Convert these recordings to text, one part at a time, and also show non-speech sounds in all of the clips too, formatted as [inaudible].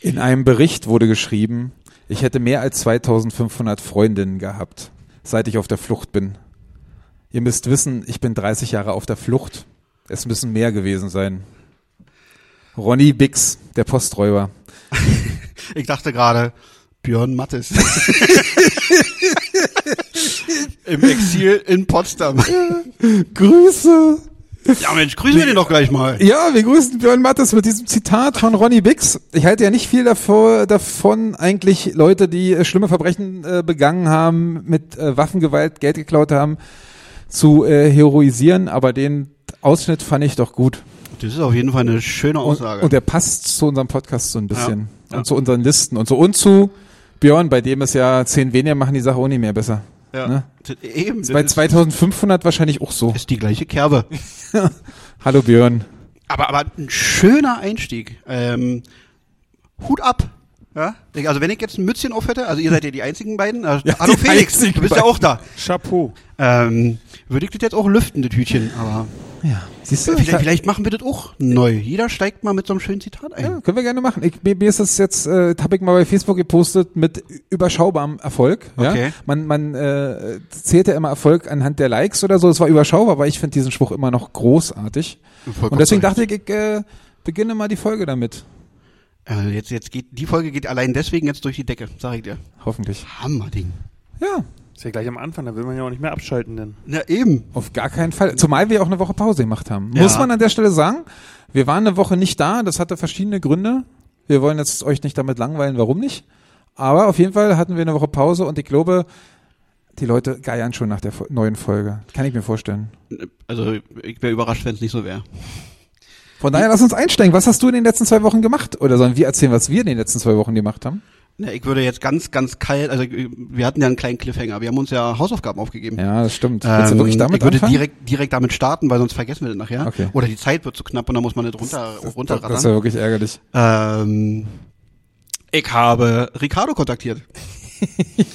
In einem Bericht wurde geschrieben, ich hätte mehr als 2500 Freundinnen gehabt, seit ich auf der Flucht bin. Ihr müsst wissen, ich bin 30 Jahre auf der Flucht. Es müssen mehr gewesen sein. Ronny Bix, der Posträuber. Ich dachte gerade, Björn [laughs] Mattes. Im Exil in Potsdam. Grüße! Ja Mensch, grüßen wir den doch gleich mal. Ja, wir grüßen Björn Mattes mit diesem Zitat von Ronny Bix. Ich halte ja nicht viel davor, davon, eigentlich Leute, die äh, schlimme Verbrechen äh, begangen haben, mit äh, Waffengewalt Geld geklaut haben, zu äh, heroisieren, aber den Ausschnitt fand ich doch gut. Das ist auf jeden Fall eine schöne Und, Aussage. und der passt zu unserem Podcast so ein bisschen. Ja, ja. Und zu unseren Listen und so. Und zu Björn, bei dem es ja zehn weniger machen die Sache auch nicht mehr besser. ja. ne? Das- Eben, Bei das ist, 2500 wahrscheinlich auch so. ist die gleiche Kerbe. Hallo Björn. Aber, aber ein schöner Einstieg. Ähm, Hut ab. Ja? Ich- Also wenn ich jetzt ein Mützchen auf hätte, also ihr seid ja die einzigen beiden. Also, Ja, hallo die Felix, du einzigen bist ja auch da. Chapeau. Ähm, würde ich das jetzt auch lüften, das Hütchen. Aber Ja, siehst du? vielleicht, vielleicht machen wir das auch neu. Jeder steigt mal mit so einem schönen Zitat ein. Ja, können wir gerne machen. Ich, mir, mir ist das jetzt, äh, habe ich mal bei Facebook gepostet, mit überschaubarem Erfolg. Ja? Okay. Man, man äh, zählt ja immer Erfolg anhand der Likes oder so. Es war überschaubar, aber ich finde diesen Spruch immer noch großartig. Vollkommen Und deswegen korrekt. dachte ich, ich äh, beginne mal die Folge damit. Also jetzt, jetzt geht, die Folge geht allein deswegen jetzt durch die Decke, sag ich dir. Hoffentlich. Hammerding. Ja, Ist ja gleich am Anfang, da will man ja auch nicht mehr abschalten, denn. Na eben. auf gar keinen Fall. Zumal wir auch eine Woche Pause gemacht haben. Ja. Muss man an der Stelle sagen, wir waren eine Woche nicht da. Das hatte verschiedene Gründe. Wir wollen jetzt euch nicht damit langweilen, warum nicht. Aber auf jeden Fall hatten wir eine Woche Pause und ich glaube, die Leute geiern schon nach der Fo- neuen Folge. Kann ich mir vorstellen. Also ich wäre überrascht, wenn es nicht so wäre. Von daher lass uns einsteigen. Was hast du in den letzten zwei Wochen gemacht? Oder sollen wir erzählen, was wir in den letzten zwei Wochen gemacht haben? Na, ich würde jetzt ganz, ganz kalt, also ich- wir hatten ja einen kleinen Cliffhanger. Wir haben uns ja Hausaufgaben aufgegeben. Ja, das stimmt. Willst du Ähm, wirklich damit ich würde anfangen? direkt direkt damit starten, weil sonst vergessen wir das nachher. Okay. Oder die Zeit wird zu knapp und dann muss man nicht runter, runterrattern. das war wirklich ärgerlich. ähm, ich habe Ricardo kontaktiert.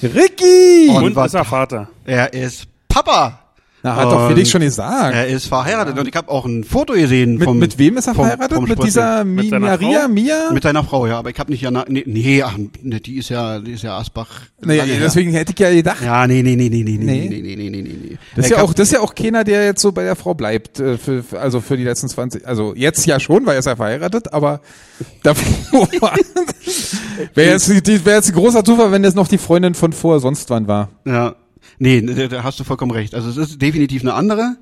Ricky! Und Und was- ist er Vater. Er ist Papa. Na, hat doch Und- Felix schon gesagt. Er ist verheiratet und ich habe auch ein Foto gesehen mit, vom mit wem ist er vom- verheiratet? vom mit Spritzel. dieser Mi Mit seiner Maria? Frau? Mia? Mit seiner Frau, ja, aber ich habe nicht ja na- nee, nee, ach, nee, die ist ja, die ist ja Asbach. naja, lange her. deswegen hätte ich ja gedacht. Ja, nee, nee, nee, nee, Nee. nee, nee, nee, nee, nee, nee, nee. Das ist, Ich ja hab- auch, das ist ja auch keiner, der jetzt so bei der Frau bleibt, äh, für, für, also für die letzten 20, also jetzt ja schon, weil er ist ja verheiratet, aber [laughs] [laughs] davor wäre jetzt, die- wär jetzt ein großer Zufall, wenn das noch die Freundin von vor sonst wann war. Ja. Nee, ne, da da hast du vollkommen recht. Also es ist definitiv eine andere.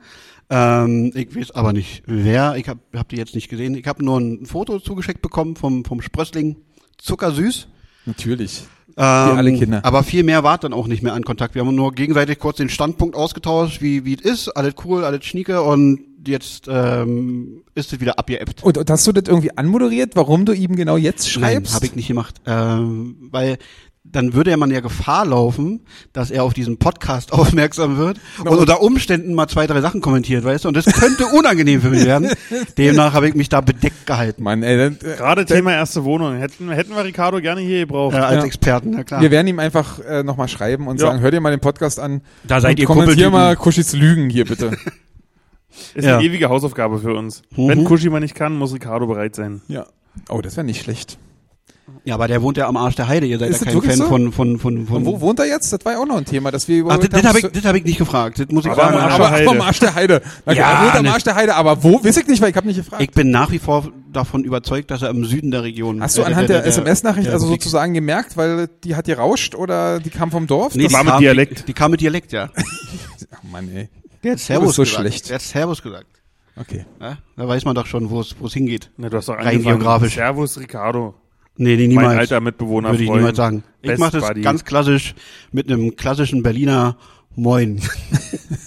Ähm, ich weiß aber nicht wer. Ich habe hab die jetzt nicht gesehen. Ich habe nur ein Foto zugeschickt bekommen vom, vom Sprössling. Zuckersüß. Natürlich. Ähm, Wie alle Kinder. Aber viel mehr war dann auch nicht mehr an Kontakt. Wir haben nur gegenseitig kurz den Standpunkt ausgetauscht, wie wie es ist. Alles cool, alles schnieke und jetzt ähm, ist es wieder abgeäppt. Und, und hast du das irgendwie anmoderiert, warum du ihm genau jetzt schreibst? Nein, habe ich nicht gemacht, ähm, weil dann würde man ja Gefahr laufen, dass er auf diesen Podcast [laughs] aufmerksam wird Genau. und unter Umständen mal zwei, drei Sachen kommentiert, weißt du? Und [laughs] das könnte unangenehm für mich werden. Demnach habe ich mich da bedeckt gehalten Mann, ey, dann, äh, Gerade Thema erste Wohnung. Hätten, hätten wir Ricardo gerne hier gebraucht. äh, als Ja. Experten, na klar. wir werden ihm einfach äh, nochmal schreiben und Ja. sagen, hör dir mal den Podcast an. Da seid und ihr Kommentier Kumpeltypen. mal Kuschis Lügen hier [laughs] bitte. Ist Ja. eine ewige Hausaufgabe für uns. Wenn Kuschi mal nicht kann, muss Ricardo bereit sein. ja. Oh, das wäre nicht schlecht. Ja, aber der wohnt ja am Arsch der Heide. Ihr seid Ist ja das kein wirklich Fan so? von von von von. Und wo wohnt er jetzt? Das war ja auch noch ein Thema, dass wir Ach, das, überlegt das haben, habe zu- ich, das hab ich nicht gefragt. Das muss ich Aber- sagen. aber- Aber Heide. vom Arsch der Heide. Na, Ja, ja, am ne. Arsch der Heide, aber wo, weiß ich nicht, weil ich habe nicht gefragt. ich bin nach wie vor davon überzeugt, dass er im Süden der Region. Hast du äh, anhand der, SMS-Nachricht der also Republik- sozusagen gemerkt, weil die hat gerauscht oder die kam vom Dorf? Nee, Das- die war mit kam, Dialekt. Die, die kam mit Dialekt, [laughs] ja. Ach Mann, ey. Der hat Servus so gesagt. schlecht. Der hat Servus gesagt. Okay. [laughs] Ja, da weiß man doch schon, wo es wo es hingeht. Na, Ne, du hast doch Rein angefangen. geografisch. Servus, Ricardo. Nee, nee, Mein niemals. alter Mitbewohner. Würde ich Freund. niemals sagen. Ich Best mache das Buddy. ganz klassisch mit einem klassischen Berliner Moin.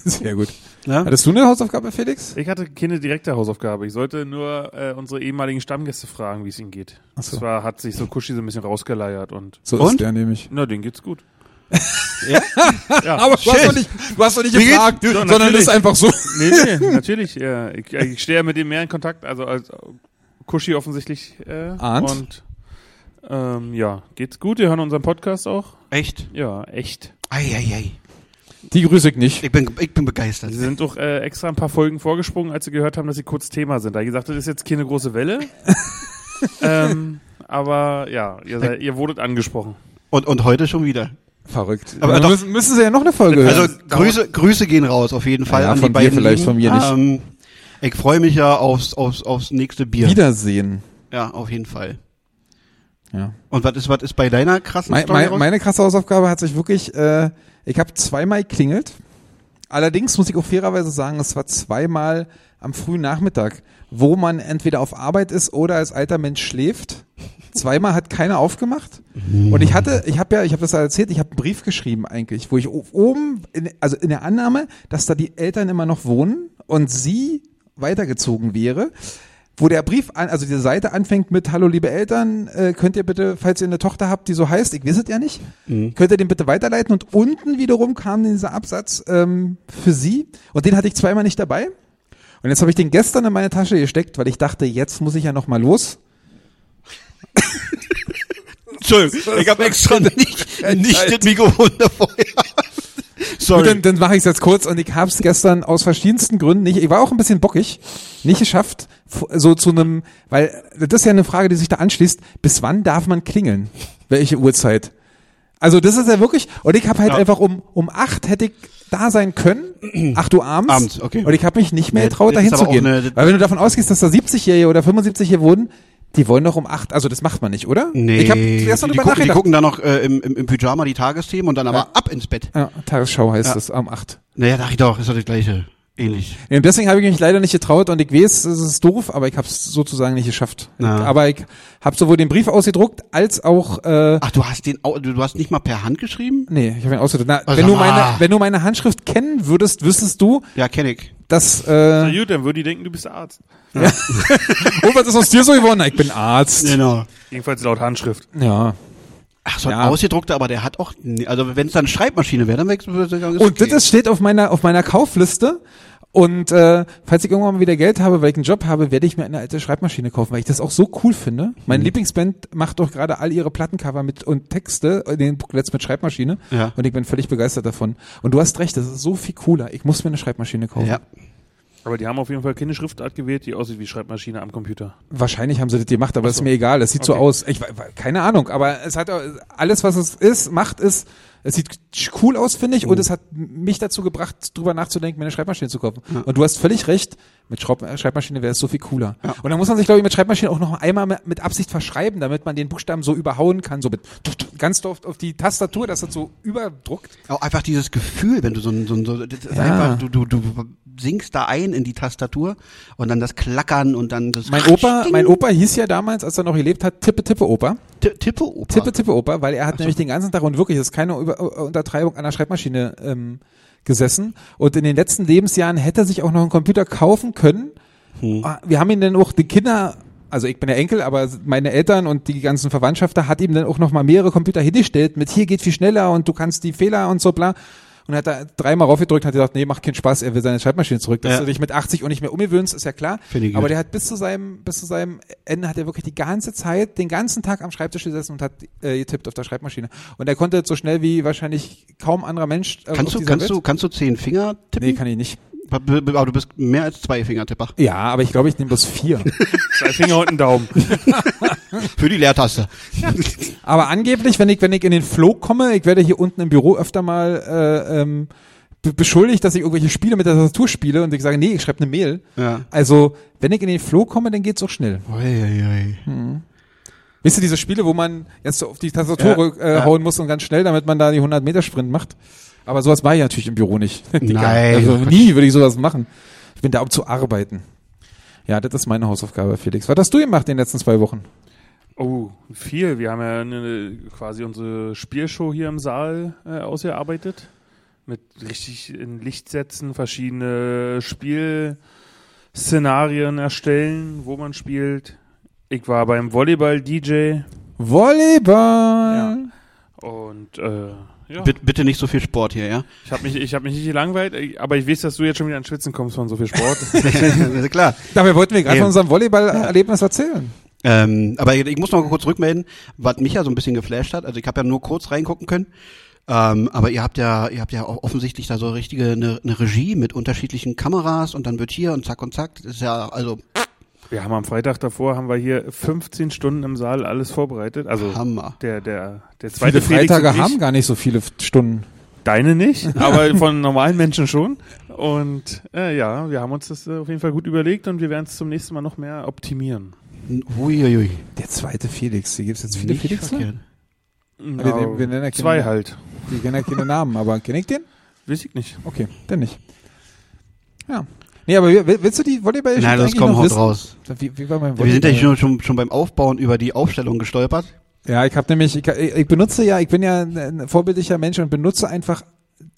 Also Sehr gut. [laughs] Ja? Hattest du eine Hausaufgabe, Felix? Ich hatte keine direkte Hausaufgabe. Ich sollte nur äh, unsere ehemaligen Stammgäste fragen, wie es ihnen geht. Ach so. Das war, hat sich so Kuschi so ein bisschen rausgeleiert und So Und? ist der nämlich. na, denen [laughs] geht's gut. Aber du hast, Shit. doch nicht, du hast doch nicht Wie geht's? gefragt, Ja, sondern natürlich. das ist einfach [laughs] so. Nee, nee, natürlich. Ja. Ich, äh, ich stehe ja mit dem mehr in Kontakt, also als Kuschi offensichtlich. Äh, Ahnt. Und ähm, ja, geht's gut. Wir hören unseren Podcast auch. Echt? Ja, echt. Eieiei. Die grüße ich nicht. Ich bin, ich bin begeistert. Sie sind doch äh, extra ein paar Folgen vorgesprungen, als sie gehört haben, dass sie kurz Thema sind. Da hab ich gesagt, das ist jetzt keine große Welle. ähm, aber ja, ihr, seid, ihr wurdet angesprochen. Und, und heute schon wieder. Verrückt. Aber Dann doch- müssen, müssen sie ja noch eine Folge hören. Also Grüße, Grüße gehen raus auf jeden Fall Ja, an von die dir beiden. vielleicht, von mir nicht. Ähm, ich freue mich ja aufs, aufs, aufs nächste Bier. Wiedersehen. Ja, auf jeden Fall. Ja. Und was ist, was ist bei deiner krassen Mein, Story? mein, raus? meine krasse Hausaufgabe hat sich wirklich, äh, ich habe zweimal geklingelt. Allerdings muss ich auch fairerweise sagen, es war zweimal am frühen Nachmittag, wo man entweder auf Arbeit ist oder als alter Mensch schläft. Zweimal hat keiner aufgemacht. Und ich hatte, ich habe ja, ich habe das ja erzählt, ich habe einen Brief geschrieben eigentlich, wo ich o- oben, in, also in der Annahme, dass da die Eltern immer noch wohnen und sie weitergezogen wäre wo der Brief, an, also die Seite anfängt mit Hallo liebe Eltern, äh, könnt ihr bitte, falls ihr eine Tochter habt, die so heißt, ich weiß es ja nicht, könnt ihr den bitte weiterleiten und unten wiederum kam dieser Absatz ähm, für sie und den hatte ich zweimal nicht dabei und jetzt habe ich den gestern in meine Tasche gesteckt, weil ich dachte, jetzt muss ich ja noch mal los. Entschuldigung, ich habe [laughs] extra nicht, nicht das Mikrofon davor. [laughs] Gut, Sorry. dann, dann mache ich es jetzt kurz und ich habe es gestern aus verschiedensten Gründen nicht, ich war auch ein bisschen bockig, nicht geschafft, f- so zu einem, weil das ist ja eine Frage, die sich da anschließt, bis wann darf man klingeln? Welche Uhrzeit? Also das ist ja wirklich, und ich habe halt Ja. einfach um, um acht hätte ich da sein [clears throat] können, acht Uhr abends, Abends, okay. und ich habe mich nicht mehr Nee, getraut, da das ist aber auch hinzugehen. eine- Weil wenn du davon ausgehst, dass da 70-Jährige oder 75-Jährige wohnen, die wollen doch um acht, also das macht man nicht, oder? Nee, Ich habe die, erst noch die, drüber gucken, die nachgedacht. gucken dann noch äh, im, im, im Pyjama die Tagesthemen und dann aber ab ins Bett. Ja, Tagesschau heißt Ja. es, am acht. Naja, dachte ich doch, ist doch das gleiche. Ähnlich. Ja, und deswegen habe ich mich leider nicht getraut und ich weiß, es ist doof, aber ich habe es sozusagen nicht geschafft. Ja. Aber ich habe sowohl den Brief ausgedruckt als auch äh, Ach, du hast den, au- du du hast nicht mal per Hand geschrieben? nee, ich habe ihn ausgedruckt. Na, Also, wenn du ah. meine wenn du meine Handschrift kennen würdest, wüsstest du, Ja, kenn ich. dass Na äh, gut, dann würde die denken, du bist Arzt. oh, was ist aus dir so geworden? Na, Ich bin Arzt. Genau. Jedenfalls laut Handschrift. Ja. Ach, so ein Ja. ausgedruckter, aber der hat auch, nee, also wenn es dann Schreibmaschine wäre, dann wäre es sagen, Und das ist, steht auf meiner auf meiner Kaufliste. Und äh, falls ich irgendwann mal wieder Geld habe, weil ich einen Job habe, werde ich mir eine alte Schreibmaschine kaufen, weil ich das auch so cool finde. Meine Mhm. Lieblingsband macht doch gerade all ihre Plattencover mit und Texte in den Booklets mit Schreibmaschine. Ja. Und ich bin völlig begeistert davon. Und du hast recht, das ist so viel cooler. Ich muss mir eine Schreibmaschine kaufen. Ja. Aber die haben auf jeden Fall keine Schriftart gewählt, die aussieht wie Schreibmaschine am Computer. Wahrscheinlich haben sie das gemacht, aber ist mir egal. Es sieht so Okay. aus. Ich, we- we- keine Ahnung, aber es hat auch- alles, was es ist, macht es. Es sieht cool aus, finde ich, und es hat mich dazu gebracht, drüber nachzudenken, mir eine Schreibmaschine zu kaufen. Und du hast völlig recht. Mit Schraub äh, Schreibmaschine wäre es so viel cooler. Und dann muss man sich, glaube ich, mit Schreibmaschine auch noch einmal mit, mit Absicht verschreiben, damit man den Buchstaben so überhauen kann, so mit ganz doof auf die Tastatur, dass das so überdruckt. Auch einfach dieses Gefühl, wenn du so ein, so ein so, das ist Ja. einfach, du, du, du sinkst da ein in die Tastatur und dann das Klackern und dann das Mein Opa, mein Opa hieß ja damals, als er noch gelebt hat, Tippe Tippe Opa. T Tippe Opa. Tippe, tippe, Opa, weil er hat nämlich den ganzen Tag und wirklich, das ist keine Über äh, Untertreibung an der Schreibmaschine ähm, gesessen. Und in den letzten Lebensjahren hätte er sich auch noch einen Computer kaufen können. Mhm. Ah, Wir haben ihn dann auch, die Kinder, also ich bin der Enkel, aber meine Eltern und die ganzen Verwandtschafter hat ihm dann auch noch mal mehrere Computer hingestellt mit hier geht viel schneller und du kannst die Fehler und so bla. Und er hat da dreimal raufgedrückt und hat gesagt, nee, macht keinen Spaß, er will seine Schreibmaschine zurück. Dass Ja. du dich mit 80 und nicht mehr umgewöhnst, ist ja klar. Finde ich Aber gut. der hat bis zu seinem, bis zu seinem Ende hat er wirklich die ganze Zeit, den ganzen Tag am Schreibtisch gesessen und hat äh, getippt auf der Schreibmaschine. Und er konnte so schnell wie wahrscheinlich kaum anderer Mensch. Äh, auf Kannst du, dieser kannst Welt. du, kannst du zehn Finger tippen? Nee, kann ich nicht. B- b- Aber du bist mehr als zwei Fingertipper. Ja, aber ich glaube, ich nehme bloß vier. Zwei Finger und einen Daumen. Für die Leertaste. aber angeblich, wenn ich, wenn ich in den Flow komme, ich werde hier unten im Büro öfter mal äh, ähm, be- beschuldigt, dass ich irgendwelche Spiele mit der Tastatur spiele und ich sage, nee, ich schreibe eine Mail. Ja. Also, wenn ich in den Flow komme, dann geht's auch schnell. Uiuiui. Wisst ihr, diese Spiele, wo man jetzt so auf die Tastatur Ja, äh, ja. hauen muss und ganz schnell, damit man da die 100-Meter-Sprint macht. Aber sowas mache ich natürlich im Büro nicht. [laughs] Digga. Nein. Also nie würde ich sowas machen. Ich bin da, um zu arbeiten. Ja, das ist meine Hausaufgabe, Felix. Was hast du gemacht in den letzten zwei Wochen? Oh, viel. Wir haben ja eine, quasi unsere Spielshow hier im Saal äh, ausgearbeitet. Mit richtig in Licht setzen, verschiedene Spielszenarien erstellen, wo man spielt. Ich war beim Volleyball-DJ Volleyball. und äh, ja. Bitte, bitte nicht so viel Sport hier, [laughs] ja? ich habe mich, ich hab mich nicht gelangweilt, äh, aber ich weiß, dass du jetzt schon wieder an Schwitzen kommst von so viel Sport. [laughs] Also Klar. Dabei wollten wir gerade Eben. von unserem Volleyball-Erlebnis erzählen. Ähm, aber ich muss noch mal kurz rückmelden, was mich ja so ein bisschen geflasht hat. Also ich habe ja nur kurz reingucken können. Ähm, aber ihr habt ja, ihr habt ja auch offensichtlich da so richtige eine, eine Regie mit unterschiedlichen Kameras und dann wird hier und zack und zack. Das ist ja also Wir haben am Freitag davor, haben wir hier 15 Stunden im Saal alles vorbereitet. Also Hammer. der, der, der zweite Viele Felix und Freitage ich. haben gar nicht so viele Stunden. Deine nicht, aber von normalen Menschen schon. Und äh, ja, wir haben uns das äh, auf jeden Fall gut überlegt und wir werden es zum nächsten Mal noch mehr optimieren. Uiuiui. Der zweite Felix. Hier gibt es jetzt viele Felix. verkehrt. wir nehmen- wir nennen ja keine- Genau. Zwei halt. Die kennen ja [laughs] keine Namen, aber kenne ich den? Weiß ich nicht. Okay, dann nicht. Ja. Nee, aber wir- willst du die Volleyball Nein, das kommt haut raus. Wie, wie war mein Wir sind ja Volleyball- schon, schon, schon beim Aufbauen über die Aufstellung gestolpert. Ja, ich habe nämlich, ich, ich benutze ja, ich bin ja ein, ein vorbildlicher Mensch und benutze einfach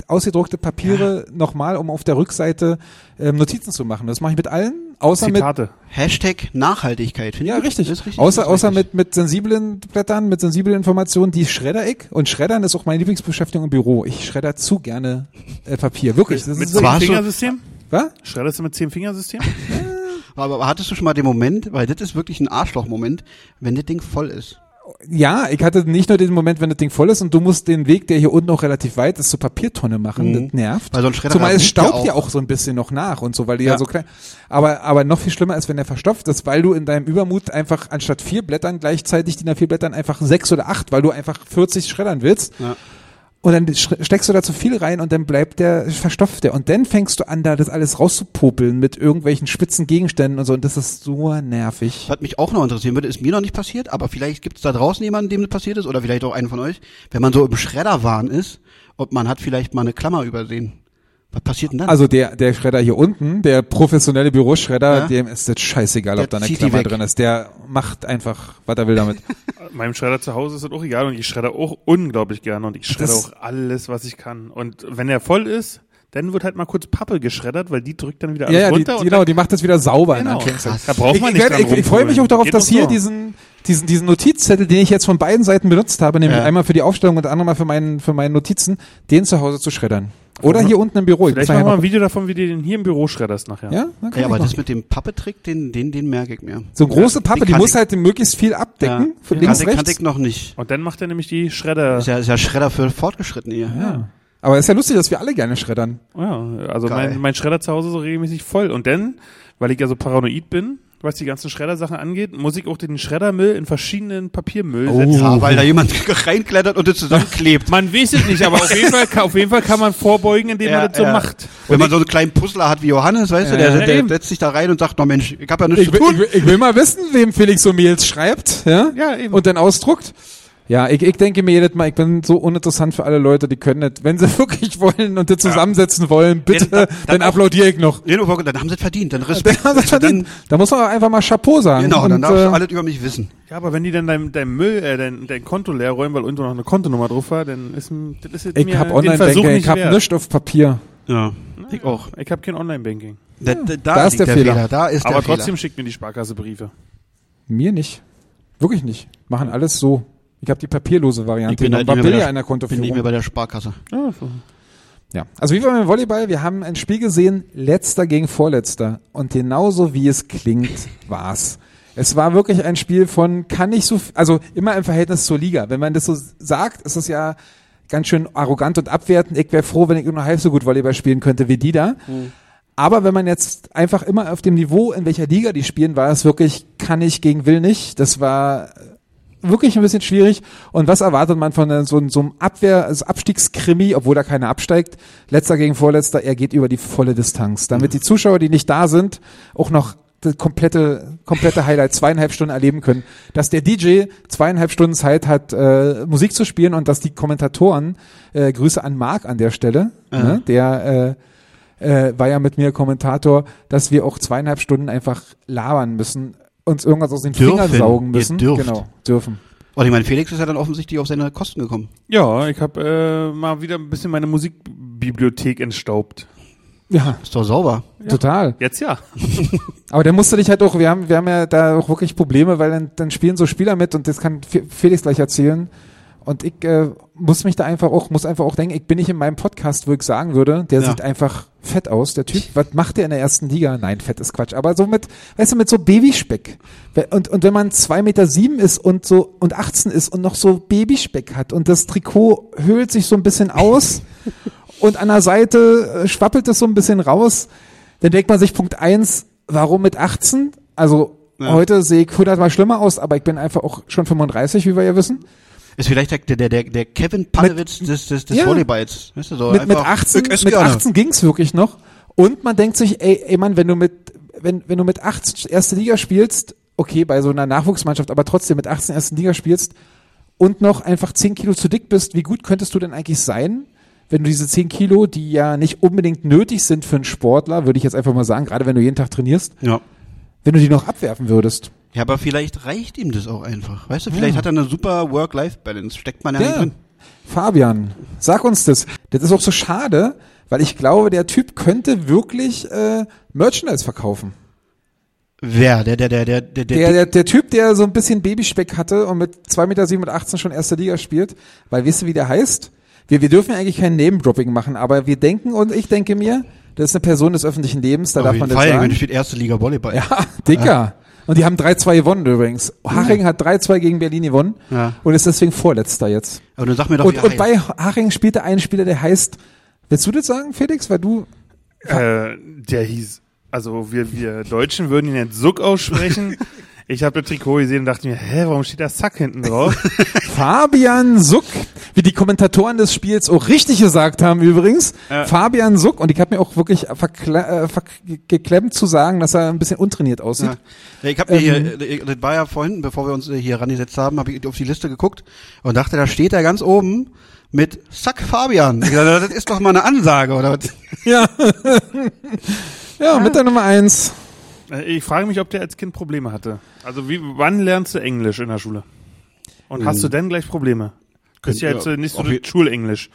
ausgedruckte Papiere nochmal, um auf der Rückseite ähm, Notizen zu machen. Das mache ich mit allen, außer mit Zitate. Hashtag Nachhaltigkeit. Finde ja ich gut. richtig, Das ist richtig außer das ist außer mit richtig. mit sensiblen Blättern, mit sensiblen Informationen, die schredder ich und schreddern ist auch meine Lieblingsbeschäftigung im Büro. Ich schredder zu gerne äh, Papier, wirklich. Das Mit ist so, War zehn schon- Fingersystem? was? Schredderst du mit zehn Fingersystem? Aber, aber hattest du schon mal den Moment, weil das ist wirklich ein Arschloch-Moment, wenn das Ding voll ist. Ja, ich hatte nicht nur den Moment, wenn das Ding voll ist und du musst den Weg, der hier unten noch relativ weit ist, zur Papiertonne machen. Mhm. Das nervt. Weil so ein Schredder Zumal es riecht ja staubt ja auch. auch so ein bisschen noch nach und so, weil die ja, Ja. so klein. Aber, aber noch viel schlimmer ist, wenn der verstopft ist, weil du in deinem Übermut einfach anstatt vier Blättern gleichzeitig die nach vier Blättern einfach sechs oder acht, weil du einfach 40 schreddern willst. Ja. Und dann sch- steckst du da zu viel rein und dann bleibt der, verstopft der. Und dann fängst du an, da das alles rauszupopeln mit irgendwelchen spitzen Gegenständen und so. Und das ist so nervig. Was mich auch noch interessieren würde, ist mir noch nicht passiert, aber vielleicht gibt es da draußen jemanden, dem das passiert ist, oder vielleicht auch einen von euch, wenn man so im Schredderwahn ist, ob man hat vielleicht mal eine Klammer übersehen. Was passiert denn dann? Also der, der Schredder hier unten, der professionelle Büroschredder, Ja. dem ist das scheißegal, Der ob da eine zieht die Klammer weg. drin ist. Der macht einfach, was er will damit. [laughs] Meinem Schredder zu Hause ist das auch egal und ich schredder auch unglaublich gerne und ich schredder Das- auch alles, was ich kann. Und wenn er voll ist, dann wird halt mal kurz Pappe geschreddert, weil die drückt dann wieder alles ja, ja, die, runter. und genau, die macht das wieder sauber in Genau. Anführungszeichen. da [laughs] braucht Ich, man ich, nicht werd- dran ich, ich freue mich rumgrübeln. auch darauf, Geht dass doch hier so. diesen, diesen, diesen Notizzettel, den ich jetzt von beiden Seiten benutzt habe, nämlich Ja. einmal für die Aufstellung und einmal für meinen, für meine Notizen, den zu Hause zu schreddern. Oder hier unten im Büro. Ich Vielleicht zeig machen wir ein mal- Video davon, wie du den hier im Büro schredderst nachher. ja, dann kann ja, ich aber machen. das mit dem Pappetrick, den, den, den merke ich mir. so eine große Pappe, Den die kann muss ich- halt möglichst viel abdecken, Ja. von Ja. links, Kannte- kannte rechts. ich noch nicht. Und dann macht er nämlich die Schredder. Ist ja, ist ja Schredder für Fortgeschrittene hier. Ja. Aber ist ja lustig, dass wir alle gerne schreddern. Ja, also Geil. mein, mein Schredder zu Hause ist so regelmäßig voll. Und dann, weil ich ja so paranoid bin, was die ganzen Schreddersachen angeht, muss ich auch den Schreddermüll in verschiedenen Papiermüll Oh. setzen. Oh. Ja, weil da jemand [laughs] reinklettert und das zusammenklebt. Man weiß es nicht, aber auf jeden Fall, kann- auf jeden Fall kann man vorbeugen, indem Ja, man das so ja. macht. Wenn man so einen kleinen Puzzler hat wie Johannes, weißt du, Ja, der, ja, der eben. setzt sich da rein und sagt, no Mensch, ich habe ja nichts Ich zu will, tun. ich, will, ich will mal wissen, wem Felix so Mails schreibt ja? Ja, eben. und dann ausdruckt. Ja, ich, ich denke mir jedes Mal, ich bin so uninteressant für alle Leute, die können nicht. Wenn sie [laughs] wirklich wollen und das zusammensetzen wollen, bitte, Dann- dann, dann- dann applaudiere ich noch. Nee, nur, Volker, dann haben sie es verdient, dann Dann Respekt. haben sie es verdient. Da muss man auch einfach mal Chapeau sagen. Genau, dann Und, darfst du äh, alles über mich wissen. Ja, aber wenn die dann dein, dein Müll, äh, dein, dein Konto leer räumen, weil unten noch eine Kontonummer drauf war, dann ist m- das ist jetzt ich mir habe den Versuch Online-Banking, ich habe wert. nichts auf Papier. Ja, ich auch. Ich habe kein Online-Banking. Da, da, da, Da ist der, Fehler. Da ist Aber der trotzdem Fehler. schickt mir die Sparkasse Briefe. Mir nicht. Wirklich nicht. Machen alles so. Ich habe die papierlose Variante. Ich bin halt genommen. Man nicht mehr will bei ja der- einer Bin nicht Kontoführung. mehr bei der Sparkasse. Ja, so. Ja, also wie beim Volleyball, wir haben ein Spiel gesehen, letzter gegen vorletzter. Und genauso wie es klingt, war's. Es war wirklich ein Spiel von, kann ich so, f- also immer im Verhältnis zur Liga. Wenn man das so s- sagt, ist es ja ganz schön arrogant und abwertend. Ich wäre froh, wenn ich nur halb so gut Volleyball spielen könnte wie die da. Aber wenn man jetzt einfach immer auf dem Niveau, in welcher Liga die spielen, war es wirklich, kann ich gegen will nicht. Das war äh, wirklich ein bisschen schwierig. Und was erwartet man von so, so einem Abwehr, also Abstiegskrimi, obwohl da keiner absteigt? Letzter gegen Vorletzter, er geht über die volle Distanz. Damit die Zuschauer, die nicht da sind, auch noch das komplette, komplette Highlight zweieinhalb Stunden erleben können. Dass der DJ zweieinhalb Stunden Zeit hat, äh, Musik zu spielen und dass die Kommentatoren, äh, Grüße an Marc an der Stelle, ne, der äh, äh, war ja mit mir Kommentator, dass wir auch zweieinhalb Stunden einfach labern müssen, uns irgendwas aus den Dürfen. Fingern saugen Ihr müssen. dürft. Genau, dürfen. Und Oh, ich meine, Felix ist ja dann offensichtlich auf seine Kosten gekommen. ja ich habe äh, mal wieder ein bisschen meine Musikbibliothek entstaubt. Ja, Ist doch sauber. total. Jetzt ja. Aber dann musst du dich halt auch, wir haben, wir haben ja da auch wirklich Probleme, weil dann, dann spielen so Spieler mit und das kann Fe- Felix gleich erzählen. Und ich äh, muss mich da einfach auch, muss einfach auch denken, ich bin nicht in meinem Podcast, wo ich sagen würde, der Ja. sieht einfach fett aus, der Typ. Was macht der in der ersten Liga? Nein, fett ist Quatsch. Aber so mit, weißt du, mit so Babyspeck. We- Und, und wenn man zwei Meter sieben ist und so und 18 ist und noch so Babyspeck hat und das Trikot höhlt sich so ein bisschen aus und an der Seite äh, schwappelt es so ein bisschen raus, dann denkt man sich Punkt eins: warum mit 18? Also Ja. Heute sehe ich 100 mal schlimmer aus, aber ich bin einfach auch schon 35, wie wir ja wissen. Ist vielleicht der, der, der, der Kevin Panewitz des, des, des Ja. Volleyballs. Weißt du so, mit, mit einfach, 18, ich ess mit gerne. 18 ging's wirklich noch. Und man denkt sich, ey, ey Mann, wenn du mit, wenn, wenn du mit 18 erste Liga spielst, okay, bei so einer Nachwuchsmannschaft, aber trotzdem mit 18 ersten Liga spielst und noch einfach 10 Kilo zu dick bist, wie gut könntest du denn eigentlich sein, wenn du diese 10 Kilo, die ja nicht unbedingt nötig sind für einen Sportler, würde ich jetzt einfach mal sagen, gerade wenn du jeden Tag trainierst, Ja. wenn du die noch abwerfen würdest. ja, aber vielleicht reicht ihm das auch einfach. Weißt du, vielleicht hat er eine super Work-Life-Balance. Steckt man ja, Ja. nicht drin. Fabian, sag uns das. Das ist auch so schade, weil ich glaube, der Typ könnte wirklich äh, Merchandise verkaufen. Wer? Der, der, der, der, der, Der, der, der Typ, der so ein bisschen Babyspeck hatte und mit 2,87 Meter schon erste Liga spielt, weil weißt du, wie der heißt? Wir, wir dürfen ja eigentlich kein Name-Dropping machen, aber wir denken und ich denke mir, das ist eine Person des öffentlichen Lebens, da auf darf man jeden Fall, das wenn sagen. steht erste Liga [laughs] Volleyball. Ja, dicker. Und die haben 3-2 gewonnen übrigens. Haring hat 3-2 gegen Berlin gewonnen Ja. und ist deswegen Vorletzter jetzt. Aber dann sag mir doch, wie Und, er und heißt. bei Haring spielte ein Spieler, der heißt, willst du das sagen, Felix? Weil du, Äh, der hieß, also wir, wir Deutschen würden ihn jetzt Suck [laughs] aussprechen. Ich habe das Trikot gesehen und dachte mir, hä, warum steht da Sack hinten drauf? [laughs] Fabian Suck, wie die Kommentatoren des Spiels auch richtig gesagt haben übrigens. Ja. Fabian Suck, und ich habe mir auch wirklich verkle äh, verk- geklemmt zu sagen, dass er ein bisschen untrainiert aussieht. Ja. Ja, Ich habe mir Ähm. hier, äh, das war ja vorhin, bevor wir uns äh, hier rangesetzt haben, habe ich auf die Liste geguckt und dachte, da steht er ganz oben mit Sack Fabian. Ich dachte, das ist doch mal eine Ansage, oder? was? Ja, ja, mit der Nummer eins. Äh, Ich frage mich, ob der als Kind Probleme hatte. Also wie, wann lernst du Englisch in der Schule? Und hast Äh. du denn gleich Probleme? Ist ja Ja, jetzt äh, nicht so auf je- das Schulenglisch.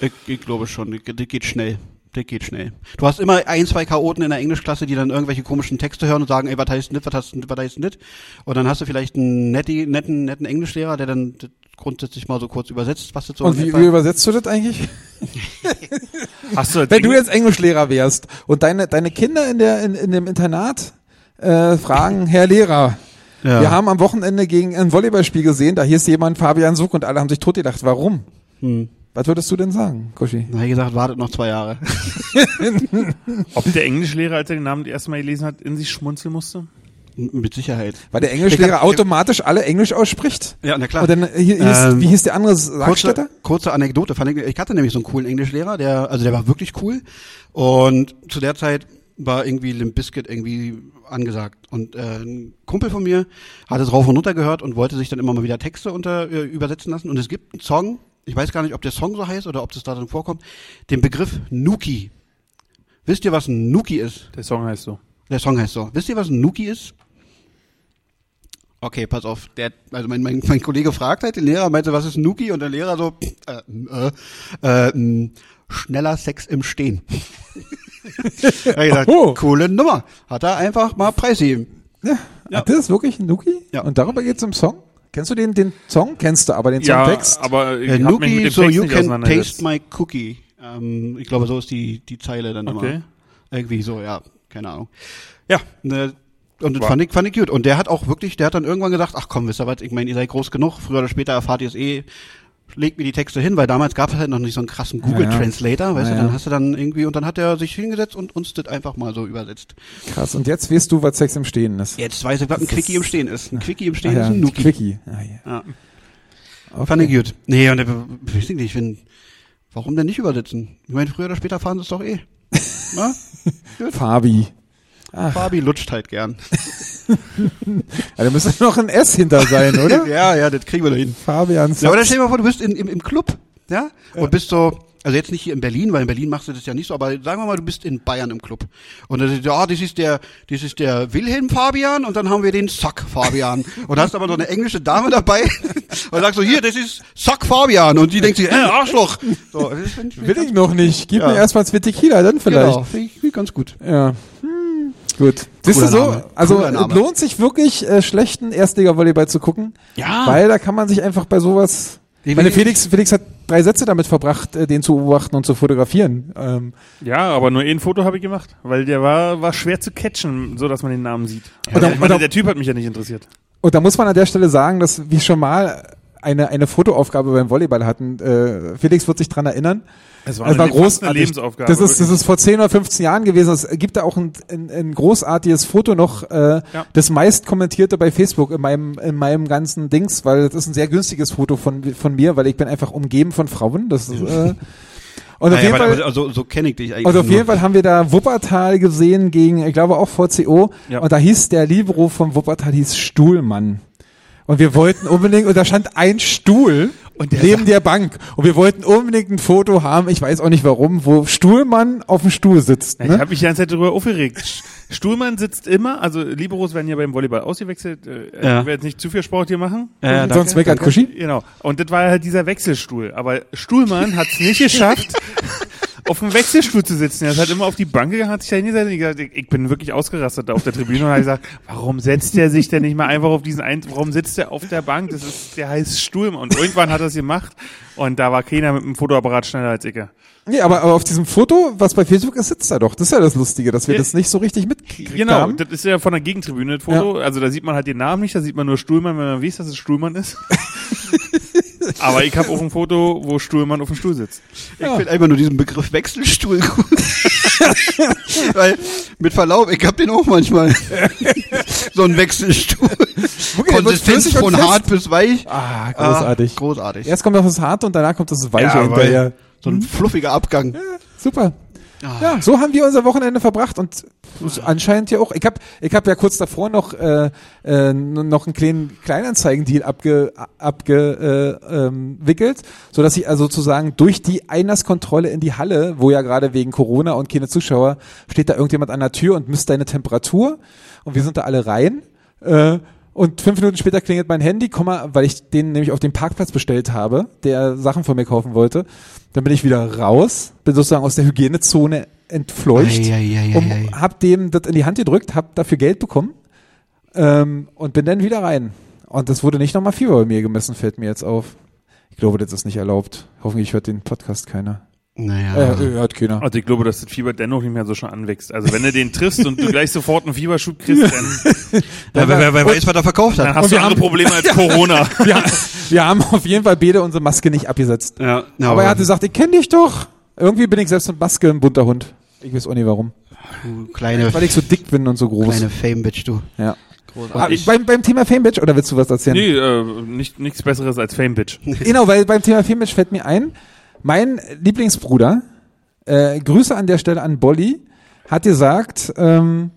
Ich, ich glaube schon, das das geht schnell. Das geht schnell. Du hast immer ein, zwei Chaoten in der Englischklasse, die dann irgendwelche komischen Texte hören und sagen, ey, was heißt denn das, was heißt denn das, was heißt denn das? Und dann hast du vielleicht einen netti, netten, netten Englischlehrer, der dann das grundsätzlich mal so kurz übersetzt, was das so Und in wie, etwa- wie übersetzt du das eigentlich? Hast du als Wenn du Engl- jetzt Englischlehrer wärst und deine, deine Kinder in, der, in, in dem Internat äh, fragen, Herr Lehrer, Ja. wir haben am Wochenende gegen ein Volleyballspiel gesehen, da hieß jemand Fabian Suck und alle haben sich totgelacht. Warum? Hm. Was würdest du denn sagen, Kuschi? Dann hab ich gesagt, wartet noch zwei Jahre. [laughs] ob der Englischlehrer, als er den Namen das erste Mal gelesen hat, in sich schmunzeln musste? Mit Sicherheit. Weil der Englischlehrer automatisch alle Englisch ausspricht. Ja, na klar. Und dann äh, hier, hier ist, Ähm, wie hieß der andere kurze, Sargstätter? kurze Anekdote. Fand ich, ich hatte nämlich so einen coolen Englischlehrer, der, also der war wirklich cool. Und zu der Zeit war irgendwie Limp Bizkit irgendwie angesagt. Und äh, ein Kumpel von mir hat es rauf und runter gehört und wollte sich dann immer mal wieder Texte unter, äh, übersetzen lassen. Und es gibt einen Song, ich weiß gar nicht, ob der Song so heißt oder ob das da drin vorkommt, den Begriff Nuki. Wisst ihr, was ein Nuki ist? Der Song heißt so. Der Song heißt so. Wisst ihr, was ein Nuki ist? Okay, pass auf. Der, also mein, mein, mein Kollege fragt halt den Lehrer, meinte, was ist ein Nuki? Und der Lehrer so, äh, äh, äh, mh, schneller Sex im Stehen. [laughs] er hat gesagt, Oh. coole Nummer. Hat er einfach mal preisgegeben. Ja. Ja. Hat das ist wirklich ein Nuki? Ja. Und darüber geht's im Song? Kennst du den, den Song? Kennst du aber den Songtext? aber ich Äh, hab mich mit Nuki, dem so Text you nicht can taste auseinandergesetzt. my cookie. Ähm, ich glaube, so ist die, die Zeile dann Okay. immer. Irgendwie so, ja, keine Ahnung. Ja, ne, und das fand ich, fand ich gut. Und der hat auch wirklich, der hat dann irgendwann gesagt, ach komm, wisst ihr was, ich meine, ihr seid groß genug, früher oder später erfahrt ihr es eh, legt mir die Texte hin, weil damals gab es halt noch nicht so einen krassen Google Ja, ja. Translator, weißt Ja, du, ja. dann hast du dann irgendwie, und dann hat er sich hingesetzt und uns das einfach mal so übersetzt. Krass. Und jetzt weißt du, was Sex im Stehen ist. Jetzt weiß ich, was ein Das Quickie ist- im Stehen ist. Ein Quickie im Ach Stehen ja, ist ein Nuki. Quickie. Ah, ja. Ja. Okay. Fand ich gut. Nee, und der, weiß ich nicht, wenn, warum denn nicht übersetzen? Ich meine, früher oder später fahren sie es doch [laughs] eh. Na? Fabi. Fabi lutscht halt gern. Ja, da müsste [laughs] noch ein S hinter sein, oder? [laughs] ja, ja, das kriegen wir doch hin. Fabian Ja, aber dann Suck. stell dir mal vor, du bist in, im, im Club, ja? Und bist so, also jetzt nicht hier in Berlin, weil in Berlin machst du das ja nicht so, aber sagen wir mal, du bist in Bayern im Club. Und dann ist, ja, das ist der, das ist der Wilhelm Fabian und dann haben wir den Sack [laughs] Fabian. und hast aber noch eine englische Dame [laughs] dabei und sagst so, hier, das ist Sack Fabian. Und die denkt sich, äh, Arschloch. So, [laughs] das find ich- Will ich noch nicht. Gib Ja. mir erstmal zwei Tequila, dann vielleicht. Genau, finde ich ganz gut. Ja. Hm. Gut. Siehst du Cooler so? Name. Also Cooler es Name. lohnt sich wirklich, äh, schlechten Erstliga-Volleyball zu gucken, Ja. weil da kann man sich einfach bei sowas. Ich Ich meine, will- Felix, Felix hat drei Sätze damit verbracht, äh, den zu beobachten und zu fotografieren. Ähm, Ja, aber nur ein Foto habe ich gemacht, weil der war, war schwer zu catchen, so dass man den Namen sieht. Und dann- ich und meine, dann- der Typ hat mich ja nicht interessiert. und da muss man an der Stelle sagen, dass, wie schon mal, eine, eine Fotoaufgabe beim Volleyball hatten. Äh, Felix wird sich dran erinnern. Es Es war eine- fast großartig. eine Lebensaufgabe. Das ist, das wirklich. ist vor 10 oder 15 Jahren gewesen. Es gibt da auch ein, ein, ein großartiges Foto noch, äh, Ja. das meist kommentierte bei Facebook in meinem, in meinem ganzen Dings, weil das ist ein sehr günstiges Foto von, von mir, weil ich bin einfach umgeben von Frauen. Das [laughs] ist, äh, und auf Naja, jeden aber- Fall, aber so, so kenne ich dich eigentlich. also auf nur. jeden Fall haben wir da Wuppertal gesehen gegen, ich glaube auch VCO. Ja. Und da hieß der Libero von Wuppertal hieß Stuhlmann. Und wir wollten unbedingt, und da stand ein Stuhl Und der neben der Bank. Und wir wollten unbedingt ein Foto haben, ich weiß auch nicht warum, wo Stuhlmann auf dem Stuhl sitzt. Ja, Ich Ne? habe mich die ganze Zeit darüber aufgeregt. Sch- Stuhlmann sitzt immer, also Liberos werden ja beim Volleyball ausgewechselt. Äh, Ja. Ich werde jetzt nicht zu viel Sport hier machen. Ja, danke, Sonst meckert danke. Kuschi. Genau. Und das war halt dieser Wechselstuhl. Aber Stuhlmann hat es nicht geschafft, auf dem Wechselstuhl zu sitzen. Er ist halt immer auf die Bank gegangen, hat sich da hingesetzt und ich gesagt, ich- ich bin wirklich ausgerastet da auf der Tribüne und habe gesagt, warum setzt der sich denn nicht mal einfach auf diesen einen, warum sitzt der auf der Bank? Das ist, der heißt Stuhlmann. Und irgendwann hat er es gemacht und da war keiner mit dem Fotoapparat schneller als ich. Nee, aber, aber auf diesem Foto, was bei Facebook ist, sitzt er doch. Das ist ja das Lustige, dass wir Ja. das nicht so richtig mitgekriegt Genau, haben. das ist ja von der Gegentribüne das Foto. Also da sieht man halt den Namen nicht, da sieht man nur Stuhlmann, wenn man weiß, dass es Stuhlmann ist. Aber ich habe auch ein Foto, wo Stuhlmann auf dem Stuhl sitzt. Ich finde einfach nur diesen Begriff Wechselstuhl gut. [laughs] Weil, mit Verlaub, ich hab den auch manchmal. [laughs] so ein Wechselstuhl. Wirklich, der wird Konsistenz flüssig und von fest. hart bis weich. Ah, großartig. Ah, großartig. Erst kommt noch das Harte und danach kommt das Weiche Ja, hinterher. Mhm. So ein fluffiger Abgang. Super. Ah. Ja, so haben wir unser Wochenende verbracht und ist anscheinend ja auch. Ich habe ich hab ja kurz davor noch äh, äh, n- noch einen kleinen Kleinanzeigendeal abge, abgewickelt, äh, ähm, wickelt, so dass ich also sozusagen durch die Einlasskontrolle in die Halle, wo ja gerade wegen Corona und keine Zuschauer steht da irgendjemand an der Tür und misst deine Temperatur und wir sind da alle rein. Äh, und fünf Minuten später klingelt mein Handy, komm mal, weil ich den nämlich auf dem Parkplatz bestellt habe, der Sachen von mir kaufen wollte. Dann bin ich wieder raus, bin sozusagen aus der Hygienezone entfleucht, Ei, ei, ei, ei, um, ei. hab dem das in die Hand gedrückt, hab dafür Geld bekommen ähm, und bin dann wieder rein. Und das wurde nicht nochmal Fieber bei mir gemessen, fällt mir jetzt auf. Ich glaube, das ist nicht erlaubt. Hoffentlich hört den Podcast keiner. Naja. Äh, hört keiner. Also ich glaube, dass das Fieber dennoch nicht mehr so schnell anwächst. Also wenn du den triffst und [laughs] du gleich sofort einen Fieberschub kriegst, dann, Ja, wer, wer, wer weiß, was er verkauft dann hat. Und hast du wir andere haben- [laughs] Probleme als Corona. Wir, wir haben [laughs] auf jeden Fall beide unsere Maske nicht abgesetzt. Ja, na, Aber er hat gesagt, ich kenne dich doch. Irgendwie bin ich selbst mit Maske ein bunter Hund. Ich weiß auch nicht warum. du kleine, Weil ich so dick bin und so groß. kleine Fame-Bitch, du. Ja. Ah, Großartig. beim, beim Thema Fame-Bitch, oder willst du was erzählen? nee, äh, nicht, nichts Besseres als Fame-Bitch. Genau, weil beim Thema Fame-Bitch fällt mir ein, mein Lieblingsbruder, äh, Grüße an der Stelle an Bolli, hat gesagt, ähm,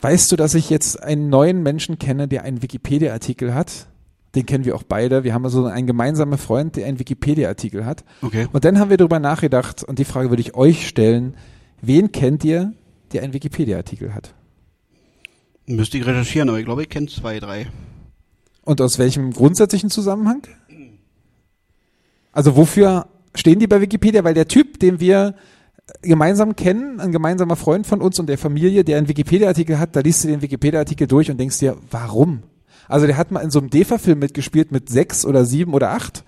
weißt du, dass ich jetzt einen neuen Menschen kenne, der einen Wikipedia-Artikel hat? Den kennen wir auch beide. Wir haben also einen gemeinsamen Freund, der einen Wikipedia-Artikel hat. Okay. Und dann haben wir darüber nachgedacht und die Frage würde ich euch stellen, wen kennt ihr, der einen Wikipedia-Artikel hat? Müsste ich recherchieren, aber ich glaube, ich kenne zwei, drei. Und aus welchem grundsätzlichen Zusammenhang? Also wofür stehen die bei Wikipedia? Weil der Typ, den wir gemeinsam kennen, ein gemeinsamer Freund von uns und der Familie, der einen Wikipedia-Artikel hat, da liest du den Wikipedia-Artikel durch und denkst dir, warum? Also der hat mal in so einem DEFA-Film mitgespielt mit sechs oder sieben oder acht.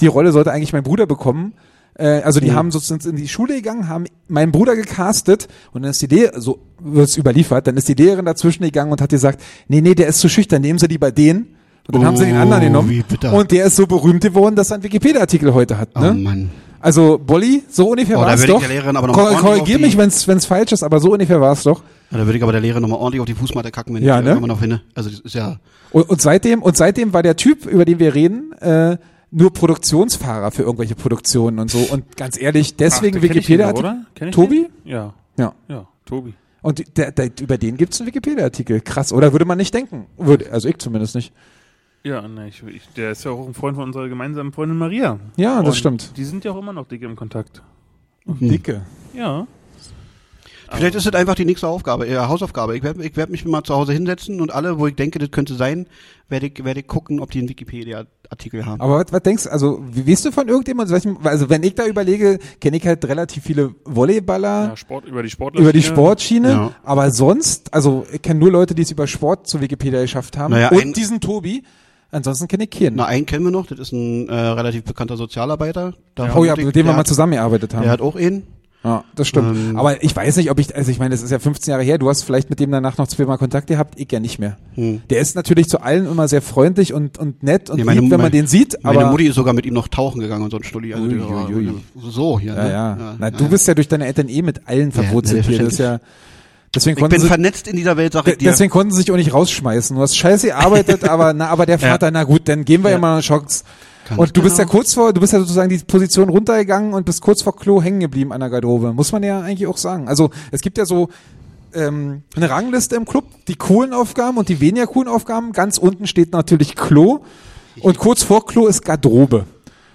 Die Rolle sollte eigentlich mein Bruder bekommen. Äh, Also Mhm. die haben sozusagen in die Schule gegangen, haben meinen Bruder gecastet und dann ist die Lehrerin, so wird es überliefert, dann ist die Lehrerin dazwischen gegangen und hat gesagt, nee, nee, der ist zu schüchtern, nehmen Sie lieber den. Und dann haben sie den Oh, anderen wie genommen. bitter. Und der ist so berühmt geworden, dass er einen Wikipedia-Artikel heute hat. Oh Ne? Mann. Also Bolli, so ungefähr Oh, da war es würde ich doch. der Lehrerin aber noch Korrigier ordentlich auf die- mich, wenn es falsch ist, aber so ungefähr war es doch. Ja, da würde ich aber der Lehre nochmal ordentlich auf die Fußmatte kacken, wenn Ja, ich ne? da immer noch hinne. Also das ist ja. Und, und seitdem und seitdem war der Typ, über den wir reden, äh, nur Produktionsfahrer für irgendwelche Produktionen und so. Und ganz ehrlich, deswegen Ach, da Ah, kenn ich den Wikipedia. doch, oder? Kenn ich Tobi? Den? Ja, Ja. ja, Tobi. Und die- der, der, über den gibt's einen Wikipedia-Artikel. Krass, oder würde man nicht denken? Würde, also ich zumindest nicht. Ja, ne, ich, ich, der ist ja auch ein Freund von unserer gemeinsamen Freundin Maria. Ja, das Und stimmt. Die sind ja auch immer noch dick im Kontakt. Hm. Dicke. Ja. Vielleicht ist das einfach die nächste Aufgabe, äh, Hausaufgabe. Ich werde ich werd mich mal zu Hause hinsetzen und alle, wo ich denke, das könnte sein, werde ich, werd ich gucken, ob die einen Wikipedia-Artikel haben. Aber was, was denkst du, also wie- weißt du von irgendjemandem, welchem- also wenn ich da überlege, kenne ich halt relativ viele Volleyballer, Ja, Sport, über die Sportler. über die Sportschiene, Ja. aber sonst, also ich kenne nur Leute, die es über Sport zu Wikipedia geschafft haben Naja, ein- und diesen Tobi. Ansonsten kenne ich keinen. Na, einen kennen wir noch, das ist ein äh, relativ bekannter Sozialarbeiter. Da oh ja, vermute ich, mit dem wir der mal hat- zusammengearbeitet haben. Der hat auch einen. Ja, das stimmt. Ähm. Aber ich weiß nicht, ob ich, also ich meine, das ist ja 15 Jahre her, du hast vielleicht mit dem danach noch zweimal Kontakt gehabt, ich ja nicht mehr. Der ist natürlich zu allen immer sehr freundlich und, und nett und Nee, Hm. meine lieb, wenn man Mutter- den sieht, Meine aber. Mutti ist sogar mit ihm noch tauchen gegangen und so ein Stulli. Also Ui, der war- ui, ui. So hier. ja, ne? ja. Na, du bist ja durch deine Eltern eh mit allen verwurzelt hier. Das ist ja, deswegen Ich konnten bin sie, vernetzt in dieser Welt, sag ich dir. deswegen konnten sie sich auch nicht rausschmeißen. Du hast scheiße [laughs] gearbeitet, aber, na, aber der Vater, na gut, dann geben wir ja. Ja. mal eine Chance. Ganz und du bist ja genau. kurz vor, du bist ja sozusagen die Position runtergegangen und bist kurz vor Klo hängen geblieben an der Garderobe. Muss man ja eigentlich auch sagen. Also, es gibt ja so, ähm, eine Rangliste im Club, die coolen Aufgaben und die weniger coolen Aufgaben. Ganz unten steht natürlich Klo und kurz vor Klo ist Garderobe.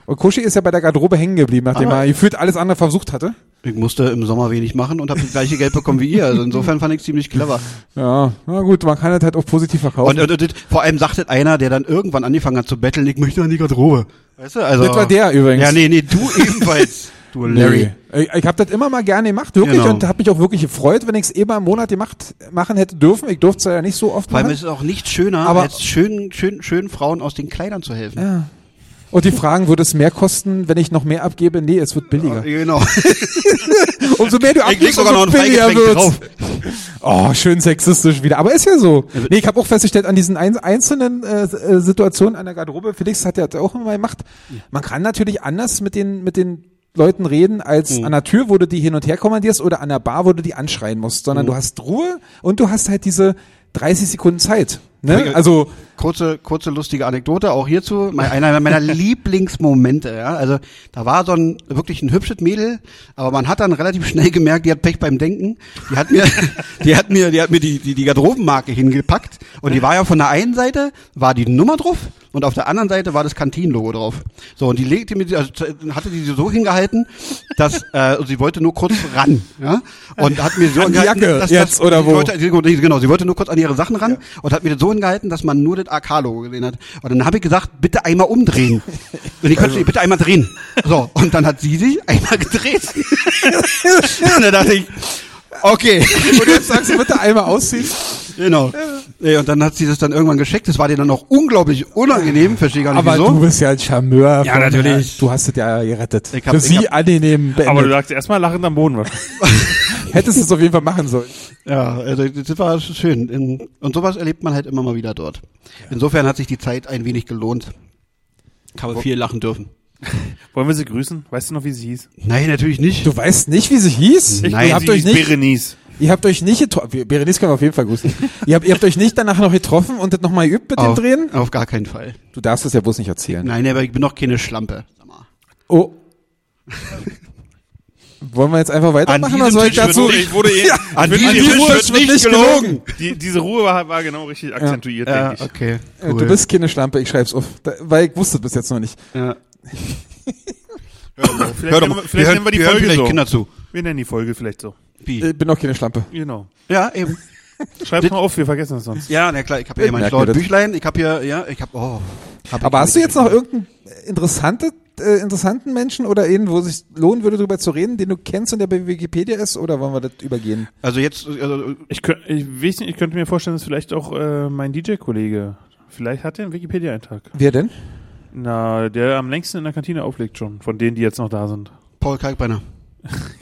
Und Kushi ist ja bei der Garderobe hängen geblieben, nachdem er gefühlt alles andere versucht hatte. Ich musste im Sommer wenig machen und habe das gleiche Geld bekommen wie ihr. Also insofern fand ich ziemlich clever. Ja, na gut, man kann das halt auch positiv verkaufen. Und, und, und, vor allem sagte einer, der dann irgendwann angefangen hat zu betteln, ich möchte an die Garderobe. Weißt du, also. Das war der übrigens. Ja, nee, [laughs] nee, du ebenfalls. Du Larry. Nee. Ich, ich habe das immer mal gerne gemacht, wirklich, Genau. und habe mich auch wirklich gefreut, wenn ich es eh mal im Monat gemacht, machen hätte dürfen. Ich durfte es ja nicht so oft Vor allem machen. ist es auch nichts schöner, Aber- als schönen, schönen, schönen Frauen aus den Kleidern zu helfen. Und die Fragen, würde es mehr kosten, wenn ich noch mehr abgebe? Nee, es wird billiger. Genau. Umso mehr du Ich leg abgibst, sogar noch umso ein billiger Feigetränk wird's. drauf. Oh, schön sexistisch wieder. Aber ist ja so. Nee, ich habe auch festgestellt, an diesen ein, einzelnen äh, äh, Situationen an der Garderobe, Felix hat ja auch immer gemacht, man kann natürlich anders mit den, mit den Leuten reden, als Mhm. an der Tür, wo du die hin und her kommandierst oder an der Bar, wo du die anschreien musst, sondern Mhm. du hast Ruhe und du hast halt diese 30 Sekunden Zeit. Ne? Ja, Also, Kurze, kurze lustige Anekdote auch hierzu. Mein, einer [laughs] meiner Lieblingsmomente, ja. Also, da war so ein, wirklich ein hübsches Mädel, aber man hat dann relativ schnell gemerkt, die hat Pech beim Denken. Die hat [laughs] mir, die hat mir, die hat mir die, die, die Garderobenmarke hingepackt. Und die war ja von der einen Seite, war die Nummer drauf und auf der anderen Seite war das Kantinenlogo drauf. So, und die legte mir, die- also, z- hatte die so hingehalten, dass, äh, sie wollte nur kurz ran, ja. Und hat mir so An die hingehalten, Jacke dass, jetzt, dass, oder die wo? Leute Sie- Genau, sie wollte nur kurz an ihre Sachen ran und hat mir das so hingehalten, dass man nur das AK-Logo gesehen hat. Und dann habe ich gesagt, bitte einmal umdrehen. Und ich Also könnte sie bitte einmal drehen. So, und dann hat sie sich einmal gedreht. [laughs] und dann dachte ich, okay. und jetzt sagst du also bitte einmal ausziehen. Genau. Nee, und dann hat sie das dann irgendwann geschickt. Das war dir dann auch unglaublich unangenehm, verstehe gar nicht Aber du wieso. bist ja ein Charmeur. Ja, von- natürlich. Du hast es ja gerettet. Ich hab- Für ich sie angenehm beendet. Aber du lagst erstmal lachend am Boden. Hättest du es auf jeden Fall machen sollen. Ja, also das war schön. In- Und sowas erlebt man halt immer mal wieder dort. Insofern hat sich die Zeit ein wenig gelohnt. Kann man viel lachen dürfen. Wollen wir sie grüßen? Weißt du noch, wie sie hieß? Nein, natürlich nicht. Du weißt nicht, wie sie hieß? ihr Mhm. Nein. grüße habt sie euch hieß nicht, Berenice. ihr habt euch nicht getroffen. Berenice können wir auf jeden Fall grüßen. [laughs] ihr, habt, ihr habt euch nicht danach noch getroffen und das nochmal geübt mit dem auf, Drehen? Auf gar keinen Fall. Du darfst es ja bloß nicht erzählen. Nein, aber ich bin doch keine Schlampe. Sag mal. Oh. Wollen wir jetzt einfach weitermachen diesem oder soll ich Tisch wird dazu? nicht- eh- wurde [laughs] Ja, an an diesem diesem Tisch Tisch wird nicht gelogen. Die, diese Ruhe war, war genau richtig akzentuiert, Ja, denke ich. okay. Äh, Du bist keine Schlampe, ich schreib's auf. Da, weil ich wusste bis jetzt noch nicht. Ja. Vielleicht, nennen, wir, vielleicht nehmen wir die Folge so. Kinder zu. Wir nennen die Folge vielleicht so. Wie? Ich bin auch keine Schlampe. Genau. Äh, Ja, eben. Schreib's mal auf, wir vergessen das sonst. Ja, Äh, na klar, ich habe ja hier mein Merkt schlaues ihr das? Büchlein, ich habe hier, ja, ich habe, oh. Hab ich Aber hast du nicht. jetzt noch irgendeinen interessante, äh, interessanten Menschen oder einen, wo es sich lohnen würde, drüber zu reden, den du kennst und der bei Wikipedia ist? Oder wollen wir das übergehen? Also jetzt, also, Ich, könnt, ich, weiß nicht, ich könnte mir vorstellen, dass vielleicht auch äh, mein DJ-Kollege, vielleicht hat er einen Wikipedia-Eintrag. Wer denn? Na, der am längsten in der Kantine auflegt schon, von denen, die jetzt noch da sind. Paul Kalkbrenner.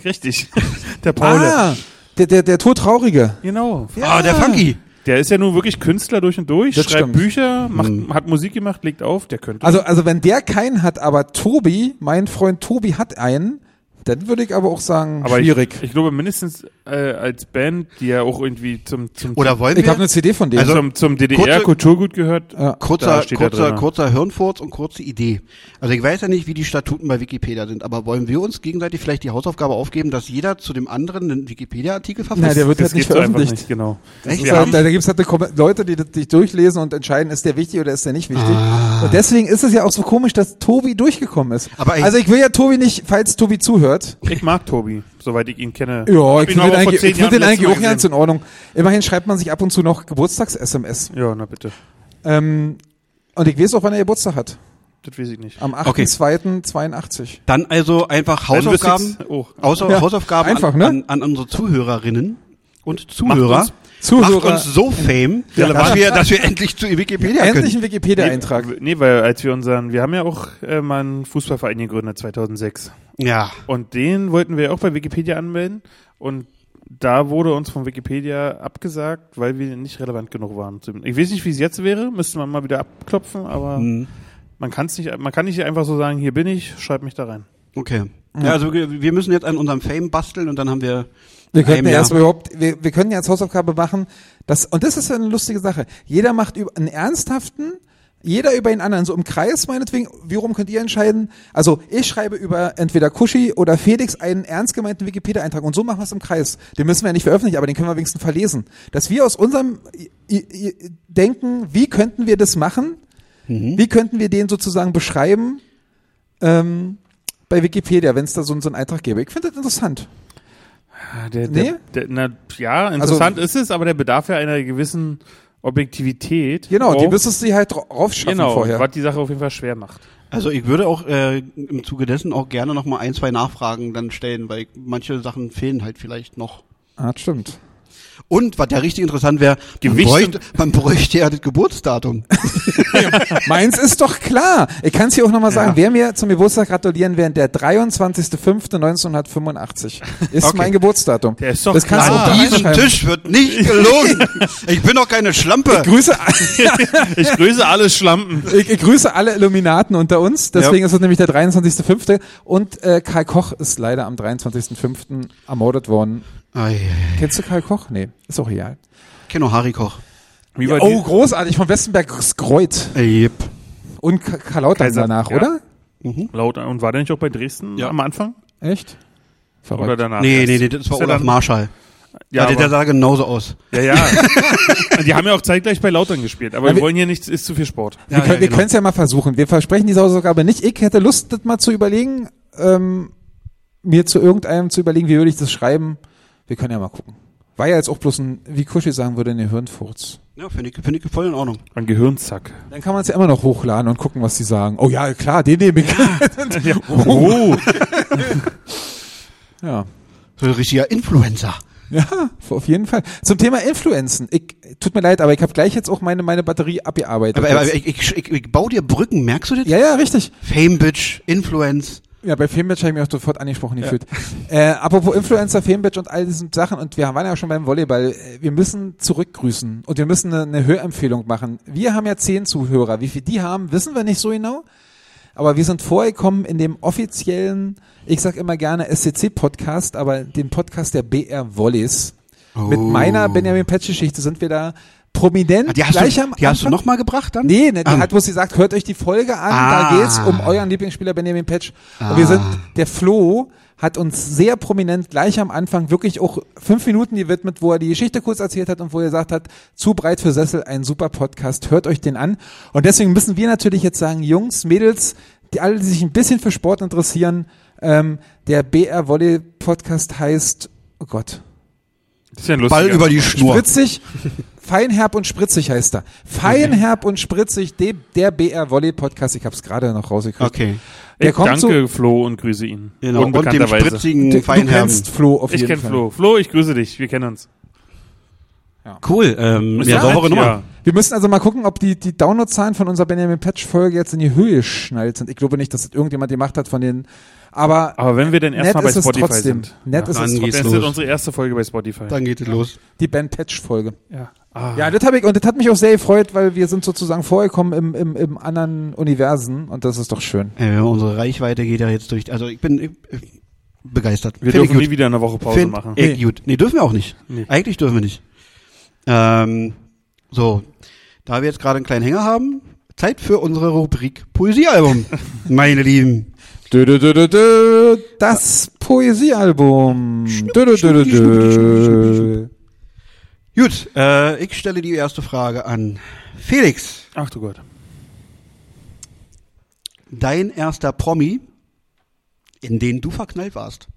Richtig. [laughs] Der Paul. Ah, der, der, der Todtraurige. Genau. Ah, der Funky. Der ist ja nun wirklich Künstler durch und durch, Das schreibt stimmt. Hm. Bücher, macht, hat Musik gemacht, legt auf, der könnte. Also, also wenn der keinen hat, aber Tobi, mein Freund Tobi hat einen, dann würde ich aber auch sagen, aber schwierig. Ich, ich glaube mindestens äh, als Band, die ja auch irgendwie zum zum Oder wollen Ich, wir? habe eine CD von dem. Also- zum, zum DDR kurze- Kulturgut gehört. kurzer, Da steht er kurzer, drin. kurzer Hirnfurz und kurze Idee. Also ich weiß ja nicht, wie die Statuten bei Wikipedia sind, aber wollen wir uns gegenseitig vielleicht die Hausaufgabe aufgeben, dass jeder zu dem anderen einen Wikipedia-Artikel verfasst? Nein, der wird Das halt nicht gibt's einfach veröffentlicht. nicht, genau. Echt? Das ist halt, da da gibt's halt eine Kom- Leute, die das sich durchlesen und entscheiden, ist der wichtig oder ist der nicht wichtig. Und deswegen ist es ja auch so komisch, dass Tobi durchgekommen ist. Aber ey- also ich will ja Tobi nicht, falls Tobi zuhört. Ich mag Tobi, soweit ich ihn kenne. Ja, Hab ich finde ihn aber den auch vor eigentlich, zehn ich find Jahren den letztes eigentlich Mal auch ganz gesehen. in Ordnung. Immerhin schreibt man sich ab und zu noch Geburtstags-SMS. Ja, na bitte. Ähm, und ich weiß auch, wann er Geburtstag hat. Das weiß ich nicht. Am Okay. 8.2.82. Dann also einfach Dann wüsste Hausaufgaben, ich's- oh. Außer, Ja, Hausaufgaben einfach, an, ne? an, an unsere Zuhörerinnen und Zuhörer. uns- Zuhörer. Macht uns so fame, dass, wir, dass wir endlich zu Wikipedia Endlich können. ein Wikipedia-Eintrag. Nee, weil als wir unseren, wir haben ja auch äh, mal einen Fußballverein gegründet 2006 Ja. Und den wollten wir auch bei Wikipedia anmelden. Und da wurde uns von Wikipedia abgesagt, weil wir nicht relevant genug waren. Ich weiß nicht, wie es jetzt wäre, müsste man mal wieder abklopfen, aber Hm. Mhm. man kann es nicht, man kann nicht einfach so sagen, hier bin ich, schreib mich da rein. Okay. Ja, also wir wir müssen jetzt an unserem Fame basteln und dann haben wir. Wir könnten Einem ja erst Jahr. überhaupt, wir, wir können ja als Hausaufgabe machen, dass, und das ist ja eine lustige Sache. Jeder macht über, einen ernsthaften, jeder über den anderen, so im Kreis meinetwegen. Wie rum könnt ihr entscheiden? Also, ich schreibe über entweder Kushi oder Felix einen ernst gemeinten Wikipedia-Eintrag und so machen wir es im Kreis. Den müssen wir ja nicht veröffentlichen, aber den können wir wenigstens verlesen. Dass wir aus unserem i, i, i, Denken, wie könnten wir das machen? Wie könnten wir den sozusagen beschreiben? Ähm, bei Wikipedia, wenn es da so, so einen Eintrag gäbe. Ich finde das interessant. Ah, Der, Nee? der, der, na, ja, Also- interessant ist es, aber der bedarf ja einer gewissen Objektivität. Genau, die auch. müsstest du halt dra- raufschaffen genau, vorher. was die Sache auf jeden Fall schwer macht. [laughs] Also ich würde auch äh, im Zuge dessen auch gerne noch mal ein, zwei Nachfragen dann stellen, weil manche Sachen fehlen halt vielleicht noch. Ah, stimmt. Und Und was ja richtig interessant wäre, man Gewicht bräuchte, man bräuchte ja das Geburtsdatum. meins ist doch klar. Ich kann es hier auch nochmal sagen. Wer mir zum Geburtstag gratulieren wäre, der [laughs] 23.05.1985 ist Okay. mein Geburtsdatum. Der ist doch das kannst klar. du An auch da diesem reinschreiben. Tisch wird [laughs] nicht gelogen. Ich bin doch keine Schlampe. Grüße, Ich grüße alle Schlampen. [laughs] ich, ich grüße alle Illuminaten unter uns. Deswegen ist es nämlich der 23.05. Und äh, Karl Koch ist leider am 23.05. ermordet worden. Ei, Kennst du Karl Koch? Nee, ist auch real. Kenno Harry Koch. Wie war Oh, großartig. Von Westenbergs Kreuz Yep. und Ka- Karl Lauter Kaiser- danach, ja. oder? die laut? Und war der nicht auch bei Dresden Ja. am Anfang? Echt? Verrückt. Oder danach? Nee, nee, erst? nee, das war Ist er Olaf dann- Marschall. Ja, Ja, der, der aber, sah genauso aus. ja, ja. [laughs] die haben ja auch zeitgleich bei Lautern gespielt, aber Ja, wir wir- wollen hier nichts, ist zu viel Sport. Wir, Ja, können, ja, wir genau. können es ja mal versuchen. Wir versprechen diese Hausaufgabe nicht. Ich hätte Lust, das mal zu überlegen, ähm, mir zu irgendeinem zu überlegen, wie würde ich das schreiben. Wir können ja mal gucken. War ja jetzt auch bloß ein, wie Kuschi sagen würde, eine Hirnfurz. Ja, finde ich, finde ich voll in Ordnung. Ein Gehirnzack. Dann kann man es ja immer noch hochladen und gucken, was die sagen. Oh ja, klar, den nehme ich. [laughs] Oh, [laughs] Ja. So ein richtiger Influencer. Ja, auf jeden Fall. Zum Thema Influenzen. Ich, tut mir leid, aber ich habe gleich jetzt auch meine, meine Batterie abgearbeitet. Aber, aber Jetzt- ich, ich, ich, ich baue dir Brücken, merkst du das? ja, ja, richtig. Fame Bitch, Influence. Ja, bei Fembitch habe ich mich auch sofort angesprochen gefühlt. Äh, apropos Influencer, Fembitch und all diesen Sachen, und wir waren ja schon beim Volleyball, äh, wir müssen zurückgrüßen und wir müssen eine, eine Hörempfehlung machen. Wir haben ja zehn Zuhörer. Wie viel die haben, wissen wir nicht so genau. Aber wir sind vorgekommen in dem offiziellen, ich sag immer gerne SCC-Podcast, aber dem Podcast der BR Volleys. Mit meiner Benjamin Petsch-Geschichte sind wir da prominent Oh. Ah, Die hast, gleich du, am die hast du Anfang. noch mal gebracht dann? Nee, ne, die Ah. hat bloß gesagt, hört euch die Folge an, Ah. da geht's um euren Lieblingsspieler Benjamin Petsch. Und wir sind, der Flo hat uns sehr prominent gleich am Anfang wirklich auch fünf Minuten gewidmet, wo er die Geschichte kurz erzählt hat und wo er gesagt hat, zu breit für Sessel, ein super Podcast, hört euch den an. Und deswegen müssen wir natürlich jetzt sagen, Jungs, Mädels, die alle, die sich ein bisschen für Sport interessieren, ähm, der BR Volley Podcast heißt, oh Gott, das ist ja ein lustiger. Ball über die Schnur. Spritzig, feinherb und spritzig heißt er. Feinherb und spritzig, de, der BR Volley Podcast. Ich habe es gerade noch rausgekriegt. Okay. Der Ich kommt danke Flo und grüße ihn. Genau. Und dem Unbekannterweise. zu. Du, spritzigen du Feinherben. kennst Flo auf Ich jeden kenne Fall. Flo. Flo, ich grüße dich. Wir kennen uns. Cool. Ähm, Ist ja, ja saubere nett, Nummer. ja. Wir müssen also mal gucken, ob die, die Downloadzahlen von unserer Benjamin Patch Folge jetzt in die Höhe schnallt sind. Ich glaube nicht, dass das irgendjemand gemacht hat von den. Aber, Aber wenn wir denn nett erstmal bei ist es Spotify trotzdem. sind. Nett Ja, ist dann es geht's trotzdem. Das ist los. unsere erste Folge bei Spotify. Dann geht es los. Die Ben Patch Folge. Ja. Ah. Ja, das habe ich und das hat mich auch sehr gefreut, weil wir sind sozusagen vorgekommen im, im, im anderen Universen und das ist doch schön. Äh, unsere Reichweite geht ja jetzt durch. Also ich bin ich, ich, begeistert. wir Find dürfen ich nie wieder eine Woche gut. Pause Find machen. ich Nee. gut. Nee, dürfen wir auch nicht. Nee. Eigentlich dürfen wir nicht. Ähm, so, da wir jetzt gerade einen kleinen Hänger haben, Zeit für unsere Rubrik Poesiealbum, [laughs] meine Lieben. Dö, dö, dö, dö, dö. Das Poesiealbum. Dö, dö, dö, dö, dö. Gut, äh, ich stelle die erste Frage an Felix. Ach du Gott. Dein erster Promi, in den du verknallt warst.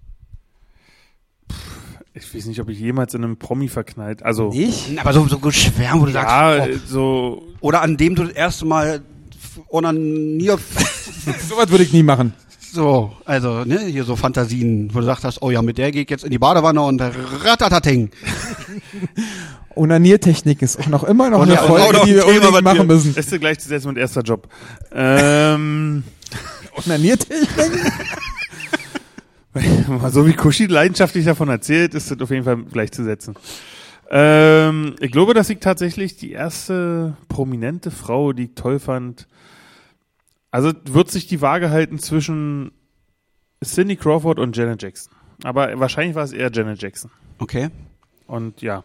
Ich weiß nicht, ob ich jemals in einem Promi verknallt. Also. Ich? Aber so, so geschwärmt, wo du Ja, sagst, so. oh. oder an dem du das erste Mal f- [laughs] onaniert Sowas würde ich nie machen. So, also, ne, hier so Fantasien, wo du gesagt hast, oh ja, mit der gehe ich jetzt in die Badewanne und ratatating. Onaniertechnik ist auch noch immer noch eine ja, und auch Folge, noch die wir ein Thema, unbedingt was wir- machen müssen. Ist dir gleichzusetzen mit erster Job. Ähm, Onaniertechnik? [laughs] Mal so wie Kushi leidenschaftlich davon erzählt, ist das auf jeden Fall gleichzusetzen. Ähm, ich glaube, dass ich tatsächlich die erste prominente Frau, die ich toll fand, also wird sich die Waage halten zwischen Cindy Crawford und Janet Jackson. Aber wahrscheinlich war es eher Janet Jackson. Okay. Und ja,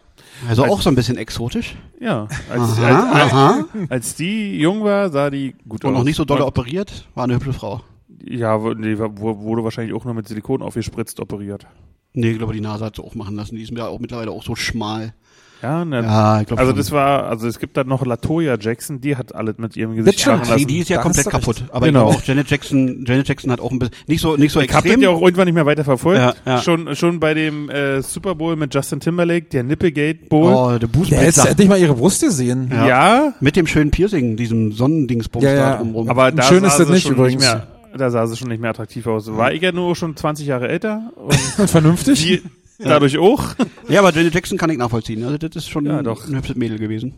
Also Als- auch so ein bisschen exotisch. ja. Als, Aha, als, aha. als, als die jung war, sah die gut aus. Und noch nicht so doll Man- operiert. War eine hübsche Frau. Ja, wo- die war- wo- wurde wahrscheinlich auch nur mit Silikon aufgespritzt operiert. Nee, ich glaube, die Nase hat sie auch machen lassen. Die ist mir auch mittlerweile auch so schmal. Ja, ne, Ja, ich glaube Also schon. das war, also es gibt da noch Latoya Jackson, die hat alles mit ihrem Das Gesicht stimmt. machen Nee, lassen. die ist ja Da komplett hast du recht. kaputt. Aber Genau. ich glaube auch Janet Jackson, Janet Jackson hat auch ein bisschen, nicht so, nicht so Ich habe extrem. den ja auch irgendwann nicht mehr weiter verfolgt. Ja, ja. Schon, schon bei dem äh, Super Bowl mit Justin Timberlake, der Nipplegate Bowl. oh, Der der hätte Bußblitzer. endlich mal ihre Brust gesehen. Ja. ja. Mit dem schönen Piercing, diesem Sonnendingsbums Ja, ja. da drumrum. aber da Schön ist sah das sie nicht schon übrigens. nicht mehr. Da sah sie schon nicht mehr attraktiv aus. War ich ja nur schon 20 Jahre älter [laughs] und Und vernünftig. die dadurch auch. ja, aber Janet Jackson kann ich nachvollziehen. Also das ist schon Ja, doch. ein hübsches Mädel gewesen.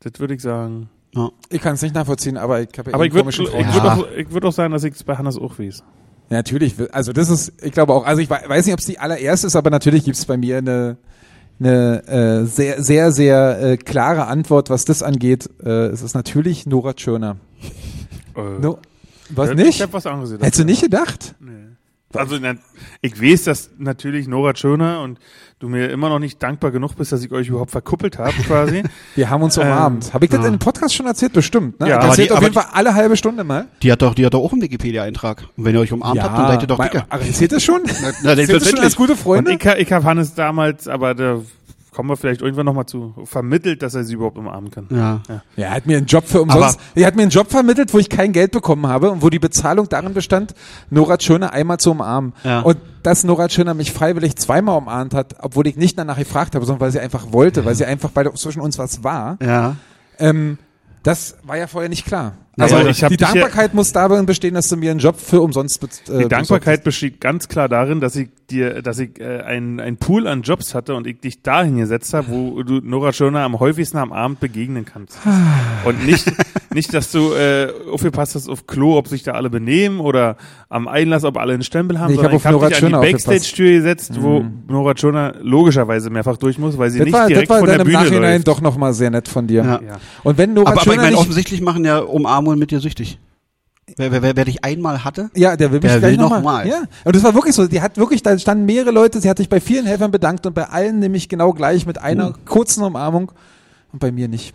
Das würde ich sagen. Ich kann es nicht nachvollziehen, aber ich habe ja Aber eh ich würde komischen ich Traum. würd auch, ich würd auch sagen, dass ich es bei Hannes auch wies. Ja, natürlich. Also das ist, ich glaube auch, also ich wei- weiß nicht, ob es die allererste ist, aber natürlich gibt es bei mir eine, eine äh, sehr, sehr, sehr äh, klare Antwort, was das angeht. Äh, es ist natürlich Nora Tschirner. Äh, No, was Ich nicht? habe was anderes gedacht. Hättest du nicht gedacht? Also na, ich weiß, dass natürlich Nora Schöner und du mir immer noch nicht dankbar genug bist, dass ich euch überhaupt verkuppelt habe quasi. Wir haben uns Ähm, umarmt. Habe ich das ja. in dem Podcast schon erzählt? Bestimmt. Ne? Ja, Ich aber erzählt die- auf aber jeden Fall alle halbe Stunde mal. Die hat doch, die hat doch auch einen Wikipedia-Eintrag. Und wenn ihr euch umarmt habt, dann seid ihr doch mal- dicker. aber erzählt das schon? [laughs] na, erzählt das schon als gute und Freunde? ich, ha- ich habe Hannes damals, aber da kommen wir vielleicht irgendwann nochmal zu, vermittelt, dass er sie überhaupt umarmen kann. Ja. Ja, er hat mir einen Job für umsonst. Aber- er hat mir einen Job vermittelt, wo ich kein Geld bekommen habe und wo die Bezahlung darin bestand, Nora Schöner einmal zu umarmen. Ja. Und dass Nora Schöner mich freiwillig zweimal umarmt hat, obwohl ich nicht danach gefragt habe, sondern weil sie einfach wollte, weil sie einfach, weil zwischen uns was war, Ja. ähm, das war ja vorher nicht klar. Also, Also ich hab die dich ja- Dankbarkeit muss darin bestehen, dass du mir einen Job für umsonst bez- äh, Die besorgt Dankbarkeit besteht ganz klar darin, dass ich dir, dass ich äh, ein, ein Pool an Jobs hatte und ich dich dahin gesetzt habe, wo du Nora Schöner am häufigsten am Abend begegnen kannst. Und [laughs] nicht, nicht, dass du äh, aufgepasst hast auf Klo, ob sich da alle benehmen oder am Einlass, ob alle einen Stempel haben. Nee, ich sondern hab auf hab Nora dich Tschirner an die aufgepasst. Backstage-Tür gesetzt, wo Nora Schöner logischerweise mehrfach durch muss, weil sie hast. Das nicht war, das direkt war von dann der im Bühne Nachhinein läuft. doch nochmal sehr nett von dir. Ja. Ja. Und wenn Nora Aber, aber ich Schöner meine, nicht, offensichtlich machen ja Umarmungen mit dir süchtig. Wer, wer, wer, wer dich einmal hatte, Ja, der will mich Der gleich will noch nochmal. mal. Ja. Und das war wirklich so. Die hat wirklich, da standen mehrere Leute, sie hat sich bei vielen Helfern bedankt und bei allen nämlich genau gleich mit einer kurzen Umarmung und bei mir nicht.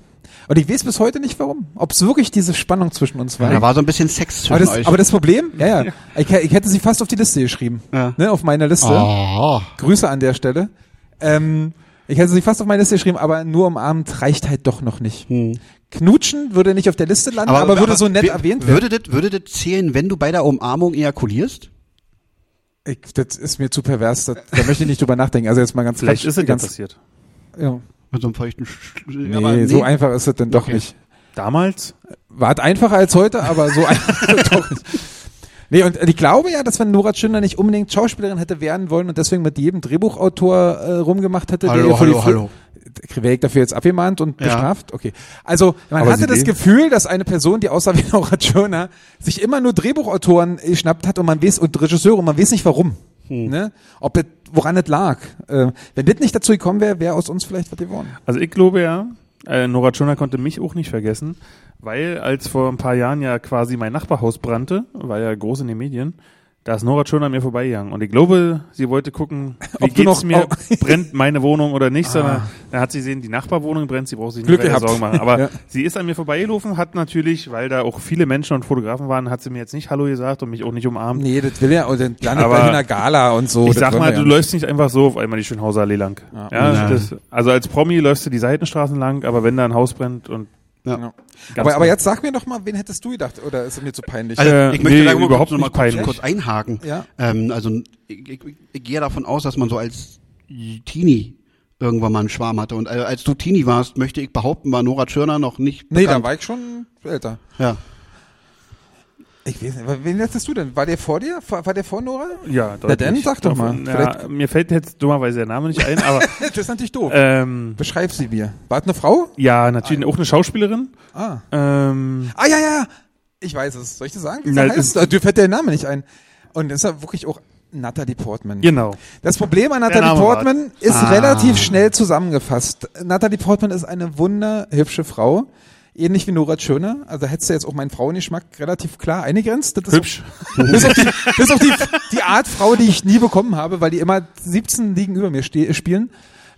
Und ich weiß bis heute nicht warum. Ob es wirklich diese Spannung zwischen uns war. da war so ein bisschen Sex zwischen aber, das, euch. aber das Problem, ja, ja. Ich, hä- ich hätte sie fast auf die Liste geschrieben. Ja. Ne, auf meiner Liste. oh. Grüße an der Stelle. Ähm, ich hätte sie fast auf meine Liste geschrieben, aber nur umarmt reicht halt doch noch nicht. Mhm. Knutschen würde nicht auf der Liste landen, aber, würde so nett Hm. wir- erwähnt werden. Würde das, würde das zählen, wenn du bei der Umarmung ejakulierst? Ich, das ist mir zu pervers, das, da möchte ich nicht drüber nachdenken. Also jetzt mal ganz Vielleicht ganz, ist es ja ganz, passiert. ja. Mit so einem feuchten Sch Sch- nee, aber nee. so einfach ist es denn doch Okay. nicht. Damals? War einfacher als heute, aber so [laughs] einfach ist es doch nicht. Nee, und ich glaube ja, dass wenn Nora Schindler nicht unbedingt Schauspielerin hätte werden wollen und deswegen mit jedem Drehbuchautor äh, rumgemacht hätte, der ihr Hallo, vor die hallo, Fl- hallo. Wäre ich dafür jetzt abgemahnt und Ja. bestraft? Okay. Also, man Aber hatte sie das leben. Gefühl, dass eine Person, die aussah wie [laughs] Nora Tschirner, sich immer nur Drehbuchautoren geschnappt hat und man weiß, und Regisseure, und man weiß nicht warum. Hm. Ne? Ob das, woran das lag. Äh, wenn das nicht dazu gekommen wäre, wäre aus uns vielleicht was geworden. Also ich glaube ja, äh, Nora Tschirner konnte mich auch nicht vergessen, weil als vor ein paar Jahren ja quasi mein Nachbarhaus brannte, war ja groß in den Medien, da ist Nora Tschirner an mir vorbeigegangen. Und ich glaube, sie wollte gucken, wie [laughs] Ob du geht's noch- mir, oh. brennt meine Wohnung oder nicht, sondern dann hat sie gesehen, die Nachbarwohnung brennt, sie braucht sich Ah. Glück nicht weiter gehabt. Sorgen machen. Aber Ja. sie ist an mir vorbeigelaufen, hat natürlich, weil da auch viele Menschen und Fotografen waren, hat sie mir jetzt nicht Hallo gesagt und mich auch nicht umarmt. Nee, das will ja, und dann landet Aber gleich in der Gala und so. Ich das sag wollen mal, wir du ja läufst nicht einfach so auf einmal die Schönhauser Allee lang. Ja, Ja. Das, also als Promi läufst du die Seitenstraßen lang, aber wenn da ein Haus brennt und nicht. Ja. Aber, aber jetzt sag mir doch mal, wen hättest du gedacht? Oder ist es mir zu peinlich? Also, Äh, ich möchte nee, da mal überhaupt kurz, noch mal nicht kurz, kurz peinlich. einhaken. Ja. Ähm, also ich, ich, ich gehe davon aus, dass man so als Teenie irgendwann mal einen Schwarm hatte. Und äh, als du Teenie warst, möchte ich behaupten, war Nora Tschirner noch nicht nee, da bekannt. war ich schon älter. ja. Ich weiß nicht, wen hättest du denn? War der vor dir? War war der vor Nora? [laughs] Ja, Na dann sag doch mal. Ja, Vielleicht- mir fällt jetzt dummerweise der Name nicht ein, aber [laughs] Das ist natürlich doof. ähm, Beschreib sie mir. War das eine Frau? ja, natürlich auch eine Schauspielerin. Ah. Ähm, Ah, ja, ja, ja. Ich weiß es. Soll ich das sagen? Ah, Wie Na, sie heißt? Äh, Dir fällt der Name nicht ein. Und das ist ja wirklich auch Natalie Portman. Genau. Das Problem an Der Natalie Name war's. Portman ist Ah. relativ schnell zusammengefasst. Natalie Portman ist eine wunderhübsche Frau. Ähnlich wie Nora Schöner. Also hättest du jetzt auch meinen Frauengeschmack relativ klar eingegrenzt. Das ist Hübsch. [laughs] Bis auf, die, bis auf die, die Art Frau, die ich nie bekommen habe, weil die immer 17 Ligen über mir ste- spielen.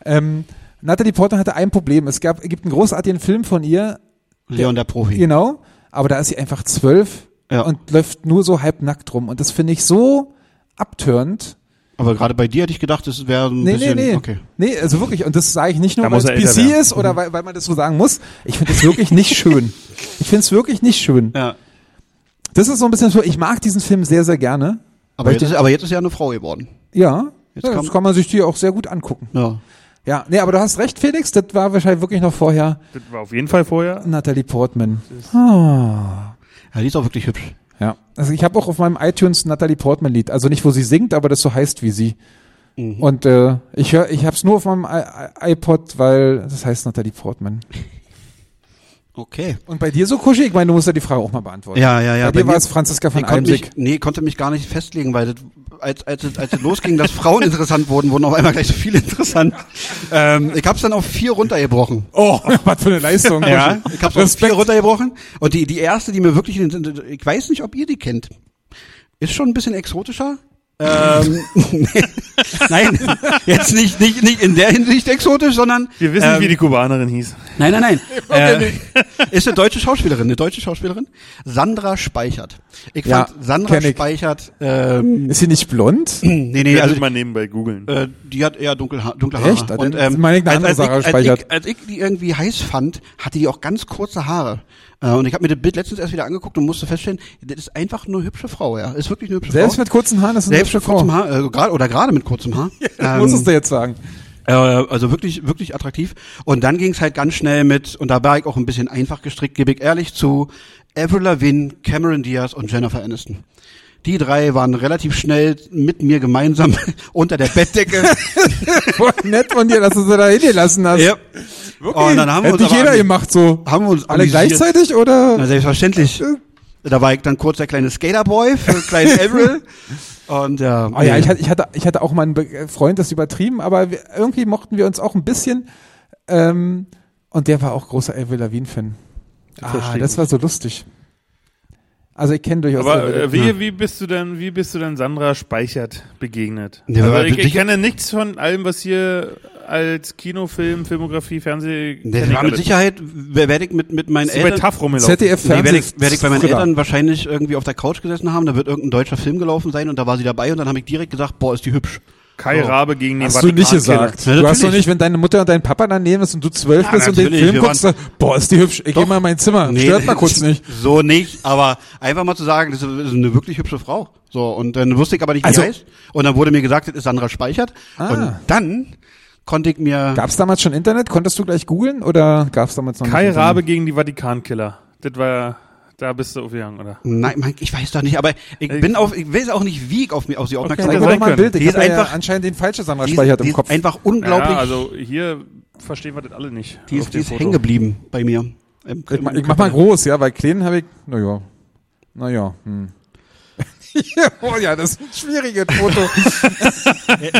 Ähm, Natalie Portman hatte ein Problem. Es gab, gibt einen großartigen Film von ihr, Leon der Profi. Genau, aber da ist sie einfach zwölf Ja. und läuft nur so halbnackt rum. Und das finde ich so abtörend. Aber gerade bei dir hätte ich gedacht, das wäre ein Nee, bisschen. nee, nee. Okay. Nee, also wirklich. Und das sage ich nicht nur, Da weil muss es er älter PC werden. ist oder weil, weil man das so sagen muss. Ich finde es wirklich nicht schön. Ich finde es wirklich nicht schön. Ja. Das ist so ein bisschen so, ich mag diesen Film sehr, sehr gerne. Aber, Weil jetzt ich- ist, aber jetzt ist ja eine Frau geworden. Ja, Jetzt ja das kommt- kann man sich die auch sehr gut angucken. Ja. Ja, nee, aber du hast recht, Felix. Das war wahrscheinlich wirklich noch vorher Das war auf jeden Fall vorher. Natalie Portman. Ah. ja die ist auch wirklich hübsch. Ja, also ich habe auch auf meinem iTunes ein Natalie Portman Lied, also nicht wo sie singt, aber das so heißt wie sie. Und äh, ich hör, ich habe es nur auf meinem I I- iPod, weil das heißt Natalie Portman. Okay. Und bei dir so Kuschi, ich meine, du musst ja die Frage auch mal beantworten. Ja, ja, ja, Bei, bei dir war mir- es Franziska von Ich konnte mich, Almsick. nee, konnte mich gar nicht festlegen, weil das, als, als, es- als es losging, dass Frauen [laughs] interessant wurden, wurden auf einmal gleich so viele interessant. Ähm, ich habe es dann auf vier runtergebrochen. Oh, [laughs] was für eine Leistung. [laughs] Ja, Kuschi. ich habe es auf Respekt. vier runtergebrochen. Und die, die erste, die mir wirklich, ich weiß nicht, ob ihr die kennt, ist schon ein bisschen exotischer. ähm, [laughs] nee, nein, jetzt nicht, nicht, nicht in der Hinsicht exotisch, sondern Wir wissen, ähm, wie die Kubanerin hieß. Nein, nein, nein. [laughs] äh, ist eine deutsche Schauspielerin, eine deutsche Schauspielerin. Sandra Speichert. Ich Ja, fand Sandra kenn ich. Speichert, ähm, Ist sie nicht blond? nee, nee, Ja, also, also mal nebenbei googeln. äh, die hat eher dunkle, ha dunkle Haare. ähm, Echt? Ah, dann ist meine eine andere als, als, Sandra ich, als, Speichert. ich, als ich die irgendwie heiß fand, hatte die auch ganz kurze Haare. Äh, und ich habe mir das Bild letztens erst wieder angeguckt und musste feststellen, das ist einfach nur hübsche Frau, ja. Ist wirklich eine hübsche Selbst Frau. mit kurzen Haaren ist eine Selbst hübsche mit Frau. kurzem Haar, äh, gra- oder gerade mit [laughs] kurzem Haar. Ähm, Musstest du jetzt [laughs] sagen. äh, also wirklich, wirklich attraktiv. Und dann ging es halt ganz schnell mit, und da war ich auch ein bisschen einfach gestrickt, gebe ich ehrlich zu, Avril Lavigne, Cameron Diaz und Jennifer Aniston. Die drei waren relativ schnell mit mir gemeinsam [laughs] unter der Bettdecke. Voll nett von dir, dass du sie da hingelassen hast. Ja. oh, Und dann haben wir Hätte uns nicht aber jeder ange- gemacht so. Haben wir uns Alle amüsiert. gleichzeitig oder? Na, selbstverständlich. Da war ich dann kurz der kleine Skaterboy [laughs] für kleinen Avril. Und ja, Ah ja, ich hatte, ich hatte, ich hatte auch mal einen Be- äh, Freund, das ist übertrieben, aber wir, irgendwie mochten wir uns auch ein bisschen. Ähm, und der war auch großer Avril Lavigne-Fan. Ah, verstehe das war so lustig. Also ich kenne durchaus. Aber Avril äh, Lavigne. wie, wie bist du denn, wie bist du denn Sandra Speichert begegnet? Ja, also aber ich, dich- ich kenne nichts von allem, was hier als Kinofilm, Filmografie, Fernseh. das kenn ich war mit alles. Sicherheit, wer- werde ich mit, mit meinen Ist sie bei Eltern, TAF rumgelaufen. ZDF Nee, werde Fernsehen. ich, werd ich bei meinen Thriller. Eltern wahrscheinlich irgendwie auf der Couch gesessen haben, da wird irgendein deutscher Film gelaufen sein und da war sie dabei und dann habe ich direkt gesagt, boah, ist die hübsch. Kai Rabe gegen den Hast du nicht Vatikankiller. gesagt. Ja, du hast doch natürlich. nicht, wenn deine Mutter und dein Papa daneben ist und du zwölf Ja, bist und den natürlich, Film wir guckst, waren- sagst, boah, ist die hübsch. Ich geh mal in mein Zimmer. Stört mal kurz nicht. So nicht, aber einfach mal zu sagen, das ist eine wirklich hübsche Frau. So, und dann wusste ich aber nicht, wie Also- sie heißt. Und dann wurde mir gesagt, das ist Sandra Speichert. Ah. Und dann konnte ich mir. Gab es damals schon Internet? Konntest du gleich googeln oder gab es damals noch Kai nicht Rabe gegen die Vatikankiller. Das war, da bist du aufgegangen, oder? Nein, mein, ich weiß doch nicht, aber ich Ey. bin auf, ich weiß auch nicht, wie ich auf, mich, auf sie aufmerksam Zeig Hätte mir geworden doch sein mal ein können. Bild. Ich Die ist hab da ja einfach- anscheinend den falschen Sandra Die ist- Speichert die im ist Kopf. einfach unglaublich. Ja, also hier verstehen wir das alle nicht. die auf ist, die dem ist Foto. hängen geblieben bei mir. Im- Ich, ma- im ich mach mal groß, ja, weil klein habe ich, naja, naja, hm. [laughs] oh ja, das ist ein schwieriges [laughs] Foto.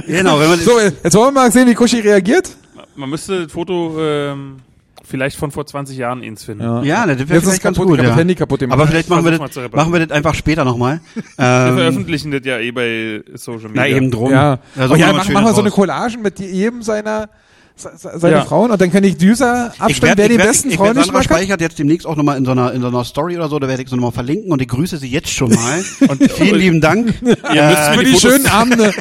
Genau, wenn man, so, jetzt wollen wir mal sehen, wie Kushi reagiert. Man müsste das Foto ähm, vielleicht von vor 20 Jahren ins finden. Ja, ne, das Jetzt wäre ist vielleicht ganz kaputt, ich gut. hab ja. das Handy kaputt gemacht. Aber vielleicht machen wir, Versuch mal das, zu reparieren. machen wir das einfach später [laughs] nochmal. Wir ähm, veröffentlichen das ja eh bei Social Media. na eben drum. Ja, Da oh, suchen ja wir was mach, Schönes machen wir so eine raus. Collage mit die- jedem seiner se- se- seine Ja. Frauen und dann kann ich Düser Ich abstimmen, werde wer ich die werd, besten ich Frauen werd nicht Sandra mag. Speichert jetzt demnächst auch nochmal in so einer in so einer Story oder so, da werde ich sie nochmal verlinken und ich grüße sie jetzt schon [laughs] mal. und vielen lieben Dank. Äh, Ihr müsst, Für mir die die Fotos, schönen Abende.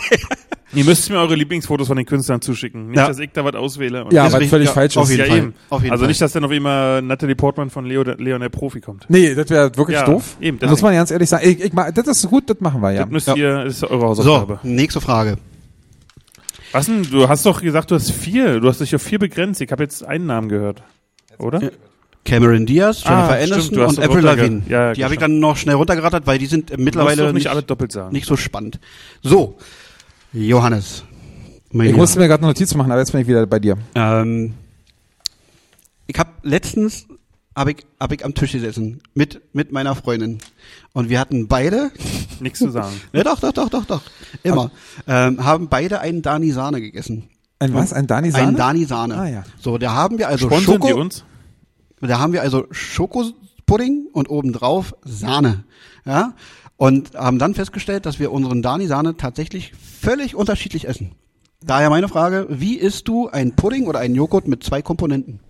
ihr müsst mir eure Lieblingsfotos von den Künstlern zuschicken. Nicht, Ja. dass ich da was auswähle. Und Ja, Das was riecht- völlig ja, falsch auf ist. jeden ja Fall. eben. Auf jeden also Fall. nicht, dass dann auf immer Natalie Portman von Leo, Leon der Profi kommt. Nee, das wäre wirklich Ja, doof. eben, das deswegen. muss man ganz ehrlich sagen. Ich, ich, mach- das ist gut, das machen wir ja. Das müsst Ja. ihr, das ist eure Hausaufgabe. So, nächste Frage. Was denn? Du hast doch gesagt, du hast vier. Du hast dich auf vier begrenzt. Ich habe jetzt einen Namen gehört. Oder? Cameron Diaz, Jennifer Ah, stimmt, Aniston du hast und doch Avril runterge- Lavigne. Ja, ja, die habe ich stimmt. dann noch schnell runtergerattert, weil die sind äh, Du musst mittlerweile doch nicht nicht, alle doppelt sagen. nicht so spannend. So, Johannes. Mein Ich Lieber. musste mir gerade eine Notiz machen, aber jetzt bin ich wieder bei dir. Ähm, ich habe Ähm, letztens hab ich, hab ich am Tisch gesessen mit, mit meiner Freundin. Und wir hatten [laughs] beide, Nichts zu sagen. ne, doch, doch, doch, doch, doch, immer, ähm, haben beide einen Dani Sahne gegessen. Ein was? Ein Dani Sahne? Einen Dani Sahne. Ah, ja. So, da haben wir also Sponsoren die Schoko, uns? da haben wir also Schokopudding und obendrauf Sahne. Ja? Und haben dann festgestellt, dass wir unseren Dani-Sahne tatsächlich völlig unterschiedlich essen. Daher meine Frage, wie isst du einen Pudding oder einen Joghurt mit zwei Komponenten?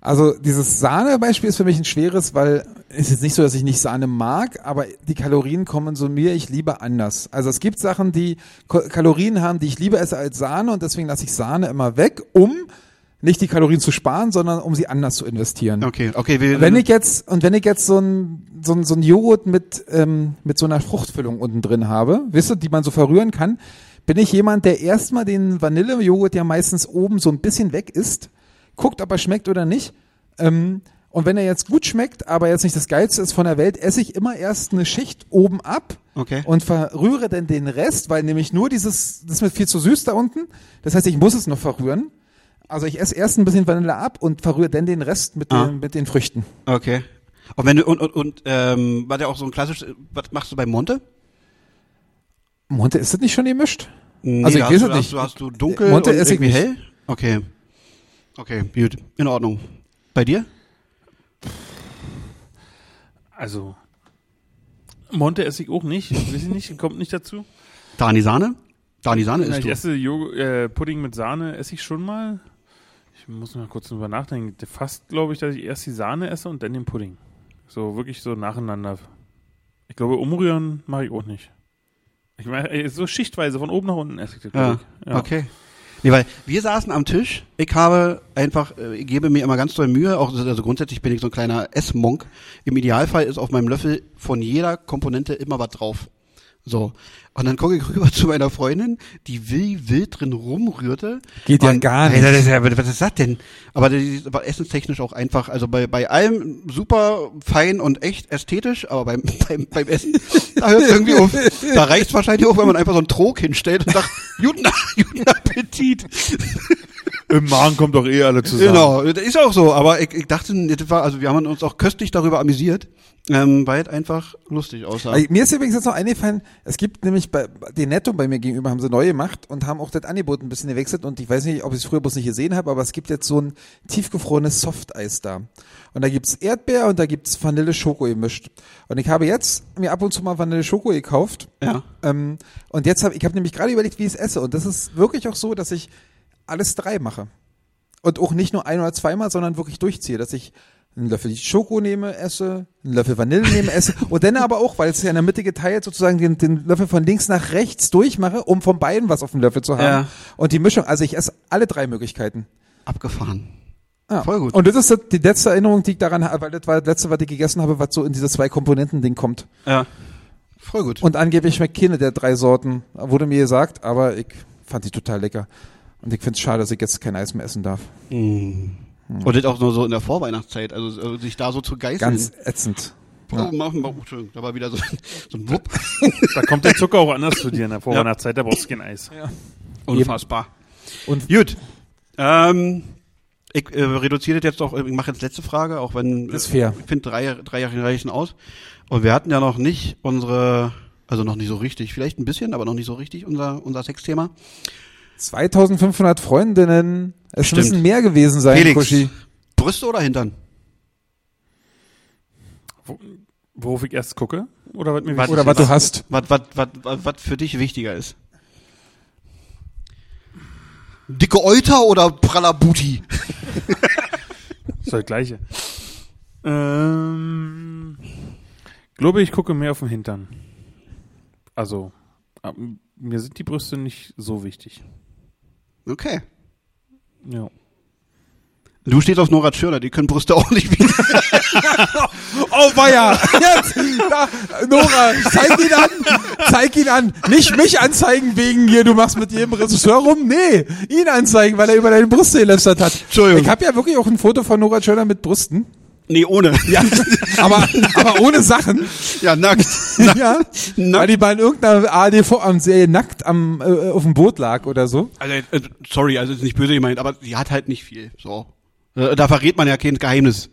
Also dieses Sahnebeispiel ist für mich ein schweres, weil es ist jetzt nicht so, dass ich nicht Sahne mag, aber die Kalorien konsumiere ich lieber anders. Also es gibt Sachen, die Ko Kalorien haben, die ich lieber esse als Sahne und deswegen lasse ich Sahne immer weg, um nicht die Kalorien zu sparen, sondern um sie anders zu investieren. Okay, okay. Wir, Wenn ich jetzt und wenn ich jetzt so ein so ein, so ein Joghurt mit ähm, mit so einer Fruchtfüllung unten drin habe, wisst ihr, die man so verrühren kann, bin ich jemand, der erstmal den Vanillejoghurt ja meistens oben so ein bisschen weg isst, guckt, ob er schmeckt oder nicht. Ähm, und wenn er jetzt gut schmeckt, aber jetzt nicht das geilste ist von der Welt, esse ich immer erst eine Schicht oben ab Okay. und verrühre dann den Rest, weil nämlich nur dieses das ist mir viel zu süß da unten. Das heißt, ich muss es noch verrühren. Also ich esse erst ein bisschen Vanille ab und verrühre dann den Rest mit, Ah. den, mit den Früchten. okay. Und wenn du und und, und ähm, war der auch so ein klassisches, was machst du bei Monte? Also Monte, ist das nicht schon gemischt? Nee, Also ich da weiß hast, es du, nicht. Hast, du hast du dunkel Monte und esse ich irgendwie nicht. hell? Okay. Okay, gut. In Ordnung. Bei dir? Also. Monte esse ich auch nicht. Weiß ich nicht, kommt nicht dazu. Dani Sahne? Dani Sahne Na, isst ich du. esse Jog äh, Pudding mit Sahne, esse ich schon mal. Ich muss mal kurz drüber nachdenken. Fast glaube ich, dass ich erst die Sahne esse und dann den Pudding. So wirklich so nacheinander. Ich glaube, umrühren mache ich auch nicht. Ich meine, ey, so schichtweise von oben nach unten esse ich das. Ja, glaub ich. okay. Nee, weil wir saßen am Tisch. Ich habe einfach, äh, ich gebe mir immer ganz doll Mühe, auch also grundsätzlich bin ich so ein kleiner Essmonk. Im Idealfall ist auf meinem Löffel von jeder Komponente immer was drauf. So. Und dann gucke ich [laughs] rüber zu meiner Freundin, die wie wild drin rumrührte. Geht ja und, gar nicht. Ey, das ist ja, was ist das denn? Aber die ist aber essenstechnisch auch einfach, also bei, bei allem super fein und echt ästhetisch, aber beim, [laughs] beim, beim Essen, da hört irgendwie auf. Da reicht wahrscheinlich auch, wenn man einfach so einen Trog hinstellt und sagt, [laughs] guten, guten Appetit. Im Magen kommt doch eh alle zusammen. Genau, das ist auch so, aber ich, ich dachte, das war, also wir haben uns auch köstlich darüber amüsiert, ähm, weil es einfach lustig aussah. Also, Mir ist übrigens jetzt noch eingefallen, es gibt nämlich bei den Netto bei mir gegenüber haben sie neu gemacht und haben auch das Angebot ein bisschen gewechselt und ich weiß nicht, ob ich es früher bloß nicht gesehen habe, aber es gibt jetzt so ein tiefgefrorenes Softeis da. Und da gibt's Erdbeer und da gibt's Vanille Schoko gemischt. Und ich habe jetzt mir ab und zu mal Vanille Schoko gekauft. Ja. Ähm, und jetzt habe ich habe nämlich gerade überlegt, wie ich es esse und das ist wirklich auch so, dass ich alles drei mache. Und auch nicht nur ein oder zweimal, sondern wirklich durchziehe, dass ich einen Löffel Schoko nehme, esse, einen Löffel Vanille nehme, [laughs] esse und dann aber auch, weil es ja in der Mitte geteilt sozusagen den, den Löffel von links nach rechts durchmache, um von beiden was auf dem Löffel zu haben. Ja. Und die Mischung, also ich esse alle drei Möglichkeiten. Abgefahren. Ah. Voll gut. Und das ist das- die letzte Erinnerung, die ich daran habe, weil das war das letzte, was ich gegessen habe, was so in dieses Zwei-Komponenten-Ding kommt. Ja. Voll gut. Und angeblich schmeckt keine der drei Sorten, wurde mir gesagt, aber ich fand die total lecker. Und ich finde es schade, dass ich jetzt kein Eis mehr essen darf. Mhm. Und das auch nur so in der Vorweihnachtszeit, also äh, sich da so zu geißeln. Ganz ätzend. Oh, machen wir, oh, Entschuldigung, da war wieder so, ein- so [laughs] ein Wupp. Da kommt der Zucker auch anders zu dir ne? in der Vorweihnachtszeit, da brauchst du kein Eis. Unfassbar. Und- Gut. Ähm, ich äh, reduziere das jetzt auch, ich mache jetzt letzte Frage, auch wenn Ist fair. ich finde drei, drei Jahre reichen aus. Und wir hatten ja noch nicht unsere, also noch nicht so richtig, vielleicht ein bisschen, aber noch nicht so richtig unser, unser Sexthema. 2500 Freundinnen. Es Stimmt. müssen mehr gewesen sein, Kuschi. Brüste oder Hintern? Wo, worauf ich erst gucke? Oder was mir Was- wichtig Oder was du hast. Was, was, was, was, was für dich wichtiger ist? Dicke Euter oder praller Booty? ist? Ist das gleiche. Ähm, glaube ich gucke mehr auf den Hintern. Also, ähm, mir sind die Brüste nicht so wichtig. Okay. Ja. Du stehst auf Nora Tschirner, die können Brüste auch nicht bieten. [laughs] Oh, weia! [laughs] Jetzt! Da, Nora, zeig ihn an! Zeig ihn an! Nicht mich anzeigen wegen hier, du machst mit jedem Regisseur rum. Nee, ihn anzeigen, weil er über deine Brüste gelästert hat. Entschuldigung. Ich habe ja wirklich auch ein Foto von Nora Schöner mit Brüsten. Nee, ohne. Ja, [laughs] aber, aber ohne Sachen. Ja, nackt. [laughs] ja, weil die bei irgendeiner ADV-Serie nackt am, äh, auf dem Boot lag oder so. Also, äh, sorry, also ist nicht böse gemeint, aber sie hat halt nicht viel. So. Äh, Da verrät man ja kein Geheimnis.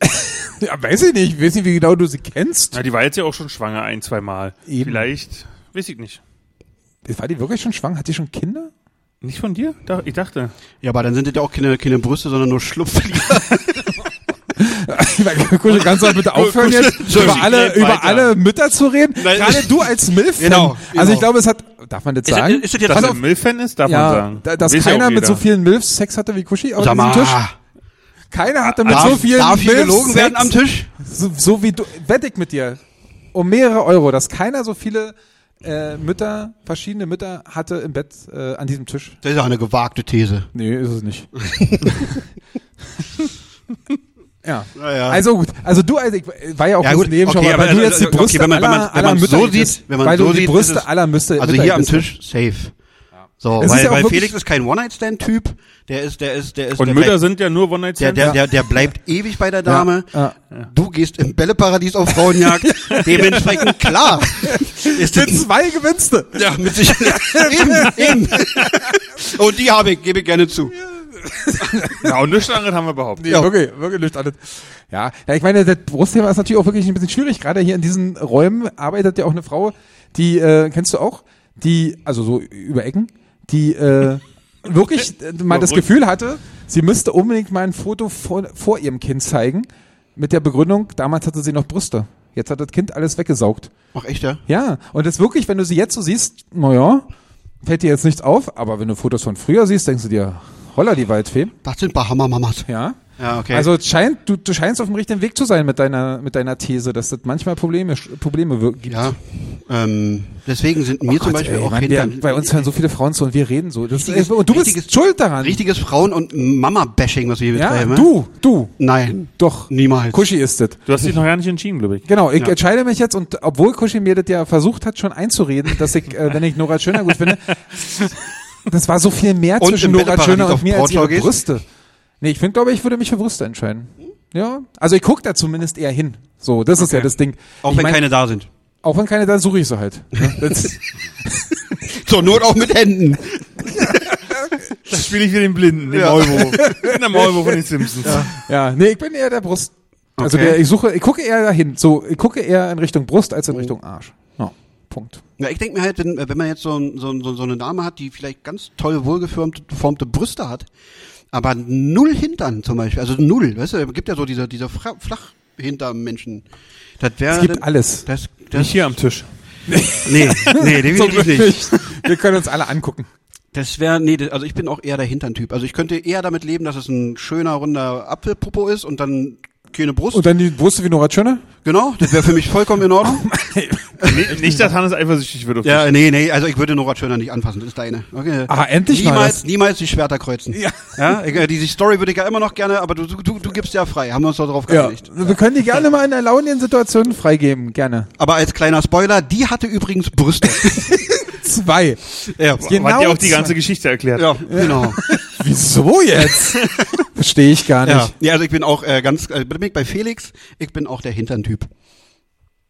Ja, weiß ich nicht. Ich weiß nicht, wie genau du sie kennst. Na, die war jetzt ja auch schon schwanger ein, zwei Mal. Eben. Vielleicht, weiß ich nicht. War die wirklich schon schwanger? Hat die schon Kinder? Nicht von dir? Da, ich dachte. Ja, aber dann sind das ja auch keine, keine Brüste, sondern nur Schlupflieder. Kusche, kannst du doch bitte aufhören jetzt, [laughs] Entschuldigung. über alle, Geht weiter. über alle Mütter zu reden? Nein. Gerade du als MILF. Genau, Also genau. ich glaube, es hat, darf man das Ist das- sagen? ist das jetzt- Dass Pass er auf, ein Milf-Fan ist, darf man sagen. ja, dass Weiß ja keiner auch mit so jeder. vielen MILFs Sex hatte wie Kuschi auf Sag diesem mal, Tisch. Keiner hatte mit darf, so vielen darf hier MILFs gelogen Sex. werden am Tisch? So, so wie du, wette ich mit dir, um mehrere Euro, dass keiner so viele äh, Mütter, verschiedene Mütter hatte im Bett äh, an diesem Tisch. Das ist ja eine gewagte These. Nee, ist es [laughs] nicht. [laughs] ja. Naja. Also gut, also du, also ich war ja auch Ja, kurz gut, neben schon, okay, mal, weil aber du also, jetzt die okay, Brüste wenn man- wenn man- aller, wenn aller man Mütter so gesehen- sieht- wenn man weil so du die sieht, Brüste ist es- aller Mütter Also Mütter hier am gesehen hast. Tisch, safe. So, Es ist weil, ja auch weil wirklich- Felix ist kein One-Night-Stand-Typ. Der ist, der ist, der ist. Und der Mütter bleibt, sind ja nur one night der, der, ja. der, der bleibt ewig bei der Dame. ja. Du gehst im Bälleparadies auf [laughs] Frauenjagd. Dementsprechend klar. [laughs] Ist Mit zwei gewinnst du. ja, [laughs] mit sich. eben, eben. [laughs] Und die habe ich, gebe ich gerne zu. Ja, und nichts anderes haben wir behauptet. Ja, wirklich, wirklich nicht alles. Ja, ja, ich meine, das Brustthema ist natürlich auch wirklich ein bisschen schwierig. Gerade hier in diesen Räumen arbeitet ja auch eine Frau, die, äh, kennst du auch, die, also so über Ecken, die [laughs] äh, wirklich äh, mal das Überbrückt. Gefühl hatte, sie müsste unbedingt mal ein Foto vor, vor ihrem Kind zeigen, mit der Begründung, damals hatte sie noch Brüste. Jetzt hat das Kind alles weggesaugt. Ach, echt, ja? Ja, und das wirklich, wenn du sie jetzt so siehst, naja, fällt dir jetzt nichts auf, aber wenn du Fotos von früher siehst, denkst du dir, holla die Waldfee. Das sind ein paar Hammermamas. Ja. Ja, okay. Also es scheint, du, du scheinst auf dem richtigen Weg zu sein mit deiner, mit deiner These, dass das manchmal Probleme, sch- Probleme wir- gibt. ja. Ähm, deswegen sind mir zum Oh Gott, Beispiel ey, auch Mann, Kinder- wir, bei uns hören so viele Frauen zu und wir reden so. Das, Richtiges- ist- und du bist richtiges- schuld daran. richtiges Frauen- und Mama-Bashing, was wir hier ja, betreiben. ne? du, du. Nein. Doch. Niemals. Kuschi ist das. Du hast dich noch gar nicht entschieden, glaube ich. Genau, ich Ja. entscheide mich jetzt und obwohl Kuschi mir das ja versucht hat, schon einzureden, dass ich, äh, wenn ich Nora Schöner gut [laughs] finde, das war so viel mehr Und zwischen im Nora Bätteparadies Schöner und auf mir als ihre Porto gehst? Brüste. Nee, ich finde, glaube ich, würde mich für Brüste entscheiden. Ja, also ich gucke da zumindest eher hin. So, das ist ja das Ding. Auch ich wenn mein, keine da sind. Auch wenn keine, dann suche ich sie halt. [laughs] Das, Zur Not auch mit Händen. Da spiele ich für den Blinden, den Ja. Euro. [laughs] Den Euro von den Simpsons. ja, nee, ich bin eher der Brust. Also Okay. der, ich suche, ich gucke eher dahin. So, ich gucke eher in Richtung Brust als in Richtung Arsch. Ja, Punkt. Ja, ich denke mir halt, wenn, wenn man jetzt so, ein- so, ein- so, so eine Dame hat, die vielleicht ganz toll wohlgeformte geformte Brüste hat, aber null Hintern zum Beispiel, also null, weißt du, es gibt ja so diese, diese Fra Flachhintermenschen. Das wäre. Es gibt alles. Das, das, hier am Tisch. nee, [laughs] nee, definitiv nicht. Wir können uns alle angucken. Das wäre, nee, das- also ich bin auch eher der Hinterntyp. Also ich könnte eher damit leben, dass es ein schöner, runder Apfelpopo ist und dann keine Brust. Und dann die Brust wie Nora Schöne? genau, das wäre für mich vollkommen in Ordnung. Nicht, nicht, dass Hannes eifersüchtig wird auf dich. Ja, nee, nee, also ich würde Nora Schöner nicht anfassen, das ist deine. Okay. Ah, endlich mal niemals, das- niemals die Schwerter kreuzen. Ja. ja? ich- äh, Diese Story würde ich ja immer noch gerne, aber du, du, du gibst ja frei, haben wir uns doch darauf Ja. Also geeinigt. Wir können die gerne mal in der launigen Situation freigeben. Gerne. Aber als kleiner Spoiler, die hatte [laughs] übrigens Brüste. Zwei. ja, Genau Hat dir auch die zwei. ganze Geschichte erklärt. ja, genau. Wieso jetzt? [laughs] Verstehe ich gar Ja. nicht. ja, also ich bin auch äh, ganz, äh, bin ich bei Felix, ich bin auch der Hinterntyp.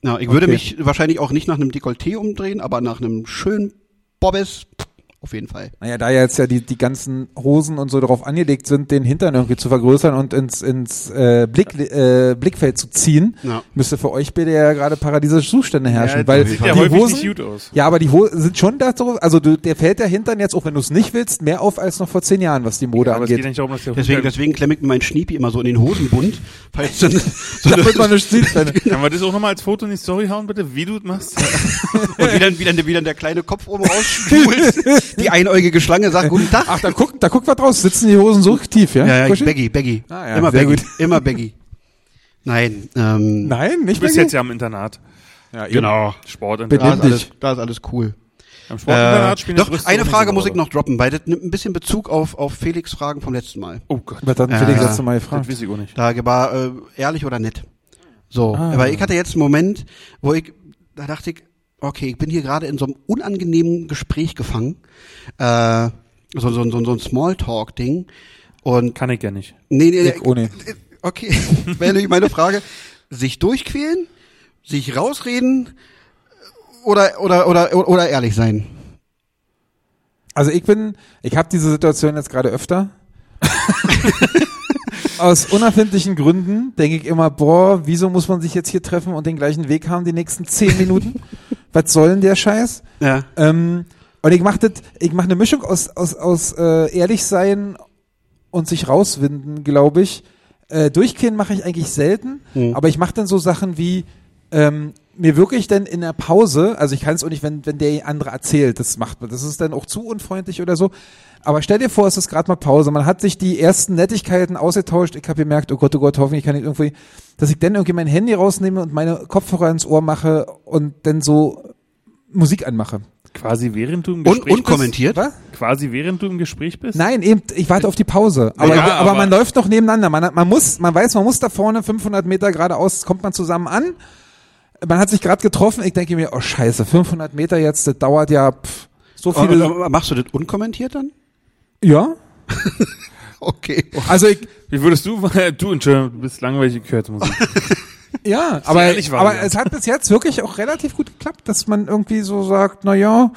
Ja, ich würde Okay. mich wahrscheinlich auch nicht nach einem Dekolleté umdrehen, aber nach einem schönen Bobbes, pff, auf jeden Fall. Naja, da jetzt ja die, die ganzen Hosen und so darauf angelegt sind, den Hintern irgendwie zu vergrößern und ins, ins äh, Blick, äh, Blickfeld zu ziehen, Ja. müsste für euch beide ja gerade paradiesische Zustände herrschen. das weil sieht die ja häufig Hosen, nicht gut aus. Ja, aber die Hosen sind schon dazu, also du, der fällt der Hintern jetzt, auch wenn du es nicht willst, mehr auf als noch vor zehn Jahren, was die Mode Aber es geht um ja angeht. nicht darum, dass der Deswegen, Hund- deswegen klemme ich mir meinen Schniepi immer so in den Hosenbund, weil ich [laughs] so eine, so eine, Damit man nicht sieht, wenn- Kann man das auch nochmal als Foto in die Story hauen, bitte, wie du das machst? Und wie dann, wie dann, wie dann der kleine Kopf oben rausspult. [laughs] die einäugige Schlange sagt, guten Tag. Ach, da guckt, da guckt was draus, sitzen die Hosen so tief, ja? ja, ja, ich, Kuschi? Baggy, Baggy. Ah, ja, immer sehr Baggy, gut. immer Baggy. Nein, ähm, Nein, nicht Du bist Baggy? jetzt ja am Internat. ja, eben. genau. Sportinternat. Da ist, Benimm alles, dich. da ist alles cool. Am Äh, Sportinternat spielen die doch, Brüste eine auch Frage nicht so muss ich eine noch droppen, weil das nimmt ein bisschen Bezug auf, auf Felix Fragen vom letzten Mal. Rolle. Oh Gott, Was hat denn Ja, Felix ja. letzte Mal das gefragt? weiß ich auch nicht. Da war äh, ehrlich oder nett. So, aber ich hatte jetzt einen Moment, wo ich, da dachte ich, okay, ich bin hier gerade in so einem unangenehmen Gespräch gefangen. Äh, so, so, so, so ein Smalltalk-Ding. Und Kann ich ja nicht. nee, nee, Ich oh ohne. Okay, [laughs] wäre nämlich meine Frage. Sich durchquälen, sich rausreden oder, oder, oder, oder ehrlich sein? [laughs] Also ich bin, ich habe diese Situation jetzt gerade öfter. aus unerfindlichen Gründen denke ich immer, boah, wieso muss man sich jetzt hier treffen und den gleichen Weg haben die nächsten zehn Minuten? Was soll denn der Scheiß? Ja. Ähm, und ich mache ich mach eine Mischung aus, aus, aus äh, ehrlich sein und sich rauswinden, glaube ich. Äh, durchgehen mache ich eigentlich selten, Mhm. aber ich mache dann so Sachen wie ähm, mir wirklich dann in der Pause, also ich kann es auch nicht, wenn, wenn der andere erzählt, das macht man, das ist dann auch zu unfreundlich oder so. Aber stell dir vor, es ist gerade mal Pause. Man hat sich die ersten Nettigkeiten ausgetauscht. Ich habe gemerkt, oh Gott, oh Gott, hoffentlich kann ich irgendwie, dass ich dann irgendwie mein Handy rausnehme und meine Kopfhörer ins Ohr mache und dann so Musik anmache. Quasi während du im Und, Gespräch und kommentiert. Was? bist. Quasi während du im Gespräch bist. Nein, eben, ich warte auf die Pause. Aber, Ja, aber, aber- man läuft noch nebeneinander. Man, hat- man muss, man weiß, man muss da vorne 500 Meter geradeaus, kommt man zusammen an. Man hat sich gerade getroffen. Ich denke mir, oh scheiße, 500 Meter jetzt, das dauert ja pff, so Oh, Und, viele. und, machst du das unkommentiert dann? [laughs] Ja, Okay. Oh. also ich, Wie würdest du, [laughs] du, Entschuldigung, du bist langweilig gehört, muss ich. ja, aber, ehrlich waren, aber ja. es hat bis jetzt wirklich auch relativ gut geklappt, dass man irgendwie so sagt, na ja.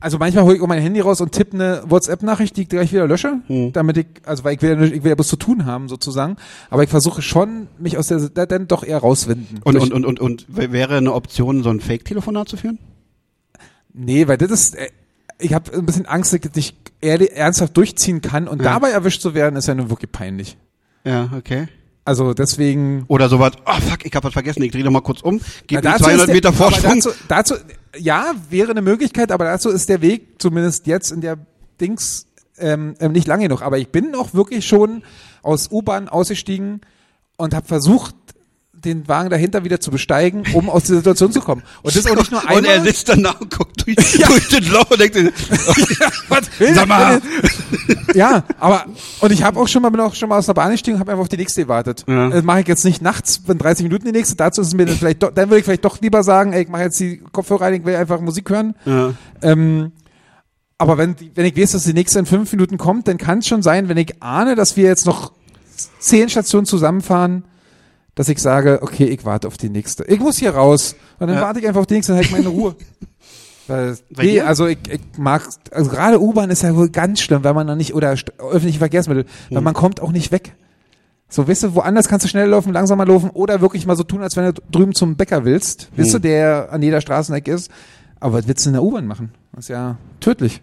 Also manchmal hole ich auch mein Handy raus und tippe eine WhatsApp-Nachricht, die ich gleich wieder lösche, Hm. damit ich, also weil ich will, ja nicht- ich will ja bloß zu tun haben sozusagen, aber ich versuche schon, mich aus der, da- dann doch eher rauswinden. Und, Durch- und, und, und, und w- wäre eine Option, so ein Fake-Telefonat zu führen? Nee, weil das ist, äh, ich habe ein bisschen Angst, dass ich dich ehrlich, ernsthaft durchziehen kann und Ja. dabei erwischt zu werden, ist ja nun wirklich peinlich. Ja, okay. Also deswegen. Oder sowas, ah fuck, ich hab was vergessen, ich drehe mal kurz um, Na, gib mir dazu ist 200 der- Meter aber Vorsprung. Dazu, dazu, ja, wäre eine Möglichkeit, aber dazu ist der Weg zumindest jetzt in der Dings ähm, ähm, nicht lang genug. Aber ich bin auch wirklich schon aus U-Bahn ausgestiegen und habe versucht, den Wagen dahinter wieder zu besteigen, um aus der Situation zu kommen. Und das auch nicht nur einmal. [laughs] Und er sitzt dann da [laughs] und guckt durch, durch den Loch und denkt, sich, [laughs] Was will Sag der mal. denn? Ja, aber und ich habe auch schon mal bin auch schon mal aus der Bahn gestiegen und habe einfach auf die nächste gewartet. Ja. Das mache ich jetzt nicht nachts, wenn 30 Minuten die nächste. Dazu ist es mir dann vielleicht doch, dann würde ich vielleicht doch lieber sagen, ey, ich mache jetzt die Kopfhörer rein, ich will einfach Musik hören. ja. Ähm, aber wenn die- wenn ich weiß, dass die nächste in fünf Minuten kommt, dann kann es schon sein, wenn ich ahne, dass wir jetzt noch zehn Stationen zusammenfahren, dass ich sage, okay, ich warte auf die nächste. Ich muss hier raus und dann Ja. warte ich einfach auf die nächste und halt meine [laughs] Ruhe. Weil, Bei nee, dir? also ich, ich mag, also gerade U-Bahn ist ja wohl ganz schlimm, weil man da nicht, oder st- öffentliche Verkehrsmittel, weil Mhm. man kommt auch nicht weg. So, weißt du, woanders kannst du schneller laufen, langsamer laufen oder wirklich mal so tun, als wenn du drüben zum Bäcker willst, weißt du, Mhm. der an jeder Straßenecke ist. Aber was willst du in der U-Bahn machen? Das ist ja tödlich.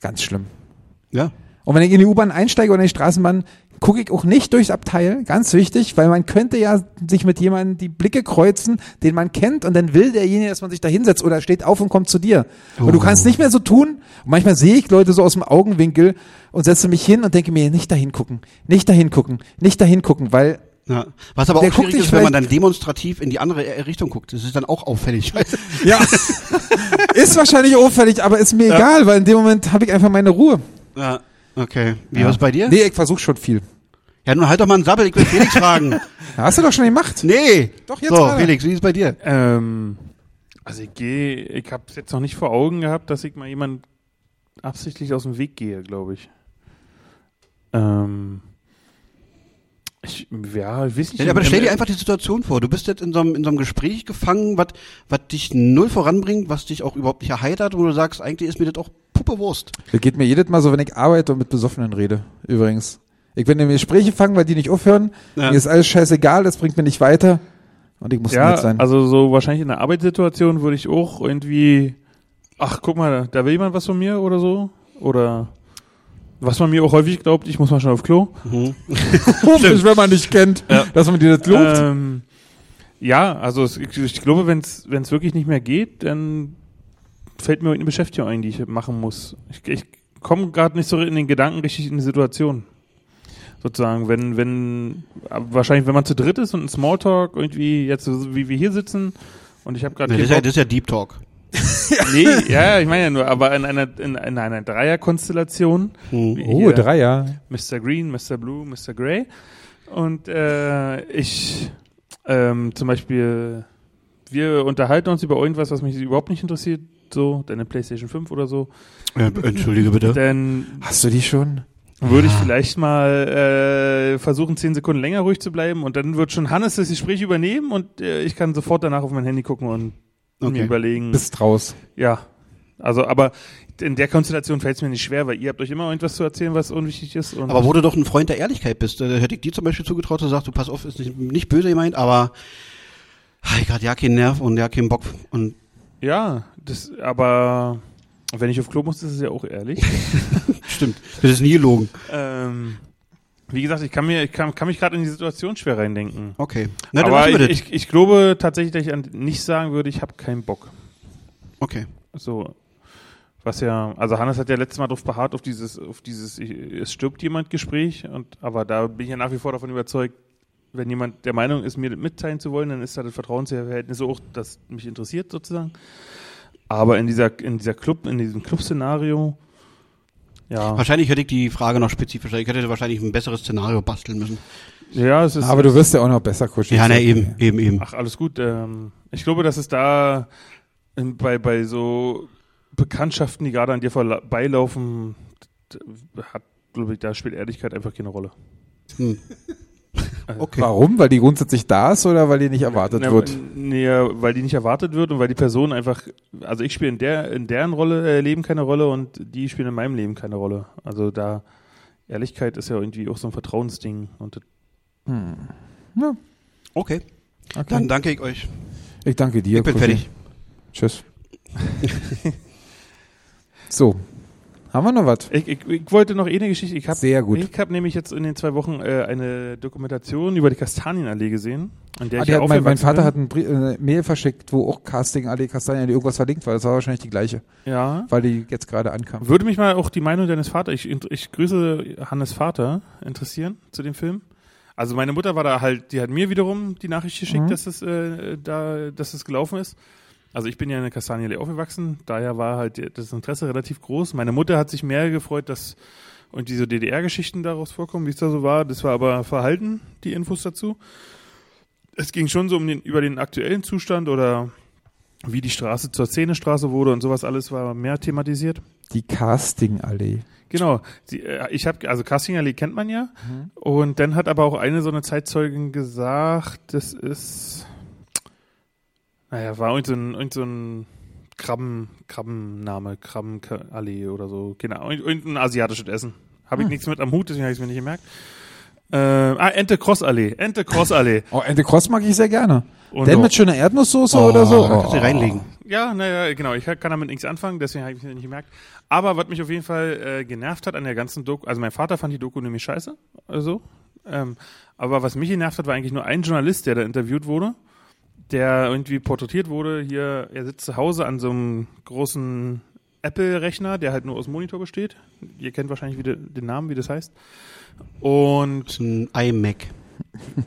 Ganz schlimm. ja. Und wenn ich in die U-Bahn einsteige oder in die Straßenbahn, gucke ich auch nicht durchs Abteil, ganz wichtig, weil man könnte ja sich mit jemandem die Blicke kreuzen, den man kennt und dann will derjenige, dass man sich da hinsetzt oder steht auf und kommt zu dir. Und du Oh. kannst nicht mehr so tun. Und manchmal sehe ich Leute so aus dem Augenwinkel und setze mich hin und denke mir, nicht dahin gucken, nicht dahin gucken, nicht dahin gucken, weil Ja. Was aber Der auch guckt schwierig dich ist, wenn man vielleicht- dann demonstrativ in die andere äh, Richtung guckt. Das ist dann auch auffällig. Weißt du? ja, [laughs] ist wahrscheinlich auffällig, aber ist mir egal, weil in dem Moment habe ich einfach meine Ruhe. [laughs] Ja. Okay. Wie war's bei dir? Nee, ich versuche schon viel. Ja, nun halt doch mal einen Sabbel, ich will [laughs] Felix fragen. Ja, Hast du doch schon gemacht. Nee. Doch, jetzt So, gerade. Felix, wie ist es bei dir? Ähm, also ich gehe, ich habe es jetzt noch nicht vor Augen gehabt, dass ich mal jemand absichtlich aus dem Weg gehe, glaube ich. Ähm, ich, ja, ich weiß nicht. Ja, aber Im- stell dir im- einfach die Situation vor. Du bist jetzt in so einem, in so einem Gespräch gefangen, was was dich null voranbringt, was dich auch überhaupt nicht erheitert, wo du sagst, eigentlich ist mir das auch Puppe Wurst. Das geht mir jedes Mal so, wenn ich arbeite und mit Besoffenen rede, übrigens. Ich bin in Gespräche fangen, weil die nicht aufhören. Ja. Mir ist alles scheißegal, das bringt mir nicht weiter. Und ich muss Ja, nett sein. also so wahrscheinlich in der Arbeitssituation würde ich auch irgendwie, ach guck mal, da will jemand was von mir oder so. Oder was man mir auch häufig glaubt, ich muss mal schnell auf Klo. [laughs] Komisch, wenn man nicht kennt, dass man dir das lobt. Ähm, ja, also es, ich, ich glaube, wenn es wirklich nicht mehr geht, dann fällt mir eine Beschäftigung ein, die ich machen muss. Ich, ich komme gerade nicht so in den Gedanken richtig in die Situation. Sozusagen, wenn, wenn, aber wahrscheinlich, wenn man zu dritt ist und ein Smalltalk irgendwie, jetzt so wie wir hier sitzen und ich habe gerade. Nee, das, keinen ist halt ja, Bock- das ist ja Deep Talk. Nee, ja, ja, ich meine ja nur, aber in einer, in, in einer Dreierkonstellation. Mhm. Hm. Hier. Dreier. Mr. Green, Mr. Blue, Mr. Grey. Und äh, ich ähm, zum Beispiel, wir unterhalten uns über irgendwas, was mich überhaupt nicht interessiert, so deine PlayStation 5 oder so. Äh, entschuldige bitte. Dann Hast du die Hm. schon? würde ich vielleicht mal äh, versuchen, zehn Sekunden länger ruhig zu bleiben und dann wird schon Hannes das Gespräch übernehmen und äh, ich kann sofort danach auf mein Handy gucken und Okay. mir überlegen. Bist raus. Ja, also aber d- in der Konstellation fällt es mir nicht schwer, weil ihr habt euch immer irgendwas zu erzählen, was unwichtig ist. Und Aber wo du doch ein Freund der Ehrlichkeit bist, äh, hätte ich dir zum Beispiel zugetraut, dass du sagst, du pass auf, ist nicht, nicht böse gemeint, aber ah, ich hatte ja keinen Nerv und ja keinen Bock. Und ja, das, aber wenn ich auf Klo muss, ist es ja auch ehrlich. [laughs] stimmt, das ist nie gelogen. ähm, wie gesagt, ich kann mir, ich kann, kann mich gerade in die Situation schwer reindenken. Okay. Na, aber lassen ich, wir das. ich, ich glaube tatsächlich, dass ich an, nicht sagen würde, ich habe keinen Bock. Okay. So, was ja, also Hannes hat ja letztes Mal drauf beharrt, auf dieses, auf dieses, ich- es stirbt jemand Gespräch und, aber da bin ich ja nach wie vor davon überzeugt, wenn jemand der Meinung ist, mir das mitteilen zu wollen, dann ist da das Vertrauensverhältnis so auch, das mich interessiert sozusagen. Aber in dieser, in dieser Club, in diesem Club-Szenario, ja, Wahrscheinlich hätte ich die Frage noch spezifischer. Ich hätte wahrscheinlich ein besseres Szenario basteln müssen. ja, es ist, Aber du wirst ja auch noch besser, Kuschel. Ja, na eben, eben, eben. ach, alles gut. Ähm, ich glaube, dass es da in, bei, bei so Bekanntschaften, die gerade an dir vorbeilaufen, d- d- hat, glaube ich, da spielt Ehrlichkeit einfach keine Rolle. [laughs] Hm. Okay. Warum? Weil die grundsätzlich da ist oder weil die nicht erwartet Na, wird? Ne, Nee, weil die nicht erwartet wird und weil die Person einfach, also ich spiele in der in deren Rolle äh, Leben keine Rolle und die spielen in meinem Leben keine Rolle. Also da Ehrlichkeit ist ja irgendwie auch so ein Vertrauensding und das- Okay. Hm, Okay. Dann danke ich euch. ich danke dir. Ich bin Kuschi. fertig. Tschüss. [laughs] so. Haben wir noch was? ich, ich, ich wollte noch eh eine Geschichte. Ich habe Sehr gut. ich habe nämlich jetzt in den zwei Wochen äh, eine Dokumentation über die Kastanienallee gesehen, an der Ah, ich die ja hat, mein, mein aufgewachsen Vater bin. hat ein Brie- äh, eine Mail verschickt, wo auch Casting Allee Kastanien irgendwas verlinkt war. Das war wahrscheinlich die gleiche, ja. weil die jetzt gerade ankam. Würde mich mal auch die Meinung deines Vaters, ich, int- ich grüße Hannes Vater, interessieren zu dem Film. Also meine Mutter war da halt, die hat mir wiederum die Nachricht geschickt, Mhm. dass es äh, da, dass es gelaufen ist. Also ich bin ja in der Kastanienallee aufgewachsen, daher war halt das Interesse relativ groß. Meine Mutter hat sich mehr gefreut, dass und diese DDR-Geschichten daraus vorkommen, wie es da so war. Das war aber verhalten, die Infos dazu. Es ging schon so um den, über den aktuellen Zustand oder wie die Straße zur Szenestraße wurde und sowas alles war mehr thematisiert. Die Casting Allee. Genau. Sie, äh, ich habe also Casting Alley kennt man ja. Und dann hat aber auch eine so eine Zeitzeugin gesagt, das ist, naja, war irgend so ein, irgend so ein Krabben, Krabbenname, Krabbenallee oder so. Genau, irgend- irgendein asiatisches Essen. Hm. Habe ich nichts mit am Hut, deswegen habe ich es mir nicht gemerkt. Äh, ah, Ente Cross Allee, Ente Cross Allee. Oh, Ente Cross mag ich sehr gerne. Und Denn mit schöner Erdnusssoße Oh, oder so. da Kannst du reinlegen. Ja, naja, genau. Ich kann damit nichts anfangen, deswegen habe ich es nicht gemerkt. Aber was mich auf jeden Fall äh, genervt hat an der ganzen Doku, also mein Vater fand die Doku nämlich scheiße, also. Ähm, aber was mich genervt hat, war eigentlich nur ein Journalist, der da interviewt wurde, der irgendwie porträtiert wurde. Hier, er sitzt zu Hause an so einem großen Apple-Rechner, der halt nur aus Monitor besteht. Ihr kennt wahrscheinlich wieder den Namen, wie das heißt. Und Das ist ein iMac.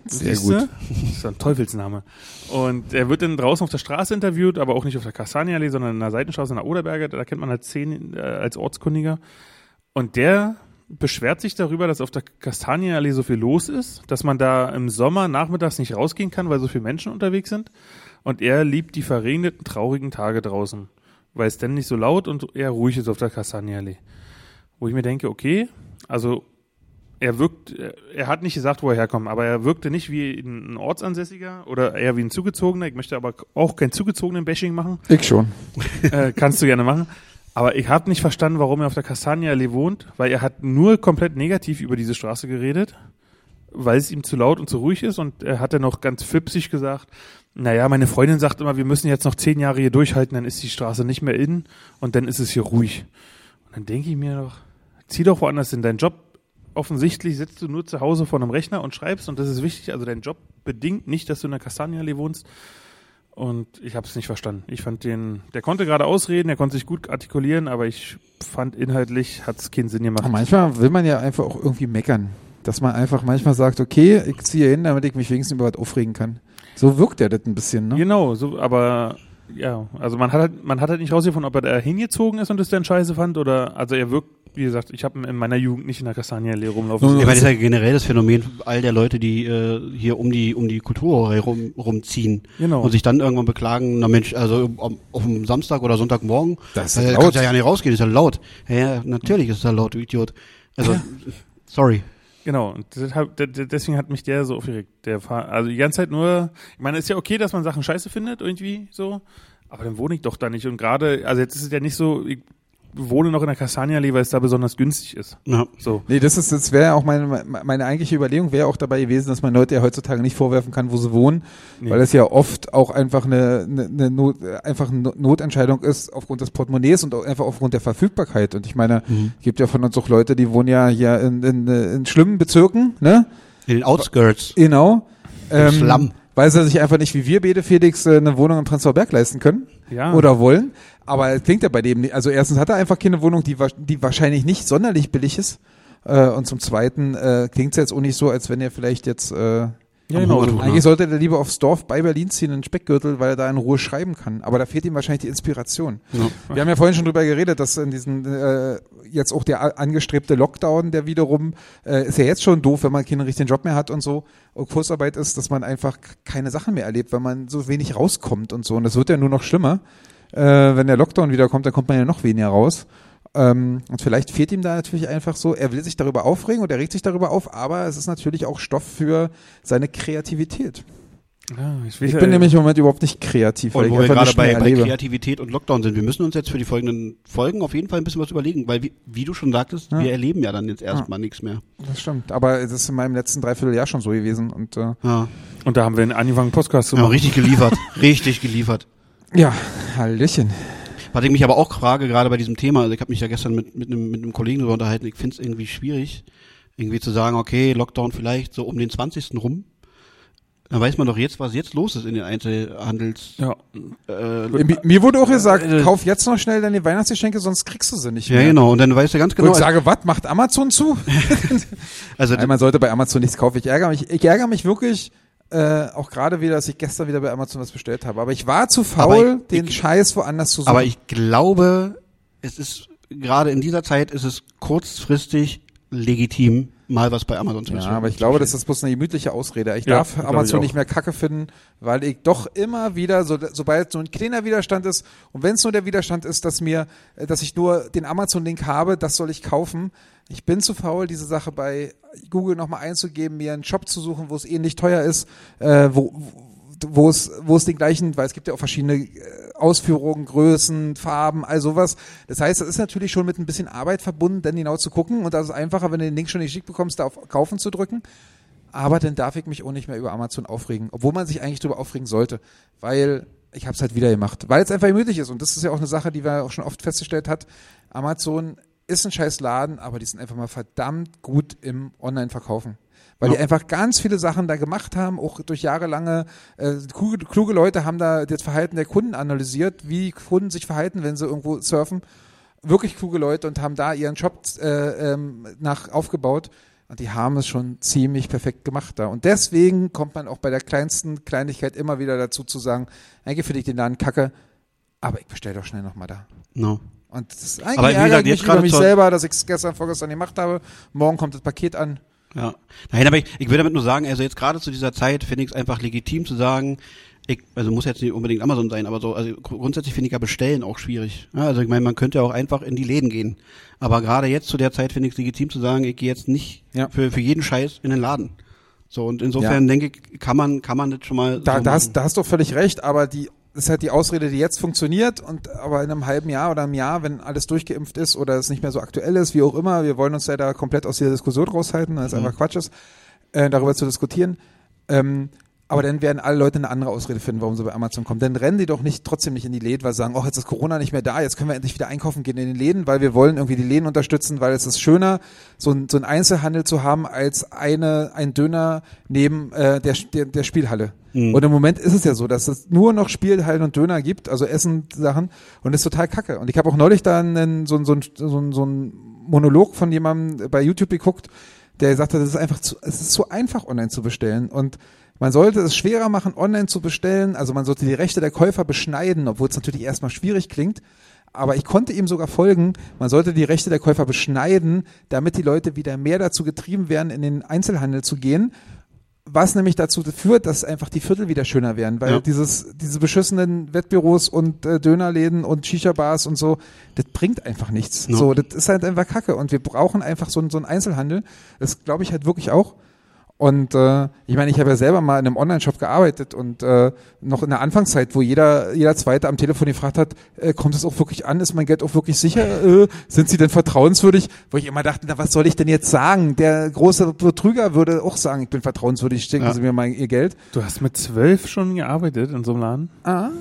Sehr Siehste? gut. Das ist ein Teufelsname. Und er wird dann draußen auf der Straße interviewt, aber auch nicht auf der Kastanienallee, sondern in der Seitenstraße in der Oderberge. Da kennt man halt zehn äh, als Ortskundiger. Und der beschwert sich darüber, dass auf der Kastanienallee so viel los ist, dass man da im Sommer nachmittags nicht rausgehen kann, weil so viele Menschen unterwegs sind. Und er liebt die verregneten, traurigen Tage draußen, weil es dann nicht so laut und eher ruhig ist auf der Kastanienallee. Wo ich mir denke, okay, also er wirkt, er hat nicht gesagt, wo er herkommt, aber er wirkte nicht wie ein Ortsansässiger oder eher wie ein Zugezogener. Ich möchte aber auch kein zugezogenen Bashing machen. Ich schon. äh, kannst du gerne machen. Aber ich habe nicht verstanden, warum er auf der Kastanienallee wohnt, weil er hat nur komplett negativ über diese Straße geredet, weil es ihm zu laut und zu ruhig ist. Und er hat dann noch ganz flipsig gesagt, naja, meine Freundin sagt immer, wir müssen jetzt noch zehn Jahre hier durchhalten, dann ist die Straße nicht mehr in und dann ist es hier ruhig. Und dann denke ich mir doch, zieh doch woanders hin. Dein Job, offensichtlich sitzt du nur zu Hause vor einem Rechner und schreibst und das ist wichtig. Also dein Job bedingt nicht, dass du in der Kastanienallee wohnst. Und ich habe es nicht verstanden. Ich fand den, der konnte gerade ausreden, der konnte sich gut artikulieren, aber ich fand inhaltlich hat es keinen Sinn gemacht. Aber manchmal will man ja einfach auch irgendwie meckern. Dass man einfach manchmal sagt, okay, ich ziehe hin, damit ich mich wenigstens über was aufregen kann. So wirkt ja das ein bisschen, ne? Genau, so, aber ja, also man hat halt, man hat halt nicht rausgefunden, ob er da hingezogen ist und es dann scheiße fand oder, also er wirkt, wie gesagt, ich habe in meiner Jugend nicht in der Kastanienallee rumlaufen Nun, Ich sehen. meine, das ist ja generell das Phänomen all der Leute, die äh, hier um die um die Kultur rum, rumziehen Genau. und sich dann irgendwann beklagen, na Mensch, also am- auf dem Samstag oder Sonntagmorgen, Das ist äh, laut. kannst ja ja nicht rausgehen, ist ja laut. Ja, Ja, natürlich ist es ja laut, du Idiot. Also, sorry. Genau, und deshalb- de- de- deswegen hat mich der so aufgeregt. Der Fahr also die ganze Zeit nur, ich meine, ist ja okay, dass man Sachen scheiße findet, irgendwie so, aber dann wohne ich doch da nicht. Und gerade, also jetzt ist es ja nicht so, ich wohne noch in der Kastanienallee, weil es da besonders günstig ist. Ja. So. Nee, das ist, das wäre auch meine, meine eigentliche Überlegung wäre auch dabei gewesen, dass man Leute ja heutzutage nicht vorwerfen kann, wo sie wohnen, Nee. weil das ja oft auch einfach eine, eine, eine Not, äh, einfach eine Notentscheidung ist aufgrund des Portemonnaies und auch einfach aufgrund der Verfügbarkeit. Und ich meine, gibt ja von uns auch Leute, die wohnen ja hier in, in, äh, in schlimmen Bezirken, ne? In den Outskirts. Genau. Slum. Weil sie sich einfach nicht wie wir, Bede Felix, äh, eine Wohnung im Prenzlauer Berg leisten können Ja. oder wollen. Aber es klingt ja bei dem nicht. Also erstens hat er einfach keine Wohnung, die, wa- die wahrscheinlich nicht sonderlich billig ist. Äh, und zum Zweiten äh, klingt es jetzt auch nicht so, als wenn er vielleicht jetzt... Äh, Ja, Am genau. Hungertuch, So. ne? eigentlich sollte er lieber aufs Dorf bei Berlin ziehen, in den Speckgürtel, weil er da in Ruhe schreiben kann. Aber da fehlt ihm wahrscheinlich die Inspiration. Ja. Wir haben ja vorhin schon drüber geredet, dass in diesen äh, jetzt auch der a- angestrebte Lockdown, der wiederum äh, ist ja jetzt schon doof, wenn man keinen richtigen Job mehr hat und so und Kurzarbeit ist, dass man einfach k- keine Sachen mehr erlebt, weil man so wenig rauskommt und so. Und das wird ja nur noch schlimmer. Äh, wenn der Lockdown wiederkommt, dann kommt man ja noch weniger raus. Ähm, und vielleicht fehlt ihm da natürlich einfach so, er will sich darüber aufregen und er regt sich darüber auf, aber es ist natürlich auch Stoff für seine Kreativität. Ja, ich weiß, Ich bin äh, nämlich im Moment überhaupt nicht kreativ, weil ich Und wo wir einfach gerade nicht bei, mehr bei erlebe. Kreativität und Lockdown sind, wir müssen uns jetzt für die folgenden Folgen auf jeden Fall ein bisschen was überlegen, weil, wie, wie du schon sagtest, Ja. wir erleben ja dann jetzt erstmal nichts mehr. Das stimmt. Aber es ist in meinem letzten Dreivierteljahr schon so gewesen. Und äh, Ja. Und da haben wir einen angefangen, Podcast zu Ja, machen. richtig geliefert, [laughs] richtig geliefert. ja, Hallöchen. Was ich mich aber auch frage, gerade bei diesem Thema, also ich habe mich ja gestern mit, mit, einem, mit einem Kollegen darüber unterhalten, ich finde es irgendwie schwierig, irgendwie zu sagen, okay, Lockdown vielleicht so um den 20. rum. Dann weiß man doch jetzt, was jetzt los ist in den Einzelhandels. Ja. Äh, Mir- Mir wurde auch gesagt, Äh, kauf jetzt noch schnell deine Weihnachtsgeschenke, sonst kriegst du sie nicht mehr. ja, genau. Und dann weißt du ganz Genau. genau. Und ich sage, was macht Amazon zu? Also Nein, man sollte bei Amazon nichts kaufen. Ich ärgere mich, ich ärgere mich wirklich äh, auch gerade wieder, dass ich gestern wieder bei Amazon was bestellt habe. Aber ich war zu faul, Aber ich- den ich- Scheiß woanders zu suchen. Aber ich glaube, es ist gerade in dieser Zeit ist es kurzfristig legitim, mal was bei Amazon zu ja, bestellen. aber ich glaube, das ist bloß eine gemütliche Ausrede. Ich Ja, darf glaub ich Amazon auch. nicht mehr Kacke finden, weil ich doch immer wieder, so, sobald so ein kleiner Widerstand ist, und wenn es nur der Widerstand ist, dass mir, äh, dass ich nur den Amazon-Link habe, das soll ich kaufen. Ich bin zu faul, diese Sache bei Google nochmal einzugeben, mir einen Shop zu suchen, wo es ähnlich teuer ist, äh, wo, wo es, wo es den gleichen, weil es gibt ja auch verschiedene äh, Ausführungen, Größen, Farben, all sowas. Das heißt, das ist natürlich schon mit ein bisschen Arbeit verbunden, dann genau zu gucken. Und das ist einfacher, wenn du den Link schon geschickt bekommst, da auf Kaufen zu drücken. Aber dann darf ich mich auch nicht mehr über Amazon aufregen, obwohl man sich eigentlich darüber aufregen sollte, weil ich habe es halt wieder gemacht, weil es einfach gemütlich ist. Und das ist ja auch eine Sache, die wir auch schon oft festgestellt hat. Amazon ist ein scheiß Laden, aber die sind einfach mal verdammt gut im Online-Verkaufen. Weil die einfach ganz viele Sachen da gemacht haben, auch durch jahrelange, äh, kluge, kluge Leute haben da das Verhalten der Kunden analysiert, wie Kunden sich verhalten, wenn sie irgendwo surfen wirklich kluge Leute und haben da ihren Shop äh, ähm, nach aufgebaut. Und die haben es schon ziemlich perfekt gemacht da. Und deswegen kommt man auch bei der kleinsten Kleinigkeit immer wieder dazu zu sagen, eigentlich finde ich den Laden kacke, aber ich bestelle doch schnell nochmal da. No. Und das ist eigentlich Aber wie ärgere gesagt, ich jetzt mich über gerade mich zur- selber, dass ich es gestern, vorgestern gemacht habe. Morgen kommt das Paket an. Ja. Nein, aber ich, ich will damit nur sagen, also jetzt gerade zu dieser Zeit finde ich es einfach legitim zu sagen, ich, also muss jetzt nicht unbedingt Amazon sein, aber so, also gru- grundsätzlich finde ich ja bestellen auch schwierig. Ja, also ich meine, man könnte ja auch einfach in die Läden gehen. Aber gerade jetzt zu der Zeit finde ich es legitim zu sagen, ich gehe jetzt nicht Ja. für, für jeden Scheiß in den Laden. So, und insofern denke ich, kann man, kann man das schon Da, mal. so da, machen. hast, da hast du völlig recht, aber die das ist halt die Ausrede, die jetzt funktioniert und aber in einem halben Jahr oder einem Jahr, wenn alles durchgeimpft ist oder es nicht mehr so aktuell ist, wie auch immer, wir wollen uns ja da komplett aus dieser Diskussion raushalten, weil es einfach Quatsch ist, äh, darüber zu diskutieren. Ähm, aber dann werden alle Leute eine andere Ausrede finden, warum sie bei Amazon kommen. Dann rennen die doch nicht trotzdem nicht in die Läden, weil sie sagen, oh, jetzt ist Corona nicht mehr da, jetzt können wir endlich wieder einkaufen gehen in den Läden, weil wir wollen irgendwie die Läden unterstützen, weil es ist schöner, so ein, so ein Einzelhandel zu haben, als eine, ein Döner neben äh, der, der, der Spielhalle. Und im Moment ist es ja so, dass es nur noch Spielhallen und Döner gibt, also Essen-Sachen, und das ist total kacke. Und ich habe auch neulich da einen, so, ein- so, ein- so, ein- so einen Monolog von jemandem bei YouTube geguckt, der gesagt hat, es ist einfach zu, es ist so einfach, online zu bestellen. Und man sollte es schwerer machen, online zu bestellen. Also man sollte die Rechte der Käufer beschneiden, obwohl es natürlich erstmal schwierig klingt. Aber ich konnte ihm sogar folgen, man sollte die Rechte der Käufer beschneiden, damit die Leute wieder mehr dazu getrieben werden, in den Einzelhandel zu gehen. Was nämlich dazu führt, dass einfach die Viertel wieder schöner werden, weil Ja. dieses, diese beschissenen Wettbüros und äh, Dönerläden und Shisha-Bars und so, das bringt einfach nichts. Ja. So, das ist halt einfach Kacke und wir brauchen einfach so, einen- so einen Einzelhandel. Das glaube ich halt wirklich auch. Und äh, ich meine, ich habe ja selber mal in einem Online-Shop gearbeitet und äh, noch in der Anfangszeit, wo jeder, jeder Zweite am Telefon gefragt hat, äh, kommt es auch wirklich an, ist mein Geld auch wirklich sicher, äh, sind sie denn vertrauenswürdig? Wo ich immer dachte, na was soll ich denn jetzt sagen? Der große Betrüger würde auch sagen, ich bin vertrauenswürdig, schicken Ja. Sie mir mal Ihr Geld. Du hast mit zwölf schon gearbeitet in so einem Laden? Ah,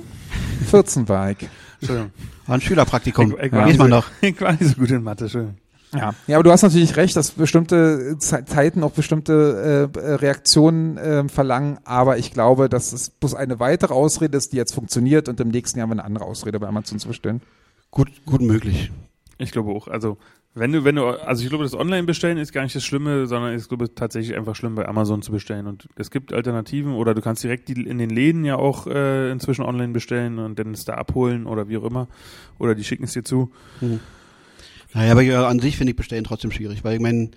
14 war ich. [laughs] Entschuldigung. War ein Schülerpraktikum. Ich- ich war Weiß nicht man so- noch. Ich war nicht so gut in Mathe, schön. Ja. ja, aber du hast natürlich recht, dass bestimmte Ze- Zeiten auch bestimmte äh, äh, Reaktionen äh, verlangen, aber ich glaube, dass es bloß eine weitere Ausrede ist, die jetzt funktioniert und im nächsten Jahr haben wir eine andere Ausrede bei Amazon zu bestellen. Gut, gut möglich. Ich glaube auch. Also, wenn du, wenn du, also ich glaube, das Online-Bestellen ist gar nicht das Schlimme, sondern ich glaube, es ist tatsächlich einfach schlimm, bei Amazon zu bestellen. Und es gibt Alternativen oder du kannst direkt die in den Läden ja auch äh, inzwischen online bestellen und dann es da abholen oder wie auch immer. Oder die schicken es dir zu. Naja, aber ja, an sich finde ich Bestellen trotzdem schwierig, weil ich meine,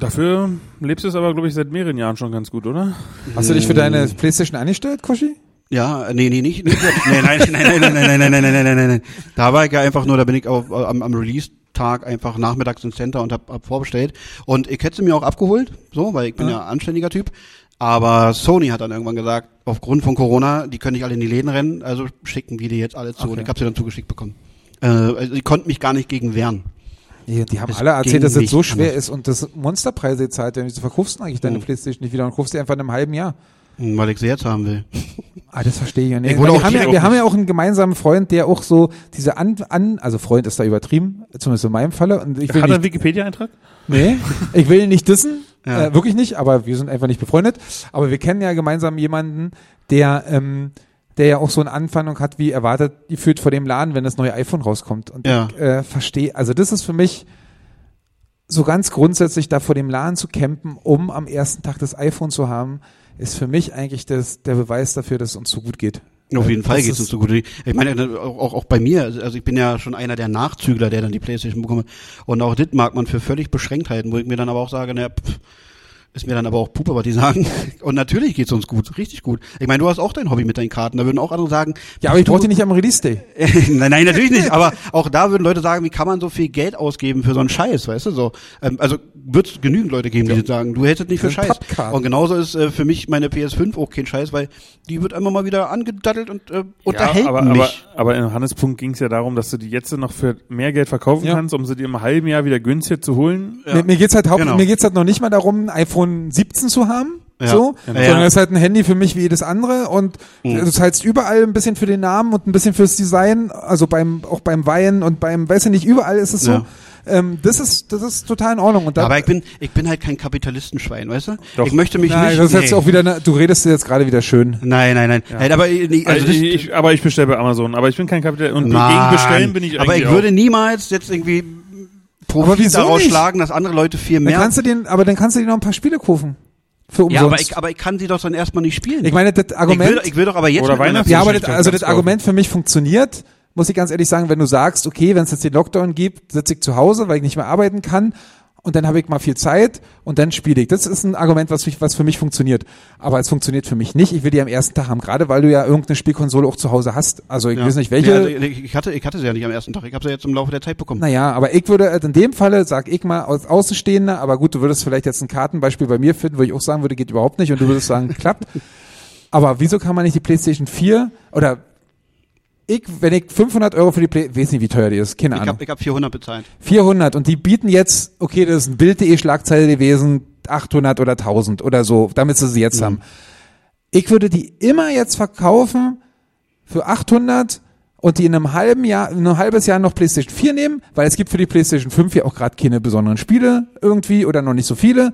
Dafür lebst du es aber, glaube ich, seit mehreren Jahren schon ganz gut, oder? Hast du dich für deine Playstation angestellt, Kushi? ja, nee, [laughs] nee, nicht. nicht nee, nein, nein, nein, nein, nein, nein, nein, nein, nein, nein, nein, nein. Da war ich ja einfach nur, da bin ich auf, äh, am, am Release-Tag einfach nachmittags ins Center und hab, hab vorbestellt. Und ich hätte sie mir auch abgeholt, so, weil ich bin ja, anständiger Typ. Aber Sony hat dann irgendwann gesagt, aufgrund von Corona, die können nicht alle in die Läden rennen, also schicken wir die jetzt alle zu. Okay. Und ich habe sie dann zugeschickt bekommen. Äh, also ich konnte mich gar nicht gegen wehren. Die, die haben Es alle ging erzählt, dass es nicht so schwer anders. ist und das Monsterpreise gezahlt werden. Wieso verkaufst du eigentlich deine Hm. Playstation nicht wieder und kaufst die einfach in einem halben Jahr? Hm, Weil ich sie jetzt haben will. Ah, das verstehe ich ja nicht. Ich wurde wir auch- haben, ich ja, auch wir haben ja auch einen gemeinsamen Freund, der auch so diese an, an also Freund ist da übertrieben, zumindest in meinem Falle. Und ich will Hat er nicht, einen Wikipedia-Eintrag? [laughs] Nee, ich will ihn nicht dissen, Ja. äh, wirklich nicht, aber wir sind einfach nicht befreundet. Aber wir kennen ja gemeinsam jemanden, der, ähm, der ja auch so eine Anfandung hat, wie erwartet, die führt vor dem Laden, wenn das neue iPhone rauskommt. Und Ja. ich äh, verstehe, also das ist für mich so ganz grundsätzlich, da vor dem Laden zu campen, um am ersten Tag das iPhone zu haben, ist für mich eigentlich das, der Beweis dafür, dass es uns so gut geht. Auf Äh, jeden Fall das geht ist- es uns so gut. Ich meine, äh, auch, auch- auch bei mir, also also ich bin ja schon einer der Nachzügler, der dann die Playstation bekomme. Und auch das mag man für völlig beschränkt halten, wo ich mir dann aber auch sage, naja, pff, ist mir dann aber auch Puppe, was die sagen. [laughs] Und natürlich geht es uns gut, richtig gut. Ich meine, du hast auch dein Hobby mit deinen Karten. Da würden auch andere sagen, Ja, aber ich du- brauche die nicht am Release Day. [laughs] nein, nein, natürlich nicht. Aber auch da würden Leute sagen, wie kann man so viel Geld ausgeben für so einen Scheiß, weißt du so? Ähm, also wird es genügend Leute geben, die das sagen, du hättest nicht für Für Scheiß. einen Pappkarten. Und genauso ist äh, für mich meine PS5 auch kein Scheiß, weil die wird immer mal wieder angedattelt und äh, unterhält ja, aber, mich. Aber, aber in Hannes Punkt ging es ja darum, dass du die jetzt noch für mehr Geld verkaufen Ja. kannst, um sie dir im halben Jahr wieder günstiger zu holen. Ja. Mir, mir geht's halt haupt, Genau. mir geht's halt noch nicht mal darum, ein iPhone 17 zu haben. Ja. genau. So, Ja. sondern Ja. es ist halt ein Handy für mich wie jedes andere und Mhm. du zahlst überall ein bisschen für den Namen und ein bisschen fürs Design, also beim, auch beim Weihen und beim, weiß ich nicht, überall ist es so. Ja. Ähm, das ist, das ist total in Ordnung. Und da, aber ich bin, ich bin halt kein Kapitalistenschwein, weißt du? Doch. Ich möchte mich nein, nicht. das ist jetzt auch wieder, eine, du redest dir jetzt gerade wieder schön. nein, nein, nein. nein aber ich- nee, also Also das, ich, ich, aber ich bestelle bei Amazon. Aber ich bin kein Kapitalist. Und gegen Mann. Bestellen bin ich Aber eigentlich ich würde niemals jetzt irgendwie Aber Profit wieso daraus nicht? schlagen, dass andere Leute viel Dann mehr. kannst du den, aber dann kannst du dir noch ein paar Spiele kaufen. Für umsonst. ja, aber ich, aber ich kann sie doch dann erstmal nicht spielen. ich meine, das Ich Argument. will, ich will doch aber jetzt Oder mit meiner Weihnachts- Ja, aber Zuschrift das, also kannst das kaufen. Argument für mich funktioniert, muss ich ganz ehrlich sagen, wenn du sagst, okay, wenn es jetzt den Lockdown gibt, sitze ich zu Hause, weil ich nicht mehr arbeiten kann und dann habe ich mal viel Zeit und dann spiele ich. Das ist ein Argument, was, mich, was für mich funktioniert. Aber es funktioniert für mich nicht. Ich will die am ersten Tag haben, gerade weil du ja irgendeine Spielkonsole auch zu Hause hast. Also ich Ja. weiß nicht, Ja, welche. also ich, ich hatte, ich hatte sie ja nicht am ersten Tag. Ich habe sie jetzt im Laufe der Zeit bekommen. Naja, aber ich würde halt in dem Falle, sag ich mal, als Außenstehender, aber gut, du würdest vielleicht jetzt ein Kartenbeispiel bei mir finden, wo ich auch sagen würde, geht überhaupt nicht und du würdest sagen, [laughs] klappt. Aber wieso kann man nicht die PlayStation 4 oder ich, wenn ich 500 Euro für die Play, weiß nicht, wie teuer die ist, keine Ich Ahnung. habe ich hab 400 bezahlt. 400 und die bieten jetzt, okay, das ist ein Bild.de Schlagzeile gewesen, 800 oder 1000 oder so, damit sie sie jetzt Mhm. haben. Ich würde die immer jetzt verkaufen für 800 und die in einem halben Jahr, in einem halbes Jahr noch PlayStation 4 nehmen, weil es gibt für die PlayStation 5 ja auch gerade keine besonderen Spiele irgendwie oder noch nicht so viele.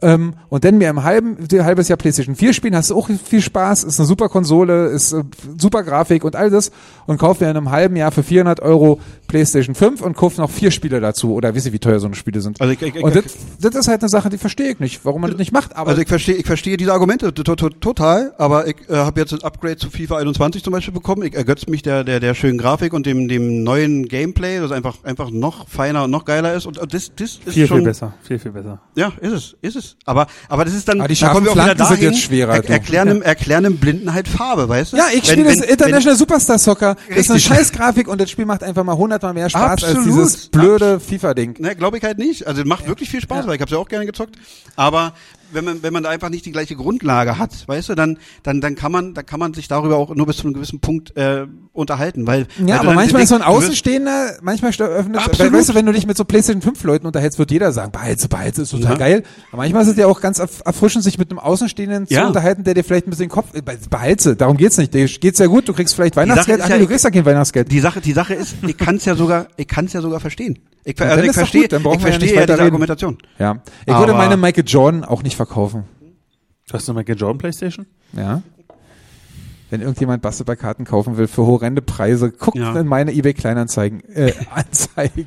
Ähm, und dann mir im halben, die halbes Jahr PlayStation 4 spielen, hast du auch viel Spaß, ist eine super Konsole, ist äh, super Grafik und all das und kauf mir in einem halben Jahr für 400 Euro PlayStation 5 und kauf noch vier Spiele dazu oder wisst ihr, wie teuer so eine Spiele sind. Also ich- ich- ich- und das, das ist halt eine Sache, die verstehe ich nicht, warum man das nicht macht, aber Also ich verstehe, ich verstehe diese Argumente to- to- total, aber ich äh, habe jetzt ein Upgrade zu FIFA 21 zum Beispiel bekommen. Ich ergötze mich der der der schönen Grafik und dem dem neuen Gameplay, das einfach einfach noch feiner und noch geiler ist. Und äh, das das ist Viel, schon viel besser. Viel, viel besser. ja ist es ist es. Aber aber das ist dann. Ah, die dann scharfen Flanken sind jetzt schwerer, Er, du. erklären dem erklären dem Blinden halt Farbe, weißt du? Ja, ich Wenn- spiele das wenn- International Superstar Soccer. Das ist eine Richtig. scheiß Grafik und das Spiel macht einfach mal hundertmal mehr Spaß als Absolut. dieses blöde FIFA-Ding. Ne, glaube ich halt nicht. Also macht wirklich viel Spaß, weil ich habe ja auch gerne gezockt. Aber wenn man, wenn man da einfach nicht die gleiche Grundlage hat, weißt du, dann, dann, dann kann man, dann kann man sich darüber auch nur bis zu einem gewissen Punkt äh, unterhalten, weil weil Ja, du aber dann manchmal ist so ein denkst, du wirst- Außenstehender, manchmal sta- öffnet, Absolut. weißt du, wenn du dich mit so PlayStation 5 Leuten unterhältst, wird jeder sagen, behalte, behalte, ist total Ja. geil. Aber manchmal ist es ja auch ganz erf- erfrischend, sich mit einem Außenstehenden Ja. zu unterhalten, der dir vielleicht ein bisschen den Kopf, behalte, darum geht's nicht, dir geht's ja gut, du kriegst vielleicht Weihnachtsgeld, ist ach ja- nee, du kriegst ja kein Weihnachtsgeld. Die Sache, die Sache ist, ich kann es ja sogar, ich kann es ja sogar verstehen. Ich, ver- Ja, also dann ich ist doch verstehe, gut, dann brauchen ich wir ja verstehe nicht ja weiter diese reden. Argumentation. Ja. Ich würde Aber- meine Michael Jordan auch nicht verkaufen. Hast du mal Jordan Playstation? Ja. Wenn irgendjemand Basketballkarten kaufen will für horrende Preise, guckt Ja. in meine eBay Kleinanzeigen äh, [laughs] Anzeigen.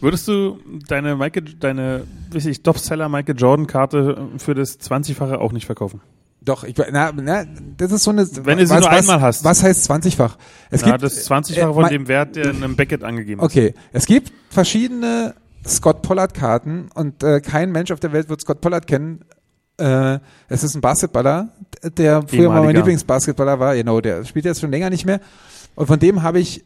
Würdest du deine Michael, deine, weiß ich, Topseller Michael Jordan Karte für das 20-fache auch nicht verkaufen? Doch, ich na, na, das ist so eine Wenn du sie nur einmal hast. Was heißt 20-fach? Es Ja, gibt das äh, 20-fache von mein- dem Wert, der in einem Beckett angegeben ist. Okay, es gibt verschiedene Scott Pollard Karten und äh, kein Mensch auf der Welt wird Scott Pollard kennen. Äh, es ist ein Basketballer, d- der früher mal mein Ehemaliger. Lieblingsbasketballer war. Genau, der spielt jetzt schon länger nicht mehr. Und von dem habe ich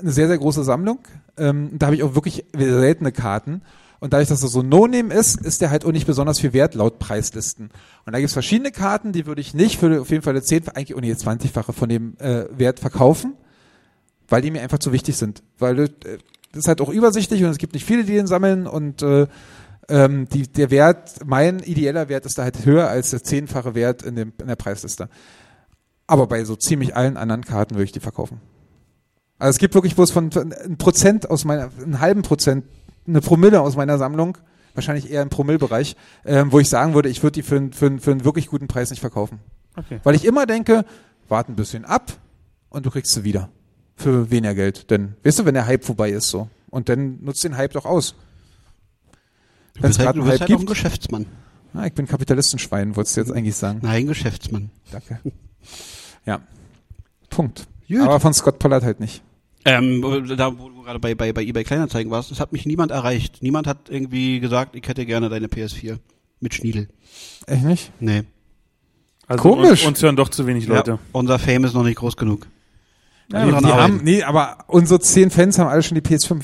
eine sehr, sehr große Sammlung. Ähm, da habe ich auch wirklich seltene Karten. Und dadurch, dass das so ein No-Name ist, ist der halt auch nicht besonders viel wert laut Preislisten. Und da gibt's verschiedene Karten, die würde ich nicht für auf jeden Fall eine 10, eigentlich ohne 20-fache von dem äh, Wert verkaufen, weil die mir einfach zu wichtig sind. Weil äh, das ist halt auch übersichtlich und es gibt nicht viele, die den sammeln und äh, ähm, die, der Wert, mein ideeller Wert ist da halt höher als der zehnfache Wert in, dem, in der Preisliste. Aber bei so ziemlich allen anderen Karten würde ich die verkaufen. Also es gibt wirklich bloß von von ein Prozent aus meiner, einen halben Prozent, eine Promille aus meiner Sammlung, wahrscheinlich eher im Promillbereich, ähm, wo ich sagen würde, ich würde die für, einen- für, einen- für einen wirklich guten Preis nicht verkaufen. Okay. Weil ich immer denke, warte ein bisschen ab und du kriegst sie wieder. Für weniger Geld. Denn, weißt du, wenn der Hype vorbei ist so. Und dann nutzt den Hype doch aus. Du Wenn es bist halt, gerade du einen Hype bist halt auch ein gibt. Geschäftsmann. Na, ich bin Kapitalistenschwein, wolltest du jetzt eigentlich sagen. Nein, Geschäftsmann. Danke. Ja. Punkt. Gut. Aber von Scott Pollard halt nicht. Ähm, da, wo du gerade bei, bei, bei eBay Kleinanzeigen warst, es hat mich niemand erreicht. Niemand hat irgendwie gesagt, ich hätte gerne deine PS4 mit Schniedel. Echt nicht? Nee. Also Komisch. Uns, uns hören doch zu wenig Leute. Ja, unser Fame ist noch nicht groß genug. Ja, die die dran arbeiten. haben, nee, aber unsere zehn Fans haben alle schon die PS5.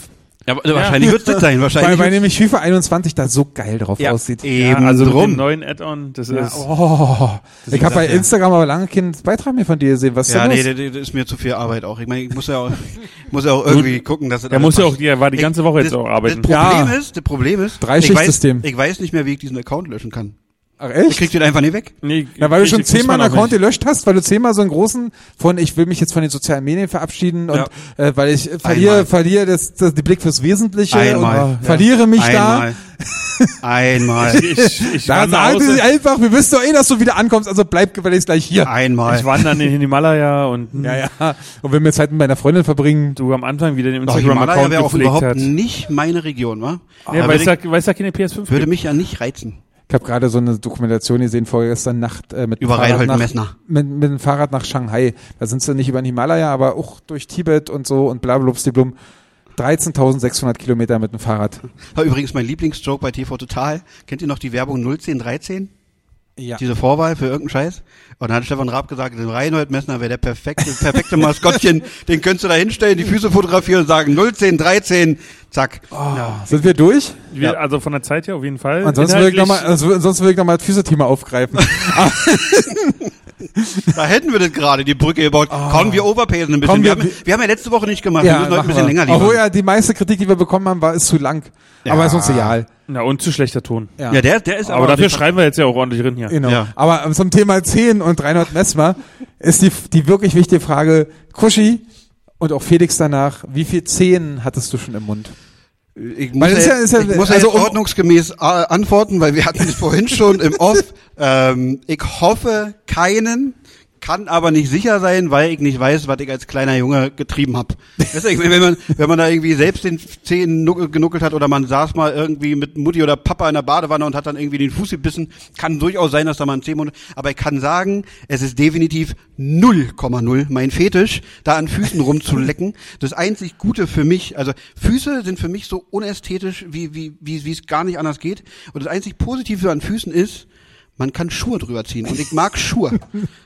Ja, aber wahrscheinlich wird's das sein. Weil, Wahrscheinlich weil nämlich FIFA 21 da so geil drauf ja, aussieht. Eben also mit dem drum. neuen Add-on, das Ja, ist. oh. Ich habe gesagt, bei ja. Instagram aber lange keinen Beitrag mehr von dir gesehen. Was ist Ja, denn nee, los? das, das ist mir zu viel Arbeit auch. Ich meine, ich muss ja auch, ich muss ja auch irgendwie gucken, dass das Er alles muss ja passt. auch, er war die Ich- ganze Woche jetzt das, auch arbeiten. Das Problem Ja. ist, das Problem ist, ich weiß, Dreischichtsystem. ich weiß nicht mehr, wie ich diesen Account löschen kann. Ach Ich echt? krieg den einfach nicht weg. Nee, Na, weil du ich- schon ich- muss zehnmal man einen auch Account nicht. gelöscht hast, weil du zehnmal so einen großen von ich will mich jetzt von den sozialen Medien verabschieden und äh, weil ich äh, verliere, Einmal. verliere das, das, den Blick fürs Wesentliche und Einmal. oh, äh, verliere mich Einmal. Einmal. [laughs] Ich, ich, da. Da wandere sagen aus, sie einfach, wir wissen doch eh, dass du wieder ankommst, also bleib gefälligst gleich hier. Einmal. ich wandere in den Himalaya und Ja, ja. Und wenn wir Zeit mit meiner Freundin verbringen, du am Anfang wieder den Doch, Himalaya Instagram-Account wäre auch gepflegt überhaupt hast. nicht meine Region, wa? Ah, Nee, Da weil würde, es ich, da, weil es da keine PS5 würde gibt. mich ja nicht reizen. ich habe gerade so eine Dokumentation gesehen vorgestern Nacht äh, mit dem Über Fahrrad Reinhold nach, Messner. mit, mit dem Fahrrad nach Shanghai. Da sind sie nicht über den Himalaya, aber auch durch Tibet und so und blablabla. 13.600 Kilometer mit dem Fahrrad. War übrigens mein Lieblingsjoke bei TV Total. Kennt ihr noch die Werbung 01013? Ja. Diese Vorwahl für irgendeinen Scheiß? Und dann hat Stefan Raab gesagt, den Reinhold Messner wäre der perfekte, [laughs] perfekte Maskottchen. den könntest du da hinstellen, die Füße fotografieren und sagen 01013. Zack. Oh. Ja. Sind wir durch? Wir, Ja. Also von der Zeit her auf jeden Fall. Ansonsten will ich Inhaltlich- nochmal, ansonsten will ich nochmal das Physiothema aufgreifen. Da hätten wir das gerade, die Brücke gebaut. Kommen wir overpacen ein bisschen. Oh. Komm, wir, wir- haben, wir haben [laughs] ja letzte Woche nicht gemacht. wir müssen heute ein machen bisschen wir. länger liefern. Obwohl ja die meiste Kritik, die wir bekommen haben, war, ist zu lang. Ja. Aber ist uns egal. Na, und zu schlechter Ton. äh, Ja. Ja, der, der ist Aber, aber dafür schreiben wir jetzt ja auch ordentlich drin hier. Genau. Ja. Aber zum Thema 10 und Reinhard Messmer ist die, die wirklich wichtige Frage, Kuschi und auch Felix danach, wie viel Zehen hattest du schon im Mund? Ich Weil muss, ja, es ist ja- ist ja- ich muss also ja jetzt um- ordnungsgemäß äh, antworten, weil wir hatten es vorhin [laughs] schon im Off. Ähm, ich hoffe keinen, kann aber nicht sicher sein, weil ich nicht weiß, was ich als kleiner Junge getrieben habe. Wenn man, wenn man da irgendwie selbst den Zehen nuc- genuckelt hat oder man saß mal irgendwie mit Mutti oder Papa in der Badewanne und hat dann irgendwie den Fuß gebissen, kann durchaus sein, dass da mal ein Zehenmund. Aber ich kann sagen, es ist definitiv 0,0 mein Fetisch, da an Füßen rumzulecken. Das einzig Gute für mich, also Füße sind für mich so unästhetisch, wie, wie, wie, wie es gar nicht anders geht. Und das einzig Positive an Füßen ist, man kann Schuhe drüber ziehen. Und ich mag Schuhe.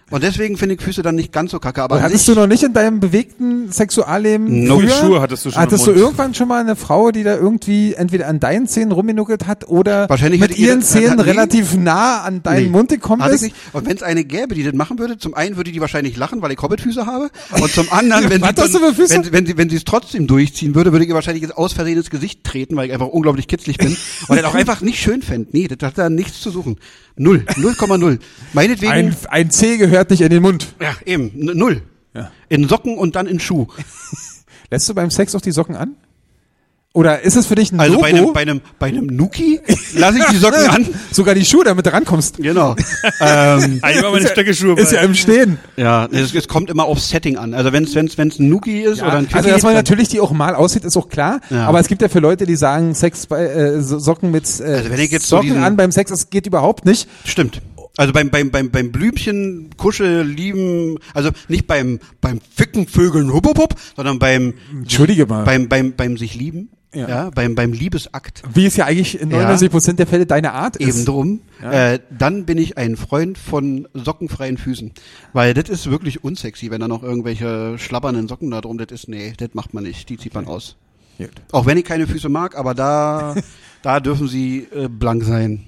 Und deswegen finde ich Füße dann nicht ganz so kacke. Aber Und hattest du an noch nicht in deinem bewegten Sexualleben Nope. früher, Schuhe hattest du schon hattest du im Mund. irgendwann schon mal eine Frau, die da irgendwie entweder an deinen Zähnen rumgenuckelt hat oder Wahrscheinlich mit hat ihr- ihren hat- Zähnen hat- relativ nah an deinen Nee. Mund gekommen Hatte ich ist? nicht. Und wenn es eine gäbe, die das machen würde, zum einen würde die wahrscheinlich lachen, weil ich Hobbitfüße habe. Und [laughs] zum anderen, wenn Was sie hast du für dann- Füße? wenn, wenn sie wenn sie es trotzdem durchziehen würde, würde ich ihr wahrscheinlich jetzt aus Versehen ins Gesicht treten, weil ich einfach unglaublich [laughs] kitzlig bin. Und dann auch einfach nicht schön fände. Nee, das hat da nichts zu suchen. Null. 0,0. Meinetwegen. Ein, ein Zeh gehört nicht in den Mund. ja, eben. N null. In Socken und dann in Schuh. Lässt du beim Sex auch die Socken an? Oder ist es für dich ein Also Logo? bei einem, bei einem, bei einem Nuki lasse ich [laughs] die Socken an. Sogar die Schuhe, damit du rankommst. [laughs] Genau. ähm, Einmal Ah, meine Stöckelschuhe. Ist ja im Stehen. ja, es, es kommt immer aufs Setting an. Also wenn es wenn's, wenn's ein Nuki ist oder ein Quickie, also, dass man dann- natürlich die auch mal aussieht, ist auch klar. Ja. Aber es gibt ja für Leute, die sagen, Sex bei äh, So- Socken mit äh, Also wenn ich jetzt so Socken diesen- an beim Sex, das geht überhaupt nicht. Stimmt. Also beim, beim, beim, beim Blümchen, Kuschel, Lieben, also nicht beim, beim Ficken, Vögeln, hup, hup, hup, sondern beim, Entschuldige mal. beim, beim, beim sich lieben, Ja. ja, beim, beim Liebesakt. Wie es ja eigentlich in Ja. 99 Prozent der Fälle deine Art ist. Eben drum. Äh, dann bin ich ein Freund von sockenfreien Füßen. Weil das ist wirklich unsexy, wenn da noch irgendwelche schlabbernden Socken da drum, das ist, nee, das macht man nicht, die zieht man aus. Gut. Auch wenn ich keine Füße mag, aber [laughs] da, da dürfen sie äh, blank sein.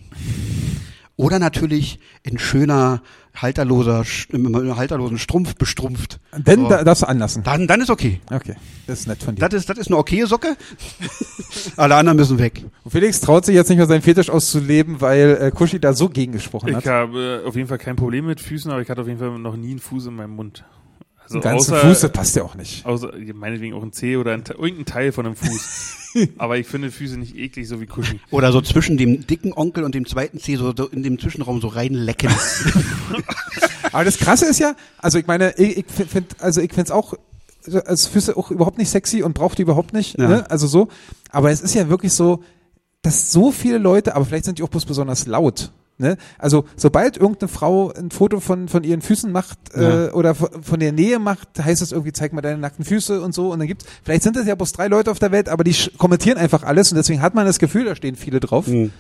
Oder natürlich in schöner, halterloser, Sch- im- im halterlosen Strumpf bestrumpft. Dann So. da, darfst du anlassen. dann, dann ist okay. Okay, das ist nett von dir. Das ist, das ist eine okaye Socke. [laughs] Alle anderen müssen weg. Und Felix traut sich jetzt nicht mehr seinen Fetisch auszuleben, weil äh, Kushi da so gegengesprochen Ich hat. habe äh, auf jeden Fall kein Problem mit Füßen, aber ich hatte auf jeden Fall noch nie einen Fuß in meinem Mund. Also Den ganzen Fuß, das passt ja auch nicht. außer meinetwegen auch ein Zeh oder ein, Te- irgendein Teil von einem Fuß. [laughs] aber ich finde Füße nicht eklig, so wie Kuscheln. Oder so zwischen dem dicken Onkel und dem zweiten Zeh, so, so in dem Zwischenraum so reinlecken. Aber das Krasse ist ja, also ich meine, ich, ich finde, also ich finde es auch, also als Füße auch überhaupt nicht sexy und braucht die überhaupt nicht, Ja. ne? also so. Aber es ist ja wirklich so, dass so viele Leute, aber vielleicht sind die auch bloß besonders laut. Ne? Also sobald irgendeine Frau ein Foto von, von ihren Füßen macht äh, oder von von der Nähe macht, heißt es irgendwie, zeig mal deine nackten Füße und so. Und dann gibt's, vielleicht sind es ja bloß drei Leute auf der Welt, aber die sch- kommentieren einfach alles und deswegen hat man das Gefühl, da stehen viele drauf. Vielleicht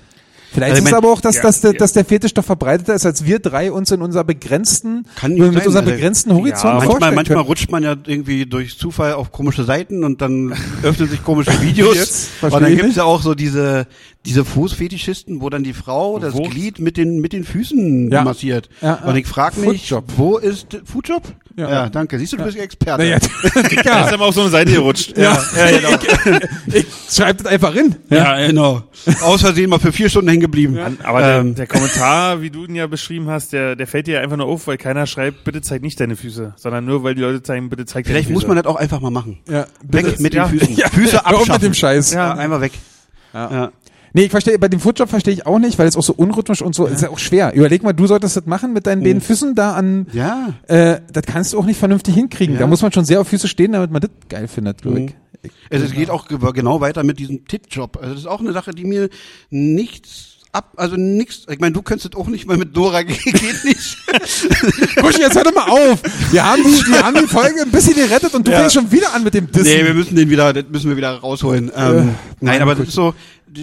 Also ich ist es mein- aber auch, dass, Ja, dass, der, ja. dass der Fetisch doch verbreiteter ist, als wir drei uns in unserer begrenzten, Kann nicht mit sein, unserem also- begrenzten Horizont Ja, ja, manchmal, vorstellen manchmal können. rutscht man ja irgendwie durch Zufall auf komische Seiten und [laughs] dann öffnen sich komische Videos. Jetzt verstehe und dann ich gibt's nicht. ja auch so diese, diese Fußfetischisten, wo dann die Frau das Wo? Glied mit den, mit den Füßen Ja. massiert. Ja, ja. Und ich frage mich, Foodjob. wo ist Foodjob? Ja. Ja. danke. Siehst du, du bist Experte. Naja, [laughs] Da ist ja, er mal auf so eine Seite gerutscht. ja, Ja, [laughs] genau. ich schreibe das einfach hin. ja, genau. Aus Versehen mal für vier Stunden hängen geblieben. Aber der, Ähm, der Kommentar, wie du ihn ja beschrieben hast, der, der fällt dir einfach nur auf, weil keiner schreibt, bitte zeig nicht deine Füße, sondern nur, weil die Leute zeigen, bitte zeig vielleicht deine muss Füße. man das auch einfach mal machen. Ja, Weg mit den ja. Füßen. [laughs] Ja, hör Füße auf abschaffen. mit dem Scheiß. Ja, einmal weg. Ja. Ja. Nee, ich verstehe, bei dem Footjob verstehe ich auch nicht, weil es auch so unrhythmisch und so, ist ja auch schwer. Überleg mal, du solltest das machen mit deinen beiden Füßen da an, Oh. ja. äh, das kannst du auch nicht vernünftig hinkriegen. Ja. Mhm. Da muss man schon sehr auf Füße stehen, damit man das geil findet, glaube ich. [laughs] Es es geht auch ge- genau weiter mit diesem Titjob. Also das ist auch eine Sache, die mir nichts ab, also nichts. Ich meine, du könntest auch nicht mal mit Dora [laughs] gehen, geht nicht. Kusch, jetzt hör doch mal auf. Wir haben die, wir haben die Folge ein bisschen gerettet und du Ja. fängst schon wieder an mit dem Dissen. nee, wir müssen den wieder, das müssen wir wieder rausholen. Äh, Ähm, nein, aber gut. das ist so,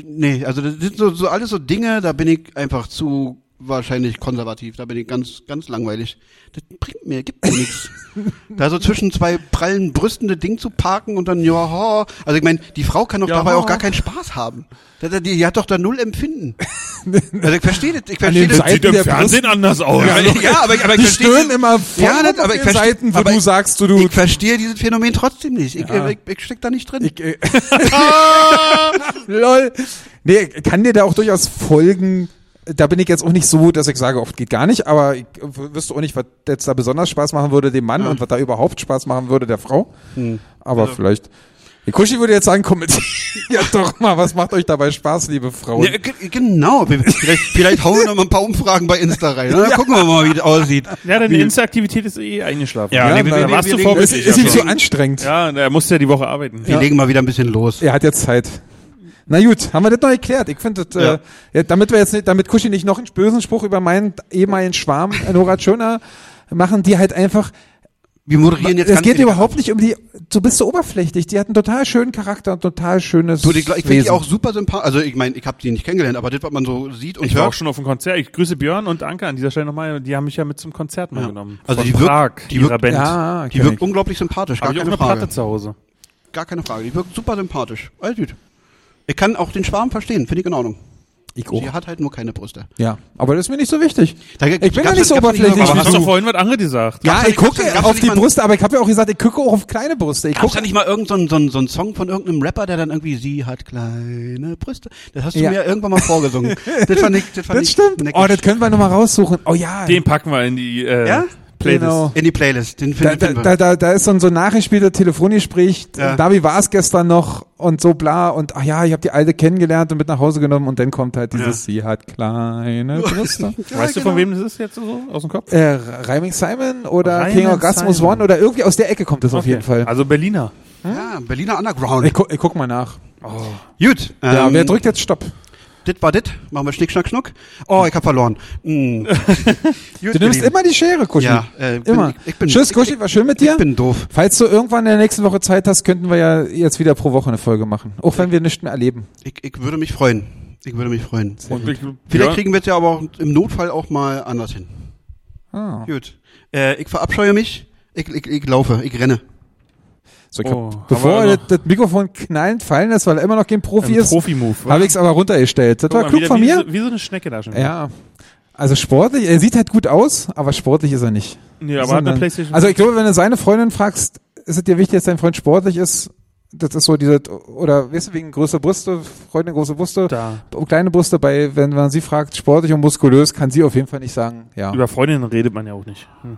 nee, also das sind so, so alles so Dinge, da bin ich einfach zu wahrscheinlich konservativ, da bin ich ganz, ganz langweilig. Das bringt mir, gibt mir [laughs] nichts. Da so zwischen zwei prallen Brüsten das Ding zu parken und dann, ja, ho. also ich meine, die Frau kann doch Ja, dabei ho. auch gar keinen Spaß haben. Die, die, die hat doch da null [laughs] Empfinden. Also ich verstehe das, ich An verstehe den das. Seiten- Sieht im der Fernsehen anders aus. Ja, also, ja, aber, ich- aber ich die verstehe stöhnen das- immer von Ja, das- auf aber ich den verste- Seiten, wo aber du ich- sagst, du, du Ich verstehe dieses Phänomen trotzdem nicht. Ich, ich, ich steck da nicht drin. Ah! Ich, äh, [laughs] Lol. Nee, kann dir da auch durchaus folgen. Da bin ich jetzt auch nicht so, dass ich sage, oft geht gar nicht, aber ich äh, wüsste auch nicht, was jetzt da besonders Spaß machen würde dem Mann und was da überhaupt Spaß machen würde der Frau. Aber vielleicht. Die Kushi würde jetzt sagen, komm mit. [laughs] ja doch mal, was macht euch dabei Spaß, liebe Frauen? Ja, ge- genau, Wir- vielleicht, vielleicht hauen wir noch mal ein paar Umfragen bei Insta rein. Ne? Gucken wir mal, wie das aussieht. Ja, deine Interaktivität ist eh eingeschlafen. Ja, nee, da nee, warst wir du legen- es vorbildlich. ist ihm also. zu anstrengend. Ja, er musste ja die Woche arbeiten. Wir legen mal wieder ein bisschen los. Er hat jetzt Zeit. Na gut, haben wir das noch erklärt. Ich finde, das, äh, Ja. ja, damit wir jetzt nicht, damit Kuschi nicht noch einen äh, bösen Spruch über meinen ehemaligen Schwarm Nora Schöner machen, die halt einfach Wir moderieren jetzt es ganz geht elegant. überhaupt nicht um die, du bist so oberflächlich, die hatten total schönen Charakter und total schönes Du, die, ich finde die Wesen. auch super sympathisch. Also ich meine, ich habe die nicht kennengelernt, aber das, was man so sieht und Ich war auch hört. schon auf dem Konzert. Ich grüße Björn und Anke an dieser Stelle nochmal. Die haben mich ja mit zum Konzert mal Ja. genommen. Also Von die wirkt- Prag, die ihrer wirkt- Band. ja, Die kenn wirkt ich. unglaublich sympathisch, gar Habe ich auch keine eine Frage. Platte zu Hause. Gar keine Frage. Die wirkt super sympathisch. Alles gut. Ich kann auch den Schwarm verstehen, finde ich in Ordnung. ich Sie auch. hat halt nur keine Brüste. Ja, aber das ist mir nicht so wichtig. Da ich gab's- bin ja gab's- nicht so gab's nicht oberflächlich. mal- Aber wie Gab's hast du. du vorhin was anderes gesagt? ja, gab's ich da nicht- gab's gucke da auf nicht die mal- Brüste, aber ich habe ja auch gesagt, ich gucke auch auf kleine Brüste. Ich Gab's da gucke nicht mal irgendeinen so, einen- so einen Song von irgendeinem Rapper, der dann irgendwie, sie hat kleine Brüste? Das hast du Ja. mir irgendwann mal vorgesungen. das fand ich, das fand Das ich stimmt. neckisch. Oh, das können wir nochmal raussuchen. Oh ja. Den packen wir in die äh, Ja? Playlist. Genau. in die Playlist. Den Da, finden da, finden da, wir. da, da ist so ein, so ein nachgespielter Telefongespräch. Ja. Davi war es gestern noch und so bla. Und ach ja, ich habe die alte kennengelernt und mit nach Hause genommen. Und dann kommt halt dieses, sie hat [laughs] kleine Brüste. Weißt du, von genau. wem das ist jetzt so aus dem Kopf? äh, Reiming Simon oder Reiming King Orgasmus Simon. One oder irgendwie aus der Ecke kommt das auf Okay. jeden Fall. Also Berliner. ja, Berliner ich, Underground. gu ich guck mal nach. Gut. Ja, ähm, wer drückt jetzt Stopp? Dit war dit. Machen wir Schnick, Schnack, Schnuck. Oh, ich hab verloren. [laughs] Mm. Du nimmst immer die Schere, Kuschi. Ja, äh, ich bin- immer. ich- ich bin- Tschüss, ich- Kuschi, war schön mit dir. Ich bin doof. Falls du irgendwann in der nächsten Woche Zeit hast, könnten wir ja jetzt wieder pro Woche eine Folge machen. Auch wenn wir nichts mehr erleben. Ich, ich würde mich freuen. Ich würde mich freuen. Und ich, Vielleicht Björn, kriegen wir es ja aber auch im Notfall auch mal anders hin. Ah. Gut. Äh, ich verabscheue mich. Ich, ich, ich laufe, ich renne. So, ich Oh, hab, haben bevor wir das, noch- das Mikrofon knallend fallen lässt, weil er immer noch kein Profi ein ist, Profi-Move. habe ich es aber runtergestellt. Das Guck war mal, klug wieder von wie, mir. So, wie so eine Schnecke da schon. Ja. Also sportlich, er sieht halt gut aus, aber sportlich ist er nicht. Nee, aber hat Sondern- eine Playstation. Also ich glaube, wenn du seine Freundin fragst, ist es dir wichtig, dass dein Freund sportlich ist? Das ist so diese, oder weißt du, wegen größer Brüste, Freundin große Brüste, um da. kleine Brüste, bei, wenn man sie fragt, sportlich und muskulös, kann sie auf jeden Fall nicht sagen, ja. Über Freundinnen redet man ja auch nicht. Hm.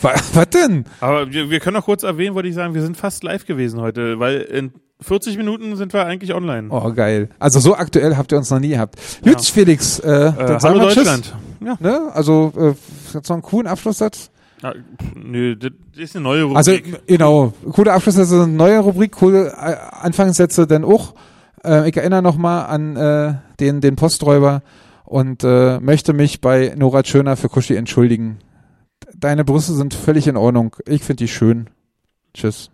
Wa- Was denn? Aber wir, wir können noch kurz erwähnen, wollte ich sagen, wir sind fast live gewesen heute, weil in 40 Minuten sind wir eigentlich online. Oh, geil. Also so aktuell habt ihr uns noch nie gehabt. Gut, Felix, äh, Äh, dann sagen hallo wir Tschüss. Deutschland. Ja. Ne? Also, äh, jetzt noch einen coolen Abschlusssatz. Ah, pff, nö, das ist eine neue Rubrik. Also, genau, coole Abschlusssätze, eine neue Rubrik, coole äh, Anfangssätze dann auch. Äh, ich erinnere nochmal an äh, den, den Posträuber und äh, möchte mich bei Nora Schöner für Kushi entschuldigen. Deine Brüste sind völlig in Ordnung. Ich finde die schön. Tschüss.